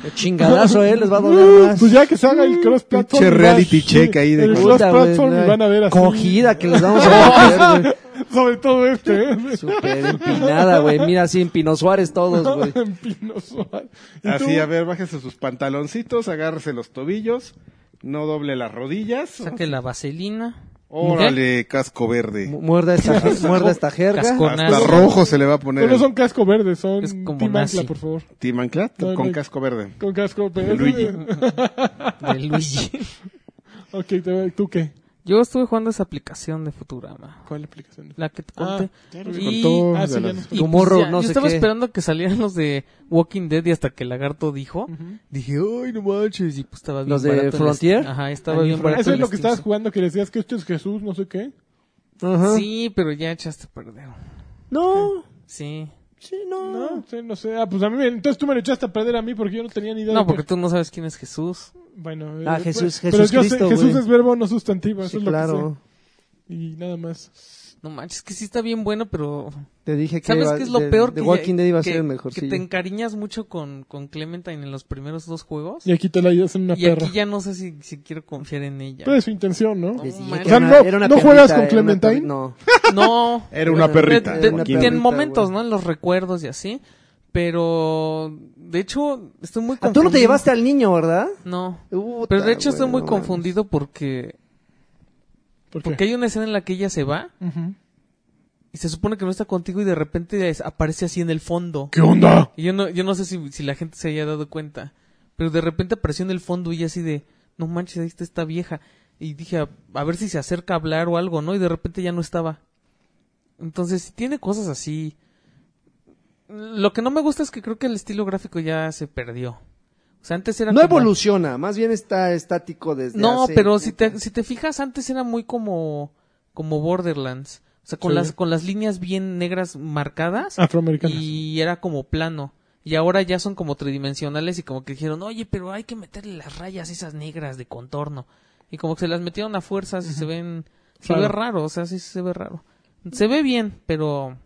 Speaker 2: El chingadazo, eh, les va a doler más.
Speaker 4: Pues ya que se haga el cross platform.
Speaker 5: Pinche
Speaker 4: y va-
Speaker 5: reality check ahí de
Speaker 4: El
Speaker 5: cosas.
Speaker 4: cross
Speaker 2: Puta, güey,
Speaker 4: platform
Speaker 2: no
Speaker 4: y
Speaker 2: hay
Speaker 4: van a ver así.
Speaker 2: Cogida que les vamos a meter, güey.
Speaker 4: Sobre todo este, ¿eh?
Speaker 2: Súper empinada, güey. Mira, así en Pino Suárez todos, güey.
Speaker 4: En Pino Suárez. ¿Y tú?
Speaker 5: Así, a ver, bájese sus pantaloncitos, agárrese los tobillos, no doble las rodillas.
Speaker 1: Saque la vaselina.
Speaker 5: Órale, casco verde.
Speaker 2: Mu- Muerda esta, muerda esta jerga.
Speaker 1: Cascón.
Speaker 5: Hasta
Speaker 1: Monazo.
Speaker 5: rojo se le va a poner
Speaker 4: Pero no
Speaker 5: el
Speaker 4: son casco verde, son
Speaker 1: Es como
Speaker 4: Team
Speaker 1: nazi.
Speaker 4: Ancla, por favor.
Speaker 5: Team Ancla
Speaker 4: No,
Speaker 5: con
Speaker 4: no.
Speaker 5: casco verde.
Speaker 4: Con casco verde.
Speaker 5: Luigi.
Speaker 1: De Luigi.
Speaker 4: ok, te- ¿tú qué?
Speaker 1: Yo estuve jugando esa aplicación de Futurama.
Speaker 4: ¿Cuál aplicación?
Speaker 1: La que te
Speaker 4: Ah,
Speaker 1: conté.
Speaker 5: ya nos
Speaker 1: Y-
Speaker 5: contó
Speaker 4: Ah,
Speaker 5: de
Speaker 4: sí, ya
Speaker 5: las-
Speaker 4: nos-
Speaker 1: Y
Speaker 2: Tomorrow,
Speaker 1: pues ya,
Speaker 2: no
Speaker 1: yo
Speaker 2: sé
Speaker 1: estaba
Speaker 2: qué.
Speaker 1: esperando que salieran los de Walking Dead y hasta que el lagarto dijo, dije, ay, no manches, y pues estaba bien
Speaker 2: ¿Los de
Speaker 1: barato el
Speaker 2: Frontier?
Speaker 1: Steam. Ajá, estaba bien barato
Speaker 4: Eso es
Speaker 1: el
Speaker 4: lo que
Speaker 1: Steam.
Speaker 4: estabas jugando, que decías que este es Jesús, no sé qué.
Speaker 2: Ajá.
Speaker 1: Sí, pero ya echaste a perder.
Speaker 2: No,
Speaker 1: Sí.
Speaker 2: sí, no.
Speaker 4: No, sí, no sé. Ah, pues a mí, me- entonces tú me lo echaste a perder a mí porque yo no tenía ni idea
Speaker 1: No,
Speaker 4: de
Speaker 1: porque
Speaker 4: que...
Speaker 1: tú no sabes quién es Jesús.
Speaker 4: Bueno,
Speaker 2: Ah,
Speaker 4: eh,
Speaker 2: Jesús-
Speaker 4: pero
Speaker 2: Jesús
Speaker 4: yo sé-
Speaker 2: Cristo,
Speaker 4: Jesús
Speaker 2: güey.
Speaker 4: es verbo no sustantivo, eso
Speaker 2: Sí,
Speaker 4: es lo
Speaker 2: claro.
Speaker 4: que sé. Y nada más.
Speaker 1: No manches, que sí está bien bueno, pero
Speaker 2: Te dije que
Speaker 1: ¿sabes
Speaker 2: iba-
Speaker 1: qué es lo
Speaker 2: de-
Speaker 1: peor?
Speaker 2: de
Speaker 1: que
Speaker 2: Walking Dead iba a
Speaker 1: que-
Speaker 2: ser el mejor.
Speaker 1: Que te encariñas mucho con, con Clementine en los primeros dos juegos.
Speaker 4: Y aquí te la llevas en una
Speaker 1: y
Speaker 4: perra.
Speaker 1: aquí ya no sé si, si quiero confiar en ella.
Speaker 2: Pues,
Speaker 4: Pero es su intención, ¿no?
Speaker 1: Les dije
Speaker 4: O
Speaker 1: que
Speaker 4: sea,
Speaker 1: era
Speaker 4: no, ¿no juegas con Clementine.
Speaker 2: No.
Speaker 1: No.
Speaker 5: Era una perrita.
Speaker 1: De- de-
Speaker 2: Una
Speaker 1: de-
Speaker 5: Joaquín.
Speaker 2: perrita,
Speaker 1: en momentos,
Speaker 2: güey.
Speaker 1: ¿no? En los recuerdos y así. Pero, de hecho, estoy muy
Speaker 2: Ah,
Speaker 1: confundido.
Speaker 2: Tú no te llevaste al niño, ¿verdad?
Speaker 1: No.
Speaker 2: Puta,
Speaker 1: Pero de hecho estoy
Speaker 2: güey,
Speaker 1: muy
Speaker 2: no
Speaker 1: confundido porque,
Speaker 4: ¿Por qué?
Speaker 1: porque hay una escena en la que ella se va
Speaker 4: Ujú.
Speaker 1: y se supone que no está contigo y de repente es- aparece así en el fondo.
Speaker 4: ¿Qué onda?
Speaker 1: Y yo no, yo no sé si, si la gente se haya dado cuenta. Pero de repente apareció en el fondo y ella así de, no manches, ahí está esta vieja. Y dije, a, a ver si se acerca a hablar o algo, ¿no? Y de repente ya no estaba. Entonces, si tiene cosas así. Lo que no me gusta es que creo que el estilo gráfico ya se perdió. O sea, antes era
Speaker 2: No
Speaker 1: como-
Speaker 2: evoluciona, más bien está estático desde
Speaker 1: No,
Speaker 2: hace-
Speaker 1: pero si te, si te fijas, antes era muy como, como Borderlands. O sea, con,
Speaker 4: Sí.
Speaker 1: las, con las líneas bien negras marcadas
Speaker 4: Afroamericanos.
Speaker 1: y era como plano. Y ahora ya son como tridimensionales y como que dijeron, oye, pero hay que meterle las rayas esas negras de contorno. Y como que se las metieron a fuerzas y se ven... Se
Speaker 4: Claro.
Speaker 1: ve raro, o sea, sí se ve raro. Se ve bien, pero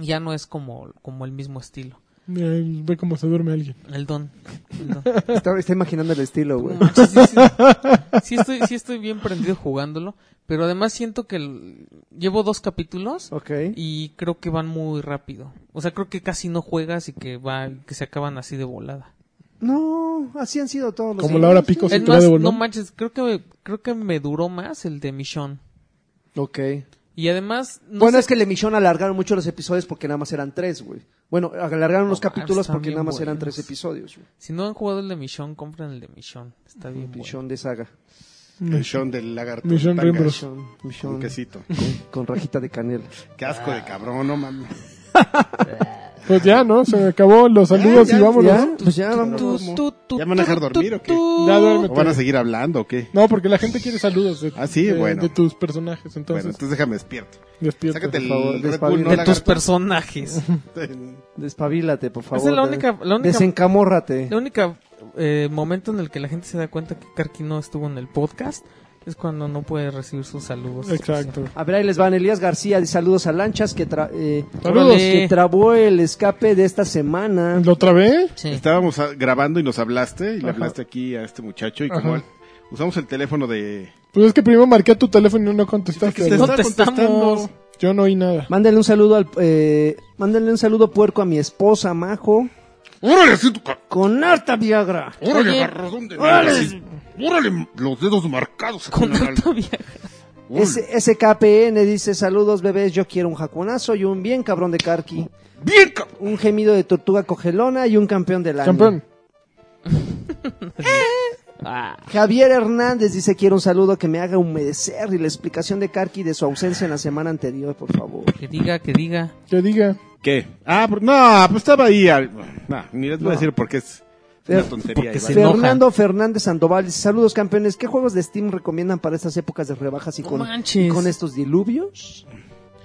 Speaker 1: ya no es como, como el mismo estilo.
Speaker 4: Mira, él ve cómo se duerme alguien.
Speaker 1: El don. El don.
Speaker 2: Está, está imaginando el estilo, güey.
Speaker 1: No manches, sí, sí. Sí estoy, sí estoy bien prendido jugándolo, pero además siento que el- llevo dos capítulos
Speaker 2: Ok.
Speaker 1: y creo que van muy rápido. O sea, creo que casi no juegas y que va que se acaban así de volada.
Speaker 2: No, así han sido todos los
Speaker 4: Como la hora pico
Speaker 1: Es
Speaker 4: sin cara
Speaker 1: más,
Speaker 4: de
Speaker 1: no
Speaker 4: bolón.
Speaker 1: manches, creo que creo que me duró más el de Michonne.
Speaker 2: Ok.
Speaker 1: Y además no
Speaker 2: bueno,
Speaker 1: sé-
Speaker 2: es que le Michonne alargaron mucho los episodios porque nada más eran tres, güey. Bueno, alargaron los
Speaker 1: No,
Speaker 2: capítulos
Speaker 1: están
Speaker 2: porque
Speaker 1: bien
Speaker 2: nada más eran
Speaker 1: buenos.
Speaker 2: tres episodios, güey.
Speaker 1: si no han jugado el de Michonne, compran el de Michonne. Está bien. bueno.
Speaker 2: Michonne de saga.
Speaker 5: Michón del lagarto.
Speaker 4: Michón
Speaker 5: Tanga.
Speaker 4: Rimbros.
Speaker 2: Michonne,
Speaker 5: Un
Speaker 2: Michonne
Speaker 5: quesito.
Speaker 2: con rajita de canela.
Speaker 5: Qué asco
Speaker 1: Ah.
Speaker 5: de cabrón, no mames.
Speaker 4: Pues ya, ¿no? Se acabó los saludos
Speaker 5: ya,
Speaker 4: y vámonos.
Speaker 2: ¿Ya? Pues ya vamos.
Speaker 1: Tú, tú, tú,
Speaker 5: ¿Ya me van a dejar
Speaker 1: tú,
Speaker 5: dormir
Speaker 1: tú,
Speaker 5: o qué?
Speaker 1: tú.
Speaker 4: Ya duérmete.
Speaker 5: ¿O van a seguir hablando o qué?
Speaker 4: No, porque la gente quiere saludos de,
Speaker 5: Ah, sí,
Speaker 4: de-
Speaker 5: bueno.
Speaker 4: de tus personajes.
Speaker 5: Bueno,
Speaker 4: Entonces,
Speaker 5: entonces déjame despierto.
Speaker 4: despierta.
Speaker 5: Sácate el
Speaker 2: por favor,
Speaker 5: Red
Speaker 2: despabila.
Speaker 5: Bull, no
Speaker 1: De tus
Speaker 5: lagarto.
Speaker 1: personajes.
Speaker 2: Despabilate, por favor.
Speaker 1: Esa es la
Speaker 2: de-
Speaker 1: única- la única-
Speaker 2: Desencamórrate.
Speaker 1: El único eh, momento en el que la gente se da cuenta que Karki no estuvo en el podcast es cuando no puede recibir sus saludos.
Speaker 4: Exacto.
Speaker 2: A ver, ahí les van. Elías García, dice saludos a Lanchas que, tra- eh,
Speaker 4: Saludos.
Speaker 2: que trabó el escape de esta semana.
Speaker 4: ¿La otra vez?
Speaker 1: Sí.
Speaker 5: Estábamos ah, grabando y nos hablaste, y le
Speaker 4: Ajá.
Speaker 5: hablaste aquí a este muchacho, y
Speaker 4: Ajá.
Speaker 5: como él- Usamos el teléfono de...
Speaker 4: Pues es que primero marqué a tu teléfono y no contestaste.
Speaker 5: Te
Speaker 4: ¿no?
Speaker 5: está contestando.
Speaker 4: Yo no oí nada.
Speaker 2: Mándale un saludo al eh, mándale un saludo puerco a mi esposa Majo
Speaker 5: ¡Órale, sí, tu ca-
Speaker 2: con harta Viagra.
Speaker 5: ¡Órale,
Speaker 1: Oye.
Speaker 5: garrazón de
Speaker 6: Órale.
Speaker 5: nalgas, sí. ¡Órale, los dedos marcados!
Speaker 1: Con
Speaker 5: carnal.
Speaker 1: harta vieja.
Speaker 5: Órale.
Speaker 2: S- SKPN dice saludos bebés, yo quiero un jaconazo y un bien cabrón de Karki,
Speaker 5: ¡Bien, cabrón!
Speaker 2: un gemido de tortuga cogelona y un campeón del año.
Speaker 4: Campeón.
Speaker 1: Ah,
Speaker 2: Javier Hernández dice quiero un saludo que me haga humedecer y la explicación de Karki de su ausencia en la semana anterior, por favor.
Speaker 1: que diga, que diga.
Speaker 4: Que diga.
Speaker 5: ¿Qué? Ah, por- no, pues estaba ahí. al- nah, ni les voy a decir por qué es una
Speaker 2: Fer-
Speaker 5: tontería.
Speaker 1: porque se-
Speaker 5: igual.
Speaker 1: enoja.
Speaker 2: Fernando Fernández Sandoval dice saludos campeones, ¿qué juegos de Steam recomiendan para estas épocas de rebajas y
Speaker 1: No
Speaker 2: con,
Speaker 1: manches.
Speaker 2: y con estos diluvios?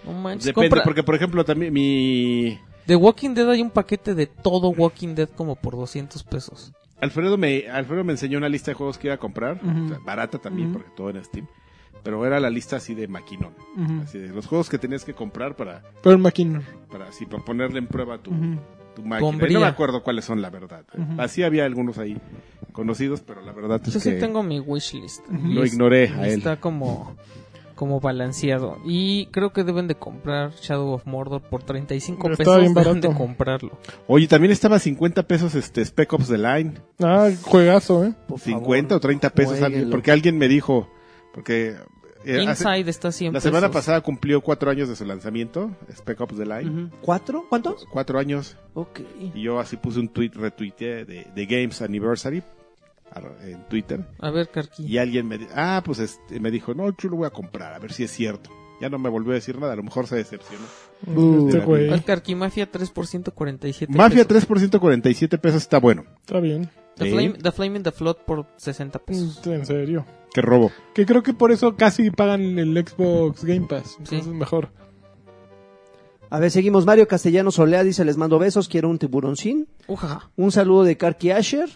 Speaker 1: No manches,
Speaker 5: Depende,
Speaker 1: compra-
Speaker 5: porque por ejemplo también mi...
Speaker 1: De Walking Dead hay un paquete de todo Walking Dead como por 200 pesos.
Speaker 5: Alfredo me, Alfredo me enseñó una lista de juegos que iba a comprar, o sea, barata también, porque todo en Steam, pero era la lista así de maquinón, así de los juegos que tenías que comprar para,
Speaker 4: Pero el maquino.
Speaker 5: para así, para ponerle en prueba tu, tu máquina. Y
Speaker 1: Hombría.
Speaker 5: No me acuerdo cuáles son, la verdad. Así había algunos ahí conocidos, pero la verdad es
Speaker 1: Yo
Speaker 5: que
Speaker 1: sí tengo mi wishlist.
Speaker 5: lo ignoré a él.
Speaker 1: Está como, como balanceado. Y creo que deben de comprar Shadow of Mordor por 35
Speaker 4: Está
Speaker 1: pesos.
Speaker 4: bien
Speaker 1: deben de
Speaker 4: barato.
Speaker 1: comprarlo.
Speaker 5: Oye, también estaba a 50 pesos este Spec Ops The Line.
Speaker 4: Ah, juegazo, ¿eh?
Speaker 2: Por favor.
Speaker 5: 50 o 30 pesos, alguien-
Speaker 2: jueguenlo.
Speaker 5: porque alguien me dijo, porque... eh, hace-
Speaker 1: Inside está 100
Speaker 5: la semana
Speaker 1: pesos.
Speaker 5: pasada cumplió cuatro años de su lanzamiento, Spec Ops The Line.
Speaker 2: Ujú. ¿Cuatro? ¿Cuántos?
Speaker 5: Cuatro años.
Speaker 2: Ok.
Speaker 5: Y yo así puse un tweet, retuiteé de, de Games Anniversary ar- en Twitter.
Speaker 1: A ver, Carqui.
Speaker 5: Y alguien me, di- ah, pues este, me dijo, no, yo lo voy a comprar, a ver si es cierto. Ya no me volvió a decir nada, a lo mejor se decepcionó.
Speaker 4: Este güey.
Speaker 1: ¿Cuál Carqui? Mafia 3 por 147
Speaker 5: Mafia
Speaker 1: pesos.
Speaker 5: 3 por 147 pesos está bueno.
Speaker 4: Está bien.
Speaker 1: The
Speaker 5: Sí.
Speaker 1: Flame, The Flame in the Flood por 60 pesos.
Speaker 4: En serio.
Speaker 5: Qué robo.
Speaker 4: Que creo que por eso casi pagan el Xbox Game Pass. Entonces
Speaker 1: Sí.
Speaker 4: mejor.
Speaker 2: A ver, seguimos. Mario Castellanos Olea dice, les mando besos, quiero un tiburoncín.
Speaker 1: Ujaja.
Speaker 2: Un saludo de Karki Asher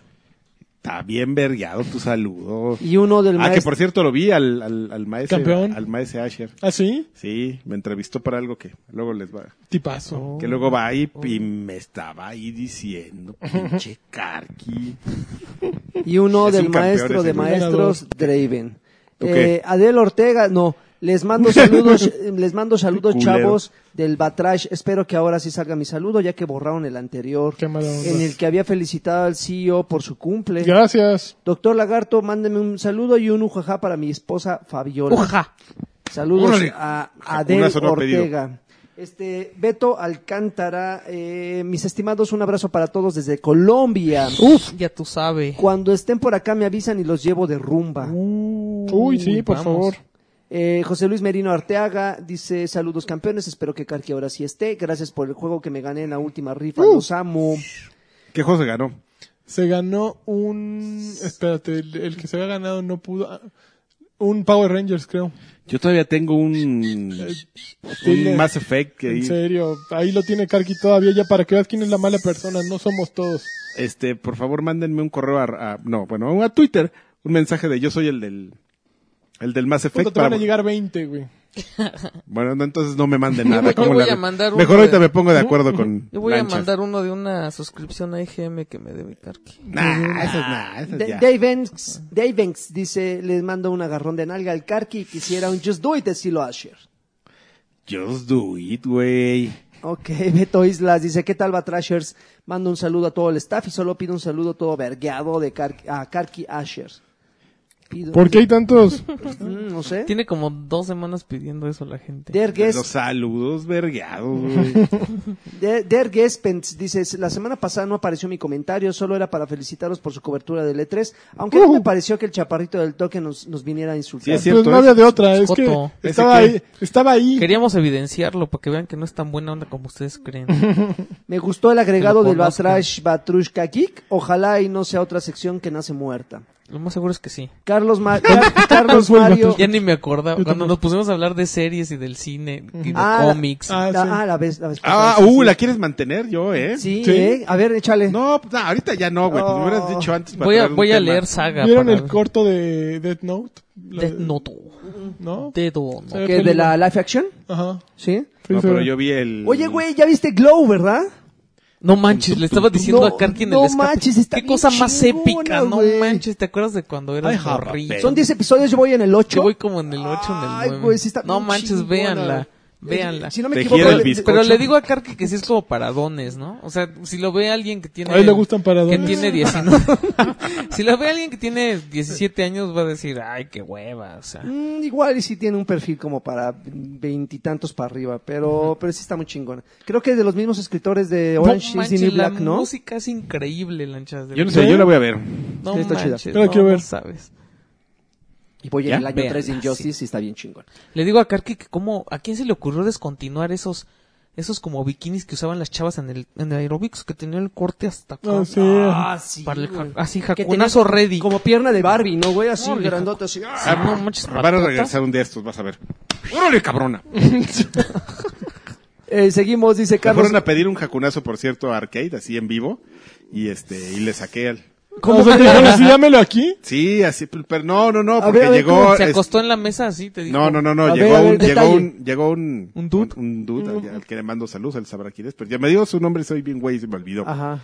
Speaker 5: Está bien vergueado tu saludo.
Speaker 2: y uno del
Speaker 5: Ah, que
Speaker 2: maestro.
Speaker 5: por cierto lo vi al, al, al maestro.
Speaker 4: Campeón.
Speaker 5: Al maestro Asher.
Speaker 4: ¿Ah, sí?
Speaker 5: Sí, me entrevistó para algo que luego les va.
Speaker 4: Tipazo.
Speaker 5: Que luego va ahí y me estaba ahí diciendo, pinche carqui.
Speaker 2: Y uno
Speaker 5: Es
Speaker 2: del
Speaker 5: un campeón
Speaker 2: maestro
Speaker 5: ese
Speaker 2: de
Speaker 5: güey.
Speaker 2: maestros, Draven.
Speaker 5: Ok.
Speaker 2: Eh, Adel Ortega, no. Les mando saludos, eh, les mando saludos,
Speaker 5: Culero.
Speaker 2: chavos, del Batrash. Espero que ahora sí salga mi saludo, ya que borraron el anterior,
Speaker 4: Qué mala onda.
Speaker 2: en el que había felicitado al CEO por su cumple.
Speaker 4: Gracias.
Speaker 2: Doctor Lagarto, mándeme un saludo y un ujajá para mi esposa Fabiola.
Speaker 1: Ujaja.
Speaker 2: Saludos
Speaker 5: Órale.
Speaker 2: a
Speaker 5: Un
Speaker 2: Adel
Speaker 5: sonoro
Speaker 2: Ortega. Este, Beto Alcántara, eh, mis estimados, un abrazo para todos desde Colombia.
Speaker 1: Ya tú sabes.
Speaker 2: Cuando estén por acá me avisan y los llevo de rumba.
Speaker 4: Uy, sí, por
Speaker 1: vamos.
Speaker 4: favor.
Speaker 2: Eh, José Luis Merino Arteaga dice, saludos campeones, espero que Karki ahora sí esté. Gracias por el juego que me gané en la última rifa, los amo.
Speaker 5: ¿Qué juego se ganó?
Speaker 4: Se ganó un... Espérate, el, el que se había ganado no pudo... Ah, Un Power Rangers, creo.
Speaker 5: Yo todavía tengo un,
Speaker 4: Dile.
Speaker 5: un Mass Effect que
Speaker 4: En serio, ahí lo tiene Karki todavía ya para que veas quién es la mala persona, no somos todos.
Speaker 5: este, por favor, mándenme un correo a, a- no, bueno, a Twitter, un mensaje de yo soy el del el del Mass
Speaker 4: Puta,
Speaker 5: Effect
Speaker 4: te van a
Speaker 5: para-
Speaker 4: llegar 20, güey.
Speaker 5: Bueno, no, entonces no me manden nada.
Speaker 1: Yo
Speaker 5: ¿cómo
Speaker 1: voy
Speaker 5: la
Speaker 1: a
Speaker 5: ve?
Speaker 1: mandar
Speaker 5: Mejor
Speaker 1: uno
Speaker 5: ahorita
Speaker 1: de-
Speaker 5: me pongo de acuerdo con
Speaker 1: Yo voy
Speaker 5: Lanchas.
Speaker 1: a mandar uno de una suscripción a EGM que me debe Carqui.
Speaker 5: Nah, eso es nah, eso es
Speaker 2: Da-
Speaker 5: ya.
Speaker 2: Dave Banks- Dave Banks dice, les mando un agarrón de nalga al Karki y quisiera un Just Do It de estilo Asher.
Speaker 5: Just do it, güey.
Speaker 2: Ok, Beto Islas dice, ¿qué tal Batrashers? Mando un saludo a todo el staff y solo pido un saludo todo vergueado de Karki, a Karki Asher. Pido-
Speaker 4: ¿Por qué hay tantos? Pues
Speaker 2: Mm, no sé.
Speaker 1: Tiene como dos semanas pidiendo eso la gente.
Speaker 2: Der Guest-
Speaker 5: Los saludos vergueados, güey.
Speaker 2: De- Der Gespens dice, la semana pasada no apareció mi comentario, solo era para felicitaros por su cobertura del E3, aunque no me pareció que el chaparrito del toque nos, nos viniera a insultar.
Speaker 5: Sí, es cierto,
Speaker 4: pues no había
Speaker 5: es-
Speaker 4: de otra, es
Speaker 1: Joto.
Speaker 4: que estaba
Speaker 5: Ese
Speaker 4: ahí, estaba ahí.
Speaker 1: Queríamos evidenciarlo para que vean que no es tan buena onda como ustedes creen.
Speaker 2: Me gustó el agregado
Speaker 1: Que lo
Speaker 2: del
Speaker 1: conozcan.
Speaker 2: Batrash Batrushka Geek, ojalá y no sea otra sección que nace muerta.
Speaker 1: Lo más seguro es que sí.
Speaker 2: Carlos, Ma- Car- Carlos
Speaker 4: Fue el
Speaker 2: Mario...
Speaker 1: Ya ni me acordaba.
Speaker 4: Yo
Speaker 1: Cuando
Speaker 4: tampoco.
Speaker 1: nos pusimos a hablar de series y del cine y de
Speaker 2: Ah,
Speaker 1: cómics.
Speaker 4: ah,
Speaker 2: Ah,
Speaker 4: sí.
Speaker 2: la, vez, la vez
Speaker 5: Ah,
Speaker 2: pasada, sí,
Speaker 5: uh,
Speaker 2: sí.
Speaker 5: la quieres mantener yo, ¿eh?
Speaker 2: Sí,
Speaker 4: Sí.
Speaker 2: ¿eh? A ver, échale.
Speaker 5: No, pues, nah, ahorita ya no, güey. Pues me hubieras
Speaker 2: Oh.
Speaker 5: dicho antes. para
Speaker 1: voy a,
Speaker 5: traer un
Speaker 1: voy a
Speaker 5: tema.
Speaker 1: leer Saga.
Speaker 4: ¿Vieron
Speaker 1: para-
Speaker 4: el corto de Death Note? La-
Speaker 1: Death Note.
Speaker 4: ¿No?
Speaker 1: Dedo, no.
Speaker 4: Se ve
Speaker 2: Que de
Speaker 4: película.
Speaker 2: la live action,
Speaker 4: Ajá.
Speaker 2: ¿sí?
Speaker 4: Sí,
Speaker 5: No,
Speaker 4: se
Speaker 5: pero
Speaker 4: ve.
Speaker 5: yo vi el.
Speaker 2: Oye, güey, ya viste Glow, ¿verdad?
Speaker 1: No manches, le estaba diciendo
Speaker 2: No,
Speaker 1: a Karki en
Speaker 2: no
Speaker 1: el escape.
Speaker 2: manches, está
Speaker 1: Qué
Speaker 2: bien
Speaker 1: cosa más
Speaker 2: chingona,
Speaker 1: épica, no
Speaker 2: güey.
Speaker 1: manches. ¿Te acuerdas de cuando
Speaker 5: Ay,
Speaker 1: eras
Speaker 5: jarabe.
Speaker 1: morrillo?
Speaker 2: Son 10 episodios, yo voy en el 8.
Speaker 1: Eh. Yo voy como en el 8 en el
Speaker 2: Ay,
Speaker 1: 9.
Speaker 2: güey, sí está
Speaker 1: no
Speaker 2: bien
Speaker 1: manches,
Speaker 2: chingona.
Speaker 1: véanla. Véanla.
Speaker 2: Si no me
Speaker 5: Te
Speaker 2: equivoco,
Speaker 5: quiero el
Speaker 2: le-
Speaker 5: bizcocho.
Speaker 1: Pero le digo a Karki que sí es como para dones, ¿no? O sea, si lo ve alguien que tiene.
Speaker 4: A él le gustan para
Speaker 1: Que
Speaker 4: dones.
Speaker 1: tiene 19. si lo ve alguien que tiene 17 años, va a decir, ay, qué hueva, o sea.
Speaker 2: Mm, igual y sí tiene un perfil como para veintitantos para arriba, pero, pero sí está muy chingona. Creo que de los mismos escritores de
Speaker 1: No
Speaker 2: Orange is the
Speaker 1: manches,
Speaker 2: New Black,
Speaker 1: la
Speaker 2: ¿no?
Speaker 1: música es increíble, lanchas. de
Speaker 5: Yo no
Speaker 1: verdad.
Speaker 2: ¿eh?
Speaker 5: sé, yo la voy a ver.
Speaker 1: No
Speaker 2: Sí, está chida.
Speaker 1: manches,
Speaker 4: Yo la
Speaker 1: no,
Speaker 4: quiero ver.
Speaker 1: no sabes.
Speaker 2: Y voy
Speaker 5: ¿Ya?
Speaker 2: en el año
Speaker 1: Véanla,
Speaker 2: 3 de Injustice y está bien chingona.
Speaker 1: Le digo a Karki que cómo, a quién se le ocurrió descontinuar esos, esos como bikinis que usaban las chavas en el, en el aerobics que tenían el corte hasta acá.
Speaker 4: Ah, sí.
Speaker 2: sí.
Speaker 1: Para el ja-
Speaker 2: güey.
Speaker 1: así,
Speaker 2: Que
Speaker 1: jacunazo
Speaker 2: tenía
Speaker 1: ready.
Speaker 2: Como pierna de Barbie, ¿no, güey? Así,
Speaker 1: No, le-
Speaker 2: grandote, así. ¡ah!
Speaker 1: Ah, no manches,
Speaker 5: Van a
Speaker 1: patatas.
Speaker 5: regresar un día de estos, vas a ver. ¡Órale, cabrona!
Speaker 2: Eh, seguimos, dice
Speaker 5: Me
Speaker 2: Carlos.
Speaker 5: fueron a pedir un jacunazo, por cierto, a Arcade, así en vivo. Y este, y le saqué al.
Speaker 4: O sea, te dijeron, "Sí, dámelo aquí.
Speaker 5: Sí, así, pero no, no, no,
Speaker 2: A
Speaker 5: porque
Speaker 2: ver, a ver,
Speaker 5: llegó. este,
Speaker 2: ¿cómo
Speaker 1: Se
Speaker 5: es-
Speaker 1: acostó en la mesa así, te digo.
Speaker 5: No, no, no,
Speaker 2: A
Speaker 5: no,
Speaker 2: ver,
Speaker 5: llegó,
Speaker 2: a ver,
Speaker 5: un, llegó
Speaker 2: detalle.
Speaker 5: un, llegó un,
Speaker 1: ¿Un dude?
Speaker 5: un, un dude, al- al que le mando saludos, él sabrá quién es, pero ya me dio su nombre, soy bien güey, se me olvidó.
Speaker 2: Ajá.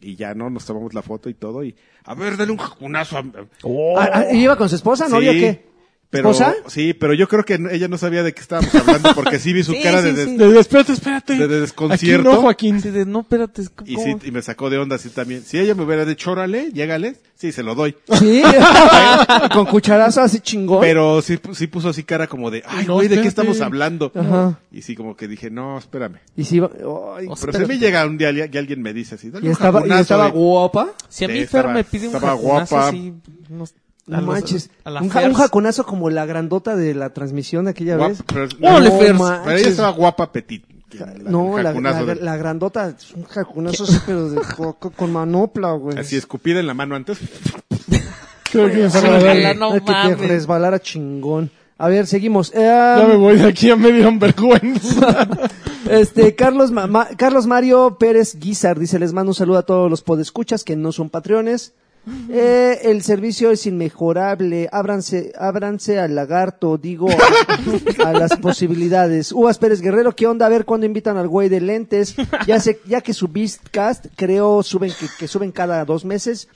Speaker 5: Y ya no, nos tomamos la foto y todo, y a ver, dale un jacunazo a...
Speaker 2: Ah, ah, ¿y ¿Iba con su esposa, novia,
Speaker 5: Oh. Sí,
Speaker 2: qué?
Speaker 5: Pero,
Speaker 2: ¿Esposa?
Speaker 5: Sí, pero yo creo que no- ella no sabía de qué estábamos hablando, porque sí vi su
Speaker 1: Sí,
Speaker 5: cara
Speaker 1: sí,
Speaker 5: de... des-
Speaker 1: sí.
Speaker 4: De- de- espérate, espérate.
Speaker 5: De- de
Speaker 4: Aquí
Speaker 5: desconcierto.
Speaker 4: no, Joaquín.
Speaker 1: Así de, no, espérate, es que
Speaker 5: Y,
Speaker 1: ¿cómo?
Speaker 5: sí, y me sacó de onda así también. Si ella me hubiera dicho, órale, llégale, sí, se lo doy.
Speaker 2: Sí. con cucharazo así chingón.
Speaker 5: Pero sí, pu- sí puso así cara como de, ay,
Speaker 4: No,
Speaker 5: güey, ¿de qué
Speaker 4: espérate.
Speaker 5: estamos hablando?
Speaker 2: Ajá.
Speaker 5: Y sí, como que dije, no, espérame.
Speaker 2: Y si iba... ay,
Speaker 5: Pero se me llega un día y y alguien me dice así, dale
Speaker 2: Pues y
Speaker 5: un
Speaker 2: estaba, y
Speaker 5: jacunazo,
Speaker 2: estaba
Speaker 5: y-
Speaker 2: guapa.
Speaker 1: Si a mí
Speaker 5: Sí,
Speaker 1: Fer
Speaker 5: estaba-
Speaker 1: me pide un
Speaker 5: estaba
Speaker 1: jacunazo
Speaker 5: guapa.
Speaker 1: así, unos- a
Speaker 2: No
Speaker 1: los-
Speaker 2: manches.
Speaker 1: a la
Speaker 2: un, ja-
Speaker 1: Fer.
Speaker 2: un jaconazo como la grandota de la transmisión de aquella
Speaker 5: Guapa,
Speaker 2: vez.
Speaker 5: pero-
Speaker 1: Órale,
Speaker 2: No
Speaker 1: Fer.
Speaker 2: manches.
Speaker 5: Pero ella estaba guapa petit.
Speaker 2: no, la, la,
Speaker 5: jacunazo de-
Speaker 2: la grandota es un jacunazo así, pero de coco con manopla, güey.
Speaker 5: Así escupida en la mano antes.
Speaker 4: Creo que me
Speaker 1: Sí,
Speaker 4: fueron a dar-
Speaker 1: ojalá no
Speaker 2: Ay, que te
Speaker 1: mames.
Speaker 2: resbalara chingón. A ver, seguimos. Eh,
Speaker 4: Ya me voy de aquí, ya me dieron vergüenza.
Speaker 2: Este, Carlos, Ma- Ma- Carlos Mario Pérez Guizar dice, les mando un saludo a todos los podescuchas que no son patreones. Eh, el servicio es inmejorable. Ábranse, ábranse al lagarto, digo, a, a las posibilidades. Uvas Pérez Guerrero, ¿qué onda? A ver cuándo invitan al güey de lentes. Ya sé, ya que su Beastcast, creo, suben, que, que suben cada dos meses.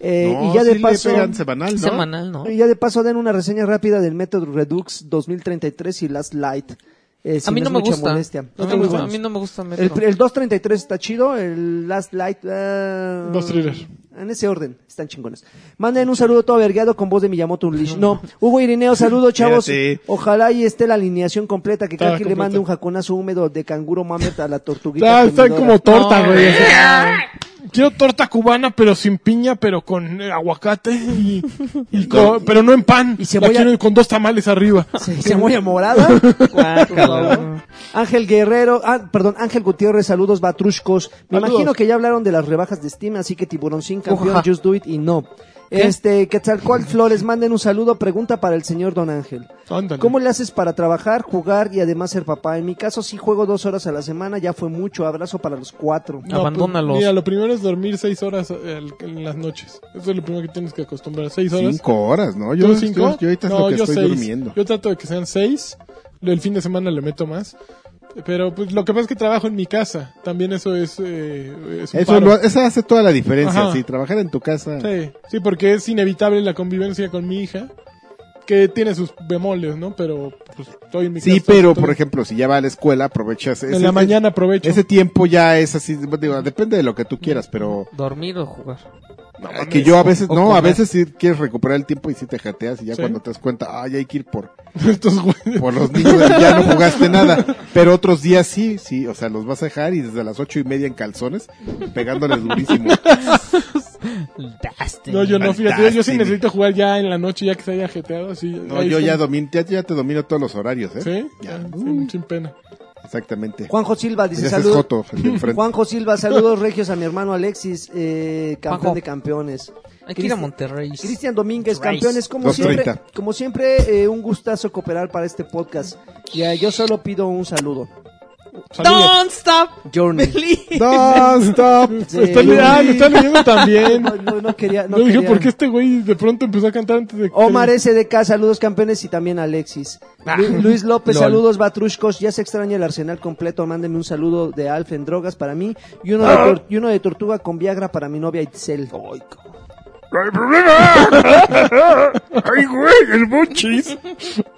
Speaker 2: Eh,
Speaker 5: No,
Speaker 2: y ya de
Speaker 5: sí le
Speaker 2: paso.
Speaker 5: pegan semanal, ¿no?
Speaker 1: Semanal, ¿no?
Speaker 2: Y ya de paso den una reseña rápida del método Redux 2033 y Last Light. Eh,
Speaker 1: A
Speaker 2: sin
Speaker 1: mí no
Speaker 2: es
Speaker 1: me
Speaker 2: mucha
Speaker 1: gusta.
Speaker 2: molestia.
Speaker 1: A mí
Speaker 2: Está
Speaker 1: no me
Speaker 2: muy
Speaker 1: gusta- A
Speaker 2: bueno.
Speaker 1: mí no me gusta
Speaker 2: El,
Speaker 1: Metro.
Speaker 2: el 233 está chido, el Last Light... ah,
Speaker 4: Dos thrillers.
Speaker 2: En ese orden, están chingones. Manden un saludo todo vergueado con voz de Miyamoto Unleashed. No, Hugo Irineo, saludos chavos.
Speaker 5: Espérate.
Speaker 2: Ojalá y esté la alineación completa, que
Speaker 4: Está
Speaker 2: cada quien le
Speaker 4: completa.
Speaker 2: mande un jaconazo húmedo de canguro mamet a la tortuguita.
Speaker 4: Ya, están como
Speaker 2: terminadora.
Speaker 4: torta,
Speaker 1: No,
Speaker 4: güey.
Speaker 1: güey.
Speaker 4: Quiero torta cubana, pero sin piña, pero con eh, aguacate y, y con- pero no en pan.
Speaker 2: Y
Speaker 4: La
Speaker 2: cebolla.
Speaker 4: quiero con dos tamales arriba.
Speaker 2: Sí, cebolla morada. Ángel Guerrero, ah, perdón, Ángel Gutiérrez, saludos batruscos. Me
Speaker 4: Saludos.
Speaker 2: imagino que ya hablaron de las rebajas de Steam, así que Tiburón sin campeón,
Speaker 1: Ujaja.
Speaker 2: Just Do It y no. Este, Quetzalcoatl Flores, manden un saludo, pregunta para el señor Don Ángel.
Speaker 4: Ándale.
Speaker 2: ¿Cómo le haces para trabajar, jugar y además ser papá? En mi caso sí juego dos horas a la semana, ya fue mucho, abrazo para los cuatro.
Speaker 4: No, pues,
Speaker 1: Abandónalos.
Speaker 4: mira, lo primero es dormir seis horas eh, al- en las noches. Eso es lo primero que tienes que acostumbrar. Seis horas.
Speaker 5: Cinco horas, ¿no?
Speaker 4: ¿Tú
Speaker 5: Yo,
Speaker 4: cinco?
Speaker 5: yo- yo ahorita es
Speaker 4: No,
Speaker 5: lo que
Speaker 4: yo
Speaker 5: estoy
Speaker 4: seis.
Speaker 5: durmiendo.
Speaker 4: Yo trato de que sean seis. El fin de semana le meto más. Pero pues lo que pasa es que trabajo en mi casa. También eso es, eh, es un
Speaker 5: Eso,
Speaker 4: paro.
Speaker 5: lo, esa hace toda la diferencia,
Speaker 4: Ajá.
Speaker 5: sí. Trabajar en tu casa.
Speaker 4: Sí, sí, porque es inevitable la convivencia con mi hija, que tiene sus bemoles, ¿no? Pero pues estoy en mi
Speaker 5: Sí,
Speaker 4: casa,
Speaker 5: pero
Speaker 4: estoy-
Speaker 5: por ejemplo, si ya va a la escuela, aprovechas.
Speaker 4: en la mañana aprovecho.
Speaker 5: Ese tiempo ya es así, digo, depende de lo que tú quieras, pero
Speaker 1: Dormir o jugar.
Speaker 5: eh, que yo a veces,
Speaker 1: o
Speaker 5: no, a
Speaker 1: comer.
Speaker 5: veces sí quieres recuperar el tiempo y sí te jateas y ya
Speaker 4: Sí.
Speaker 5: cuando te das cuenta, ay, hay que ir por,
Speaker 4: Estos güeyes.
Speaker 5: por los niños y ya no jugaste nada. Pero otros días sí, sí, o sea, los vas a dejar y desde las ocho y media en calzones, pegándoles durísimo.
Speaker 1: Este,
Speaker 4: No, yo no, fíjate, yo- yo sí
Speaker 5: Fantástico.
Speaker 4: necesito jugar ya en la noche, ya que se haya jeteado, sí.
Speaker 5: No,
Speaker 4: ahí
Speaker 5: yo
Speaker 4: estoy.
Speaker 5: ya, domino, ya, ya te domino todos los horarios, ¿eh?
Speaker 4: ¿Sí?
Speaker 5: Ya,
Speaker 4: Ah, sí, sin pena.
Speaker 5: exactamente.
Speaker 2: Juanjo Silva dice
Speaker 5: Ese es
Speaker 2: saludos.
Speaker 5: Joto, el de enfrente.
Speaker 2: Juanjo Silva, saludos regios a mi hermano Alexis, eh, campeón
Speaker 1: Juanjo.
Speaker 2: de campeones.
Speaker 1: Hay que ir a
Speaker 2: Cristi-
Speaker 1: Monterrey.
Speaker 2: Cristian Domínguez, campeones, como
Speaker 5: Dos
Speaker 2: siempre,
Speaker 5: treinta.
Speaker 2: como eh, siempre eh, un gustazo cooperar para este podcast. Ya, yo solo pido un saludo.
Speaker 4: Saludos.
Speaker 1: Don't stop
Speaker 2: Journey.
Speaker 1: believing.
Speaker 5: No, stop.
Speaker 2: Sí.
Speaker 4: Está le- ah, lo está leyendo también.
Speaker 2: Eh, No, no, no quería. No
Speaker 4: Yo dije,
Speaker 2: quería.
Speaker 4: ¿por qué este güey de pronto empezó a cantar antes de que-
Speaker 2: Omar SDK, saludos campeones y también Alexis. Lu- Luis López,
Speaker 4: Lol.
Speaker 2: saludos Batrushkos. Ya se extraña el arsenal completo. Mándeme un saludo de Alf en drogas para mí y uno
Speaker 4: Ah.
Speaker 2: de, tor- y uno de tortuga con Viagra para mi novia Itzel.
Speaker 5: Ay, güey, el bochis.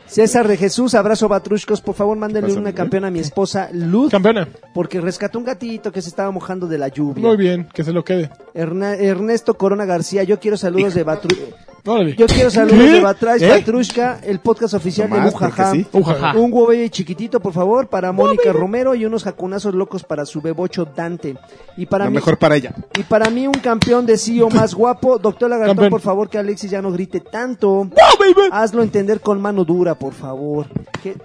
Speaker 2: César de Jesús, abrazo Batrushkos. Por favor, mándenle
Speaker 5: Pásame,
Speaker 2: una
Speaker 5: ¿eh?
Speaker 2: campeona a mi esposa Luz
Speaker 4: Campeona.
Speaker 2: porque rescató un gatito que se estaba mojando de la lluvia.
Speaker 4: Muy bien, que se lo quede.
Speaker 2: Erna- Ernesto Corona García, yo quiero saludos de Batrushkos.
Speaker 4: Órale.
Speaker 2: Yo quiero saludos
Speaker 4: ¿Qué?
Speaker 2: de Batrash
Speaker 4: ¿Eh?
Speaker 2: Batrushka, el podcast oficial de
Speaker 5: Nomás,
Speaker 2: Mujajá.
Speaker 5: porque sí.
Speaker 4: Ujaja.
Speaker 2: Un hueve chiquitito, por favor, para Mónica Romero y unos jacunazos locos para su bebocho Dante. Y para
Speaker 5: Lo
Speaker 2: mí,
Speaker 5: mejor para ella.
Speaker 2: y para mí un campeón de CEO más guapo. Doctor Lagartón,
Speaker 4: Campeón.
Speaker 2: por favor, que Alexis ya no grite tanto.
Speaker 4: Ah,
Speaker 2: Hazlo entender con mano dura, por favor. Je-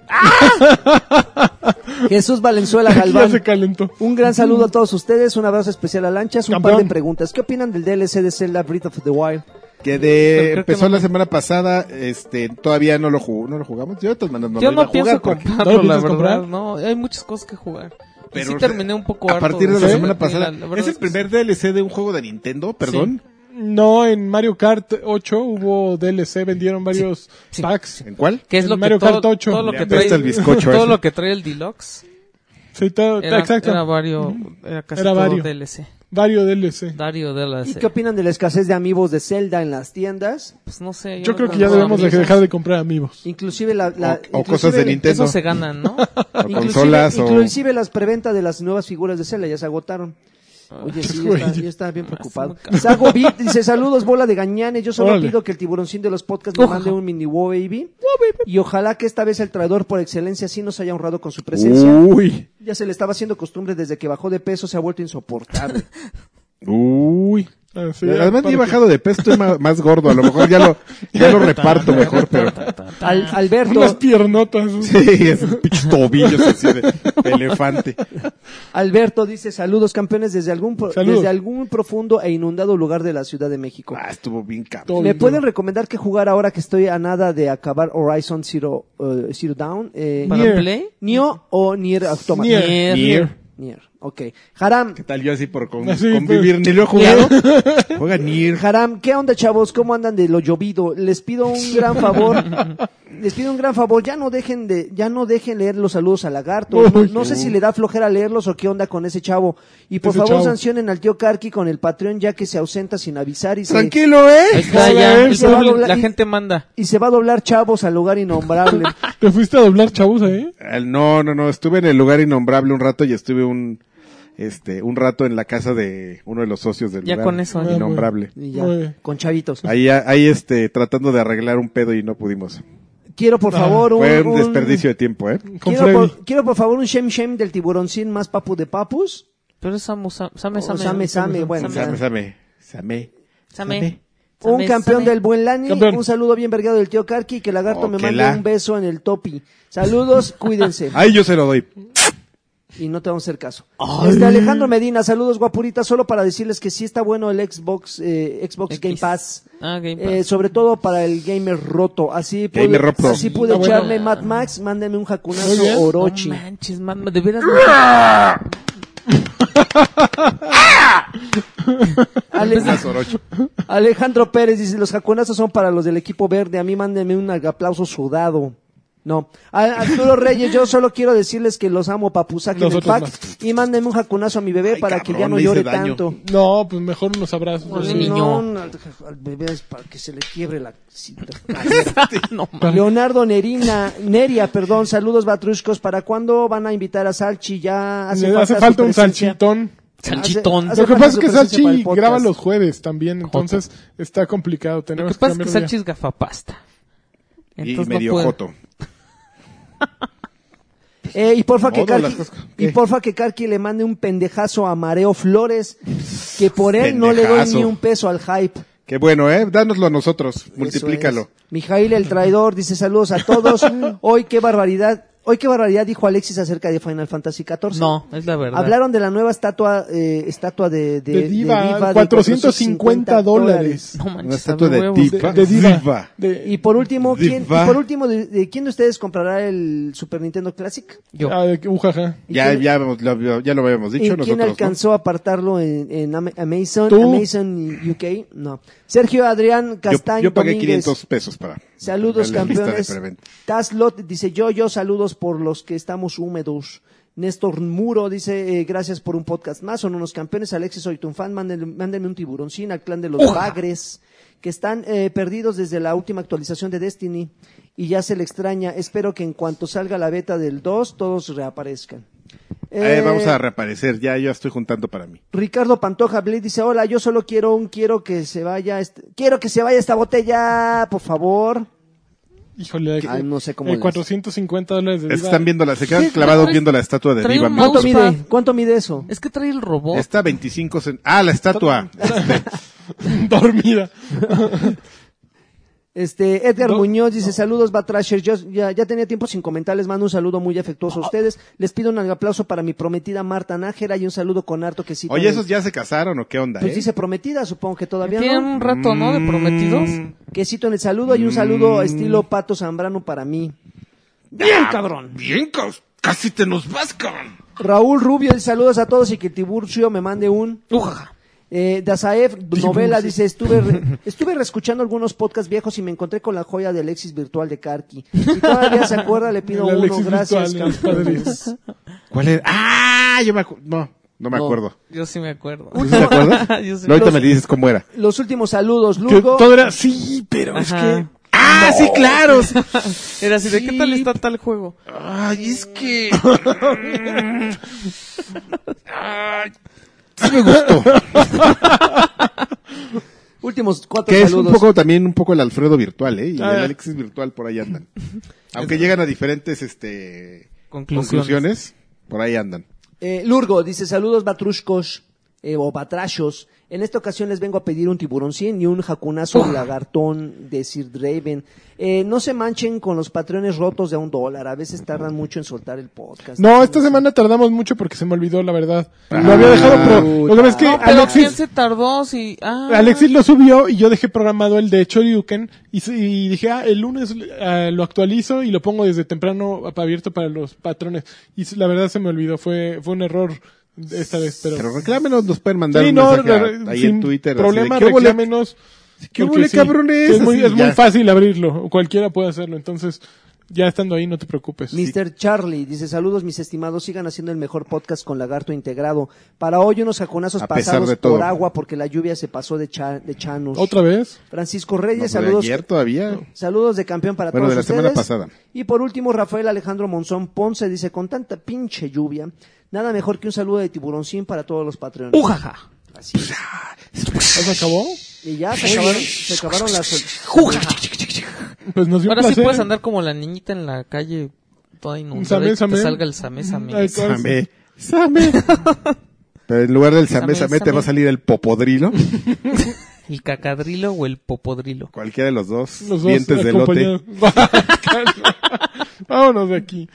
Speaker 2: Jesús Valenzuela
Speaker 4: Ya se
Speaker 2: Galván.
Speaker 4: calentó.
Speaker 2: Un gran saludo a todos ustedes, un abrazo especial a Lanchas, un par
Speaker 4: Campeón.
Speaker 2: de preguntas. ¿Qué opinan del DLC de Zelda Breath of the Wild?
Speaker 5: Que de,
Speaker 1: que
Speaker 5: empezó
Speaker 1: no-
Speaker 5: la semana pasada, este, todavía no lo jugó, no lo jugamos. Yo de todas maneras no
Speaker 1: Yo
Speaker 5: lo iba
Speaker 1: no
Speaker 5: a
Speaker 1: pienso
Speaker 5: jugar porque-
Speaker 4: ¿No
Speaker 1: comprarlo, la
Speaker 4: lo piensas
Speaker 1: verdad.
Speaker 4: comprar?
Speaker 1: No, hay muchas cosas que jugar. Y
Speaker 5: Pero,
Speaker 1: sí
Speaker 5: o sea,
Speaker 1: terminé un poco
Speaker 5: A
Speaker 1: harto
Speaker 5: partir de la
Speaker 1: eso.
Speaker 5: semana
Speaker 1: Mira,
Speaker 5: pasada.
Speaker 1: la verdad
Speaker 5: ¿Es el
Speaker 1: que
Speaker 5: primer DLC de un juego de Nintendo? Perdón.
Speaker 4: No, en Mario Kart 8 hubo DLC, vendieron varios packs.
Speaker 5: ¿En cuál?
Speaker 1: ¿Qué es
Speaker 4: El
Speaker 1: lo que
Speaker 4: Mario
Speaker 1: todo,
Speaker 4: Kart 8.
Speaker 1: todo lo
Speaker 5: Le
Speaker 1: que
Speaker 5: apesta
Speaker 1: trae
Speaker 5: el bizcocho
Speaker 1: todo
Speaker 5: ese.
Speaker 1: lo que trae el deluxe
Speaker 4: Sí, todo-
Speaker 1: era,
Speaker 4: exacto.
Speaker 1: era vario era casi
Speaker 4: Era
Speaker 1: todo
Speaker 4: vario.
Speaker 1: DLC
Speaker 4: Varios DLC.
Speaker 1: Dario
Speaker 2: ¿Y
Speaker 1: DLC
Speaker 2: qué opinan de la escasez de amigos de Zelda en las tiendas?
Speaker 1: pues no sé
Speaker 4: Yo
Speaker 1: no
Speaker 4: creo que
Speaker 1: conozco
Speaker 4: ya
Speaker 1: a
Speaker 4: debemos de
Speaker 1: amigos.
Speaker 4: dejar de comprar amigos.
Speaker 2: Inclusive la, la-
Speaker 5: O- o
Speaker 2: inclusive-
Speaker 5: cosas de Nintendo.
Speaker 1: eso se ganan no
Speaker 5: O
Speaker 2: inclusive-
Speaker 5: consolas o...
Speaker 2: inclusive las preventas de las nuevas figuras de Zelda ya se agotaron.
Speaker 5: Ah.
Speaker 2: Oye, sí, yo
Speaker 4: güey.
Speaker 2: estaba, yo estaba bien preocupado.
Speaker 1: muy caro.
Speaker 2: Sago Beat dice, saludos, bola de gañanes. Yo solo
Speaker 4: Órale.
Speaker 2: pido que el tiburoncín de los podcasts me
Speaker 1: Ujaja.
Speaker 2: mande un mini wow baby. Y ojalá que esta vez el traidor por excelencia sí nos haya honrado con su
Speaker 5: Uh.
Speaker 2: presencia.
Speaker 5: Uy.
Speaker 2: Ya se le estaba haciendo costumbre desde que bajó de peso, se ha vuelto insoportable.
Speaker 5: Uy.
Speaker 4: Ah, sí,
Speaker 5: Eh,
Speaker 4: para
Speaker 5: Además, ni he
Speaker 4: que-
Speaker 5: bajado de peso, estoy ma- más gordo. A lo mejor ya lo, ya lo reparto mejor, pero.
Speaker 2: Al-
Speaker 4: Ah.
Speaker 2: Alberto,
Speaker 4: Unas piernotas.
Speaker 5: Sí, es pinches tobillos así de elefante.
Speaker 2: Alberto dice, saludos campeones desde algún, pro-
Speaker 4: Saludos.
Speaker 2: desde algún profundo e inundado lugar de la Ciudad de México.
Speaker 5: Ah, estuvo bien cabrón.
Speaker 4: Todo
Speaker 2: ¿Me
Speaker 4: bien
Speaker 2: pueden
Speaker 4: duro.
Speaker 2: recomendar qué jugar ahora que estoy a nada de acabar Horizon Zero, eh, Zero Down? Eh,
Speaker 1: para
Speaker 4: Nier.
Speaker 1: play
Speaker 2: ¿Nio o Nier Automata?
Speaker 4: Nier.
Speaker 5: Nier.
Speaker 2: Nier. Ok. Haram,
Speaker 5: ¿Qué tal yo así por con-
Speaker 4: Así,
Speaker 5: convivir?
Speaker 4: pues.
Speaker 5: Ni lo he jugado. Juega Nier.
Speaker 2: Haram, ¿qué onda, chavos? ¿Cómo andan de lo llovido? Les pido un gran favor. Les pido un gran favor. Ya no dejen de, ya no dejen leer los saludos al lagarto. No, no sé si le da flojera leerlos o qué onda con ese chavo. Y por
Speaker 4: Ese
Speaker 2: favor
Speaker 4: chavo.
Speaker 2: sancionen al tío Karki con el Patreon ya que se ausenta sin avisar y se...
Speaker 5: Tranquilo, ¿eh?
Speaker 1: Ahí está
Speaker 4: Hola,
Speaker 1: ya.
Speaker 4: eso.
Speaker 1: El-
Speaker 2: Hola,
Speaker 1: la
Speaker 2: y-
Speaker 1: gente manda
Speaker 2: Y se va a doblar chavos al lugar innombrable.
Speaker 4: Ah, Te fuiste a doblar, chavos, ¿eh?
Speaker 5: Ah, No, no, no. Estuve en el lugar innombrable un rato y estuve un. Este, un rato en la casa de uno de los socios del
Speaker 1: Ya
Speaker 5: lugar
Speaker 1: con eso, ¿eh?
Speaker 5: innombrable.
Speaker 2: Y ya,
Speaker 4: Muy bien.
Speaker 2: con chavitos.
Speaker 5: Ahí, ahí este, tratando de arreglar un pedo y no pudimos.
Speaker 2: Quiero por favor un,
Speaker 5: Fue un
Speaker 2: un-
Speaker 5: desperdicio de tiempo, ¿eh?
Speaker 4: Ah, Con
Speaker 2: Quiero
Speaker 4: Freddy.
Speaker 2: por, quiero, por favor un shem shem del tiburoncín más papu de papus.
Speaker 1: pero es Samu Sam- Same
Speaker 2: O
Speaker 1: Same
Speaker 2: Same, Same, bueno.
Speaker 5: Same, same, same.
Speaker 1: Same.
Speaker 2: un campeón del buen Lani,
Speaker 4: Campeón.
Speaker 2: un saludo bien vergado del tío Karki, que lagarto me
Speaker 5: Oquela.
Speaker 2: manda un beso en el topi. Saludos, cuídense.
Speaker 5: Ahí yo se lo doy.
Speaker 2: y no te vamos a hacer caso. Este Alejandro Medina, saludos guapurita, solo para decirles que sí está bueno el Xbox, eh, Xbox
Speaker 1: X.
Speaker 2: Game Pass.
Speaker 1: ah Game Pass
Speaker 2: Eh, sobre todo para el gamer roto. Así pude,
Speaker 5: Gamer roto.
Speaker 2: Así pude
Speaker 4: Está bueno.
Speaker 2: echarme Mad Max, mándeme un
Speaker 4: Muy bien.
Speaker 2: jacunazo Orochi.
Speaker 1: No manches, man, de veras.
Speaker 2: Ale-
Speaker 1: Pues
Speaker 5: Más Orochi.
Speaker 2: Alejandro Pérez dice, los jacunazos son para los del equipo verde, a mí mándenme un aplauso sudado. No. A- Arturo Reyes, yo solo quiero decirles que los amo, papu, saquen el
Speaker 4: Nosotros
Speaker 2: pack
Speaker 4: más.
Speaker 2: y mándenme un jacunazo a mi bebé
Speaker 5: Ay,
Speaker 2: para
Speaker 5: cabrón,
Speaker 2: que ya no
Speaker 5: le hice
Speaker 2: llore
Speaker 5: daño.
Speaker 2: tanto.
Speaker 4: No, pues mejor unos abrazos.
Speaker 1: Pues
Speaker 4: sí.
Speaker 1: niño.
Speaker 2: No, no, al, al bebé es para que se le quiebre la cinta.
Speaker 1: Este, no, man.
Speaker 2: Leonardo Nerina, Neria, perdón, saludos batruscos. ¿Para cuándo van a invitar a Salchi? Ya hace,
Speaker 4: Le hace
Speaker 2: su
Speaker 4: falta, un
Speaker 2: presencia.
Speaker 4: salchitón.
Speaker 1: Salchitón.
Speaker 2: Hace
Speaker 4: Lo que
Speaker 2: falta
Speaker 4: pasa es
Speaker 2: su
Speaker 4: que
Speaker 2: presencia para el
Speaker 4: Salchi
Speaker 2: podcast.
Speaker 4: graba los jueves también, entonces está complicado.
Speaker 1: Lo
Speaker 4: Tenemos
Speaker 1: que pasa es que
Speaker 4: cambiar un
Speaker 1: Salchi es gafapasta.
Speaker 5: Y
Speaker 1: Entonces no
Speaker 5: medio
Speaker 1: puedo.
Speaker 5: joto.
Speaker 2: Eh, y porfa que
Speaker 5: Modo,
Speaker 2: Karki,
Speaker 5: las cosas-
Speaker 2: y
Speaker 5: ¿qué?
Speaker 2: porfa que Karki le mande un pendejazo a Mareo Flores, que por él no le doy
Speaker 5: Pendejazo.
Speaker 2: ni un peso al hype.
Speaker 5: Qué bueno, ¿eh? Dánoslo a nosotros.
Speaker 2: Eso
Speaker 5: Multiplícalo.
Speaker 2: es. Mijail el traidor dice saludos a todos. Hoy qué barbaridad. Hoy qué barbaridad dijo Alexis acerca de Final Fantasy XIV.
Speaker 1: No, es la verdad.
Speaker 2: Hablaron de la nueva estatua, eh, estatua de, de,
Speaker 4: De Diva, 450 dólares.
Speaker 1: No manches,
Speaker 5: Una estatua
Speaker 1: sabe
Speaker 5: de
Speaker 1: huevos.
Speaker 5: Diva.
Speaker 4: De- de diva.
Speaker 5: De-
Speaker 2: Y por último, ¿quién, y
Speaker 5: Diva.
Speaker 2: por último de, de quién de ustedes comprará el Super Nintendo Classic?
Speaker 1: Yo.
Speaker 4: Ah, de- ujaja.
Speaker 2: ¿Y
Speaker 5: ya,
Speaker 2: quién-
Speaker 5: ya, hemos- lo, ya lo habíamos
Speaker 2: ¿Y
Speaker 5: dicho
Speaker 2: quién
Speaker 5: nosotros. ¿no?
Speaker 2: alcanzó a apartarlo en, en Ama- Amazon?
Speaker 4: ¿Tú?
Speaker 2: Amazon UK, no. Sergio Adrián
Speaker 5: Yo-
Speaker 2: Castaño
Speaker 5: yo, pagué
Speaker 2: Domínguez.
Speaker 5: 500 pesos para.
Speaker 2: Saludos
Speaker 5: para la lista de
Speaker 2: campeones.
Speaker 5: preventa.
Speaker 2: Taslot dice yo, yo saludos por los que estamos húmedos. Néstor Muro dice eh, gracias por un podcast más, son unos campeones. Alexis, soy tu fan, mándenle- mándenme un tiburoncín al clan de los bagres que están eh, perdidos desde la última actualización de Destiny y ya se le extraña. Espero que en cuanto salga la beta del 2 todos reaparezcan.
Speaker 5: Eh,
Speaker 2: Eh,
Speaker 5: vamos a reaparecer, ya yo estoy juntando para mí.
Speaker 2: Ricardo Pantoja Blade dice, hola, yo solo quiero un, quiero que se vaya, este- quiero que se vaya esta botella, por favor.
Speaker 4: Híjole,
Speaker 2: Ay, no sé cómo
Speaker 4: eh,
Speaker 2: las-
Speaker 4: 450 dólares de
Speaker 5: Es que
Speaker 4: Diva.
Speaker 5: están viéndola, se quedan
Speaker 1: Sí,
Speaker 5: clavados
Speaker 1: trae-
Speaker 5: viendo la estatua de
Speaker 1: trae
Speaker 5: Diva.
Speaker 1: un
Speaker 5: Mendoza.
Speaker 2: ¿Cuánto
Speaker 1: mouse. Mousepad.
Speaker 2: mide? ¿Cuánto mide eso?
Speaker 1: Es que trae el robot.
Speaker 5: Está 25 cent... Ah, la estatua.
Speaker 4: dormida.
Speaker 2: Este, Edgar
Speaker 4: No,
Speaker 2: Muñoz dice, saludos, Batrasher. Yo ya, ya tenía tiempo sin comentarios. Mando un saludo muy afectuoso a ustedes. Les pido un aplauso para mi prometida Marta Nájera y un saludo con harto que sí.
Speaker 5: Oye, ¿esos ya se casaron o qué onda?
Speaker 2: Pues
Speaker 5: eh? Mm,
Speaker 2: dice prometida, supongo que todavía
Speaker 1: Tiene
Speaker 2: no.
Speaker 1: un rato, ¿no? De prometidos.
Speaker 2: Que cito en el saludo y un saludo estilo Pato Zambrano para mí.
Speaker 5: Bien, cabrón. Ah, Bien, cos- casi te nos vas, cabrón.
Speaker 2: Raúl Rubio, dice, saludos a todos y que Tiburcio me mande un...
Speaker 1: Ujaja.
Speaker 2: Eh, Dazaef Novela dice, estuve, re- estuve reescuchando algunos podcasts viejos y me encontré con la joya de Alexis Virtual de Karki. Si todavía se acuerda, le pido
Speaker 4: El
Speaker 2: uno.
Speaker 4: Alexis
Speaker 2: Gracias,
Speaker 4: virtual, los
Speaker 2: campeones.
Speaker 5: ¿Cuál era? Ah, yo me acuerdo. No, no me
Speaker 2: No.
Speaker 5: acuerdo.
Speaker 1: Yo sí me acuerdo.
Speaker 5: ¿Tú sí te acuerdas?
Speaker 1: Yo sí
Speaker 5: No, ahorita
Speaker 1: los-
Speaker 5: me dices cómo era.
Speaker 2: Los últimos saludos,
Speaker 4: Que
Speaker 2: Lugo.
Speaker 4: todo era, sí, pero es
Speaker 1: Ajá.
Speaker 4: que...
Speaker 5: Ah, sí, claro.
Speaker 1: Era así, ¿de qué tal está tal juego?
Speaker 5: Ay, es que. Ay, sí me gustó.
Speaker 2: Últimos cuatro
Speaker 5: Que es
Speaker 2: saludos.
Speaker 5: un poco también un poco el Alfredo virtual, ¿eh? Y
Speaker 4: Ah.
Speaker 5: el Alexis virtual por ahí andan. Aunque llegan a diferentes este
Speaker 1: Conclusiones.
Speaker 5: conclusiones, por ahí andan.
Speaker 2: Eh, Lurgo dice, saludos batrushcos eh, o batrachos. En esta ocasión les vengo a pedir un tiburón 100 y un jacunazo lagartón de Sir Draven. Eh, no se manchen con los patrones rotos de un dólar. A veces tardan mucho en soltar el podcast.
Speaker 4: No, esta semana tardamos mucho porque se me olvidó, la verdad. Lo
Speaker 5: Ah.
Speaker 4: había dejado, pero lo que pasa es que
Speaker 1: No, pero ¿quién
Speaker 4: Alexis,
Speaker 1: se tardó? Si... Ah,
Speaker 4: Alexis lo subió y yo dejé programado el de Choryuken y, se- y dije, ah, el lunes ah, lo actualizo y lo pongo desde temprano abierto para los patrones. Y s- la verdad se me olvidó, fue, fue un error esta vez, pero...
Speaker 5: Pero reclámenos, nos pueden mandar
Speaker 4: Sí,
Speaker 5: un
Speaker 4: no,
Speaker 5: mensaje a-
Speaker 4: re-
Speaker 5: ahí
Speaker 4: sin
Speaker 5: en Twitter. así de,
Speaker 4: problema,
Speaker 5: "¿Qué huele?
Speaker 4: reclámenos.
Speaker 5: ¿Qué
Speaker 4: porque
Speaker 5: huele,
Speaker 4: sí,
Speaker 5: cabrones?
Speaker 4: Es, muy,
Speaker 5: Así,
Speaker 4: es muy
Speaker 5: ya.
Speaker 4: fácil abrirlo, cualquiera puede hacerlo, entonces ya estando ahí no te preocupes.
Speaker 2: Mr. Charlie dice, saludos mis estimados, sigan haciendo el mejor podcast con lagarto integrado. Para hoy unos jaconazos
Speaker 5: A pesar
Speaker 2: pasados
Speaker 5: de
Speaker 2: por
Speaker 5: todo.
Speaker 2: agua porque la lluvia se pasó de, cha- de chanos.
Speaker 4: ¿Otra vez?
Speaker 2: Francisco
Speaker 5: No,
Speaker 2: Reyes,
Speaker 5: pues, de
Speaker 2: saludos.
Speaker 5: ayer todavía.
Speaker 2: Saludos de campeón para
Speaker 5: Bueno,
Speaker 2: todos
Speaker 5: de la
Speaker 2: ustedes.
Speaker 5: semana pasada.
Speaker 2: Y por último, Rafael Alejandro Monzón Ponce dice, con tanta pinche lluvia, nada mejor que un saludo de tiburoncín para todos los patrones.
Speaker 1: Ujaja.
Speaker 2: Así es.
Speaker 4: ¿Ya ¿Se acabó?
Speaker 2: Y ya se acabaron, se acabaron las...
Speaker 4: Pues nos dio un
Speaker 1: Ahora sí
Speaker 4: placer.
Speaker 1: puedes andar como la niñita en la calle toda inundada
Speaker 4: Samé,
Speaker 1: y que
Speaker 4: samé.
Speaker 1: te salga el samé, samé.
Speaker 4: Ay, claro.
Speaker 5: Same, same. Pero en lugar del same,
Speaker 1: Same,
Speaker 5: same, te
Speaker 1: same.
Speaker 5: va a salir el popodrilo.
Speaker 1: El cacadrilo o el popodrilo.
Speaker 5: Cualquiera de los dos
Speaker 4: Los dos
Speaker 5: dientes de lote.
Speaker 4: acompañados. Vámonos de aquí.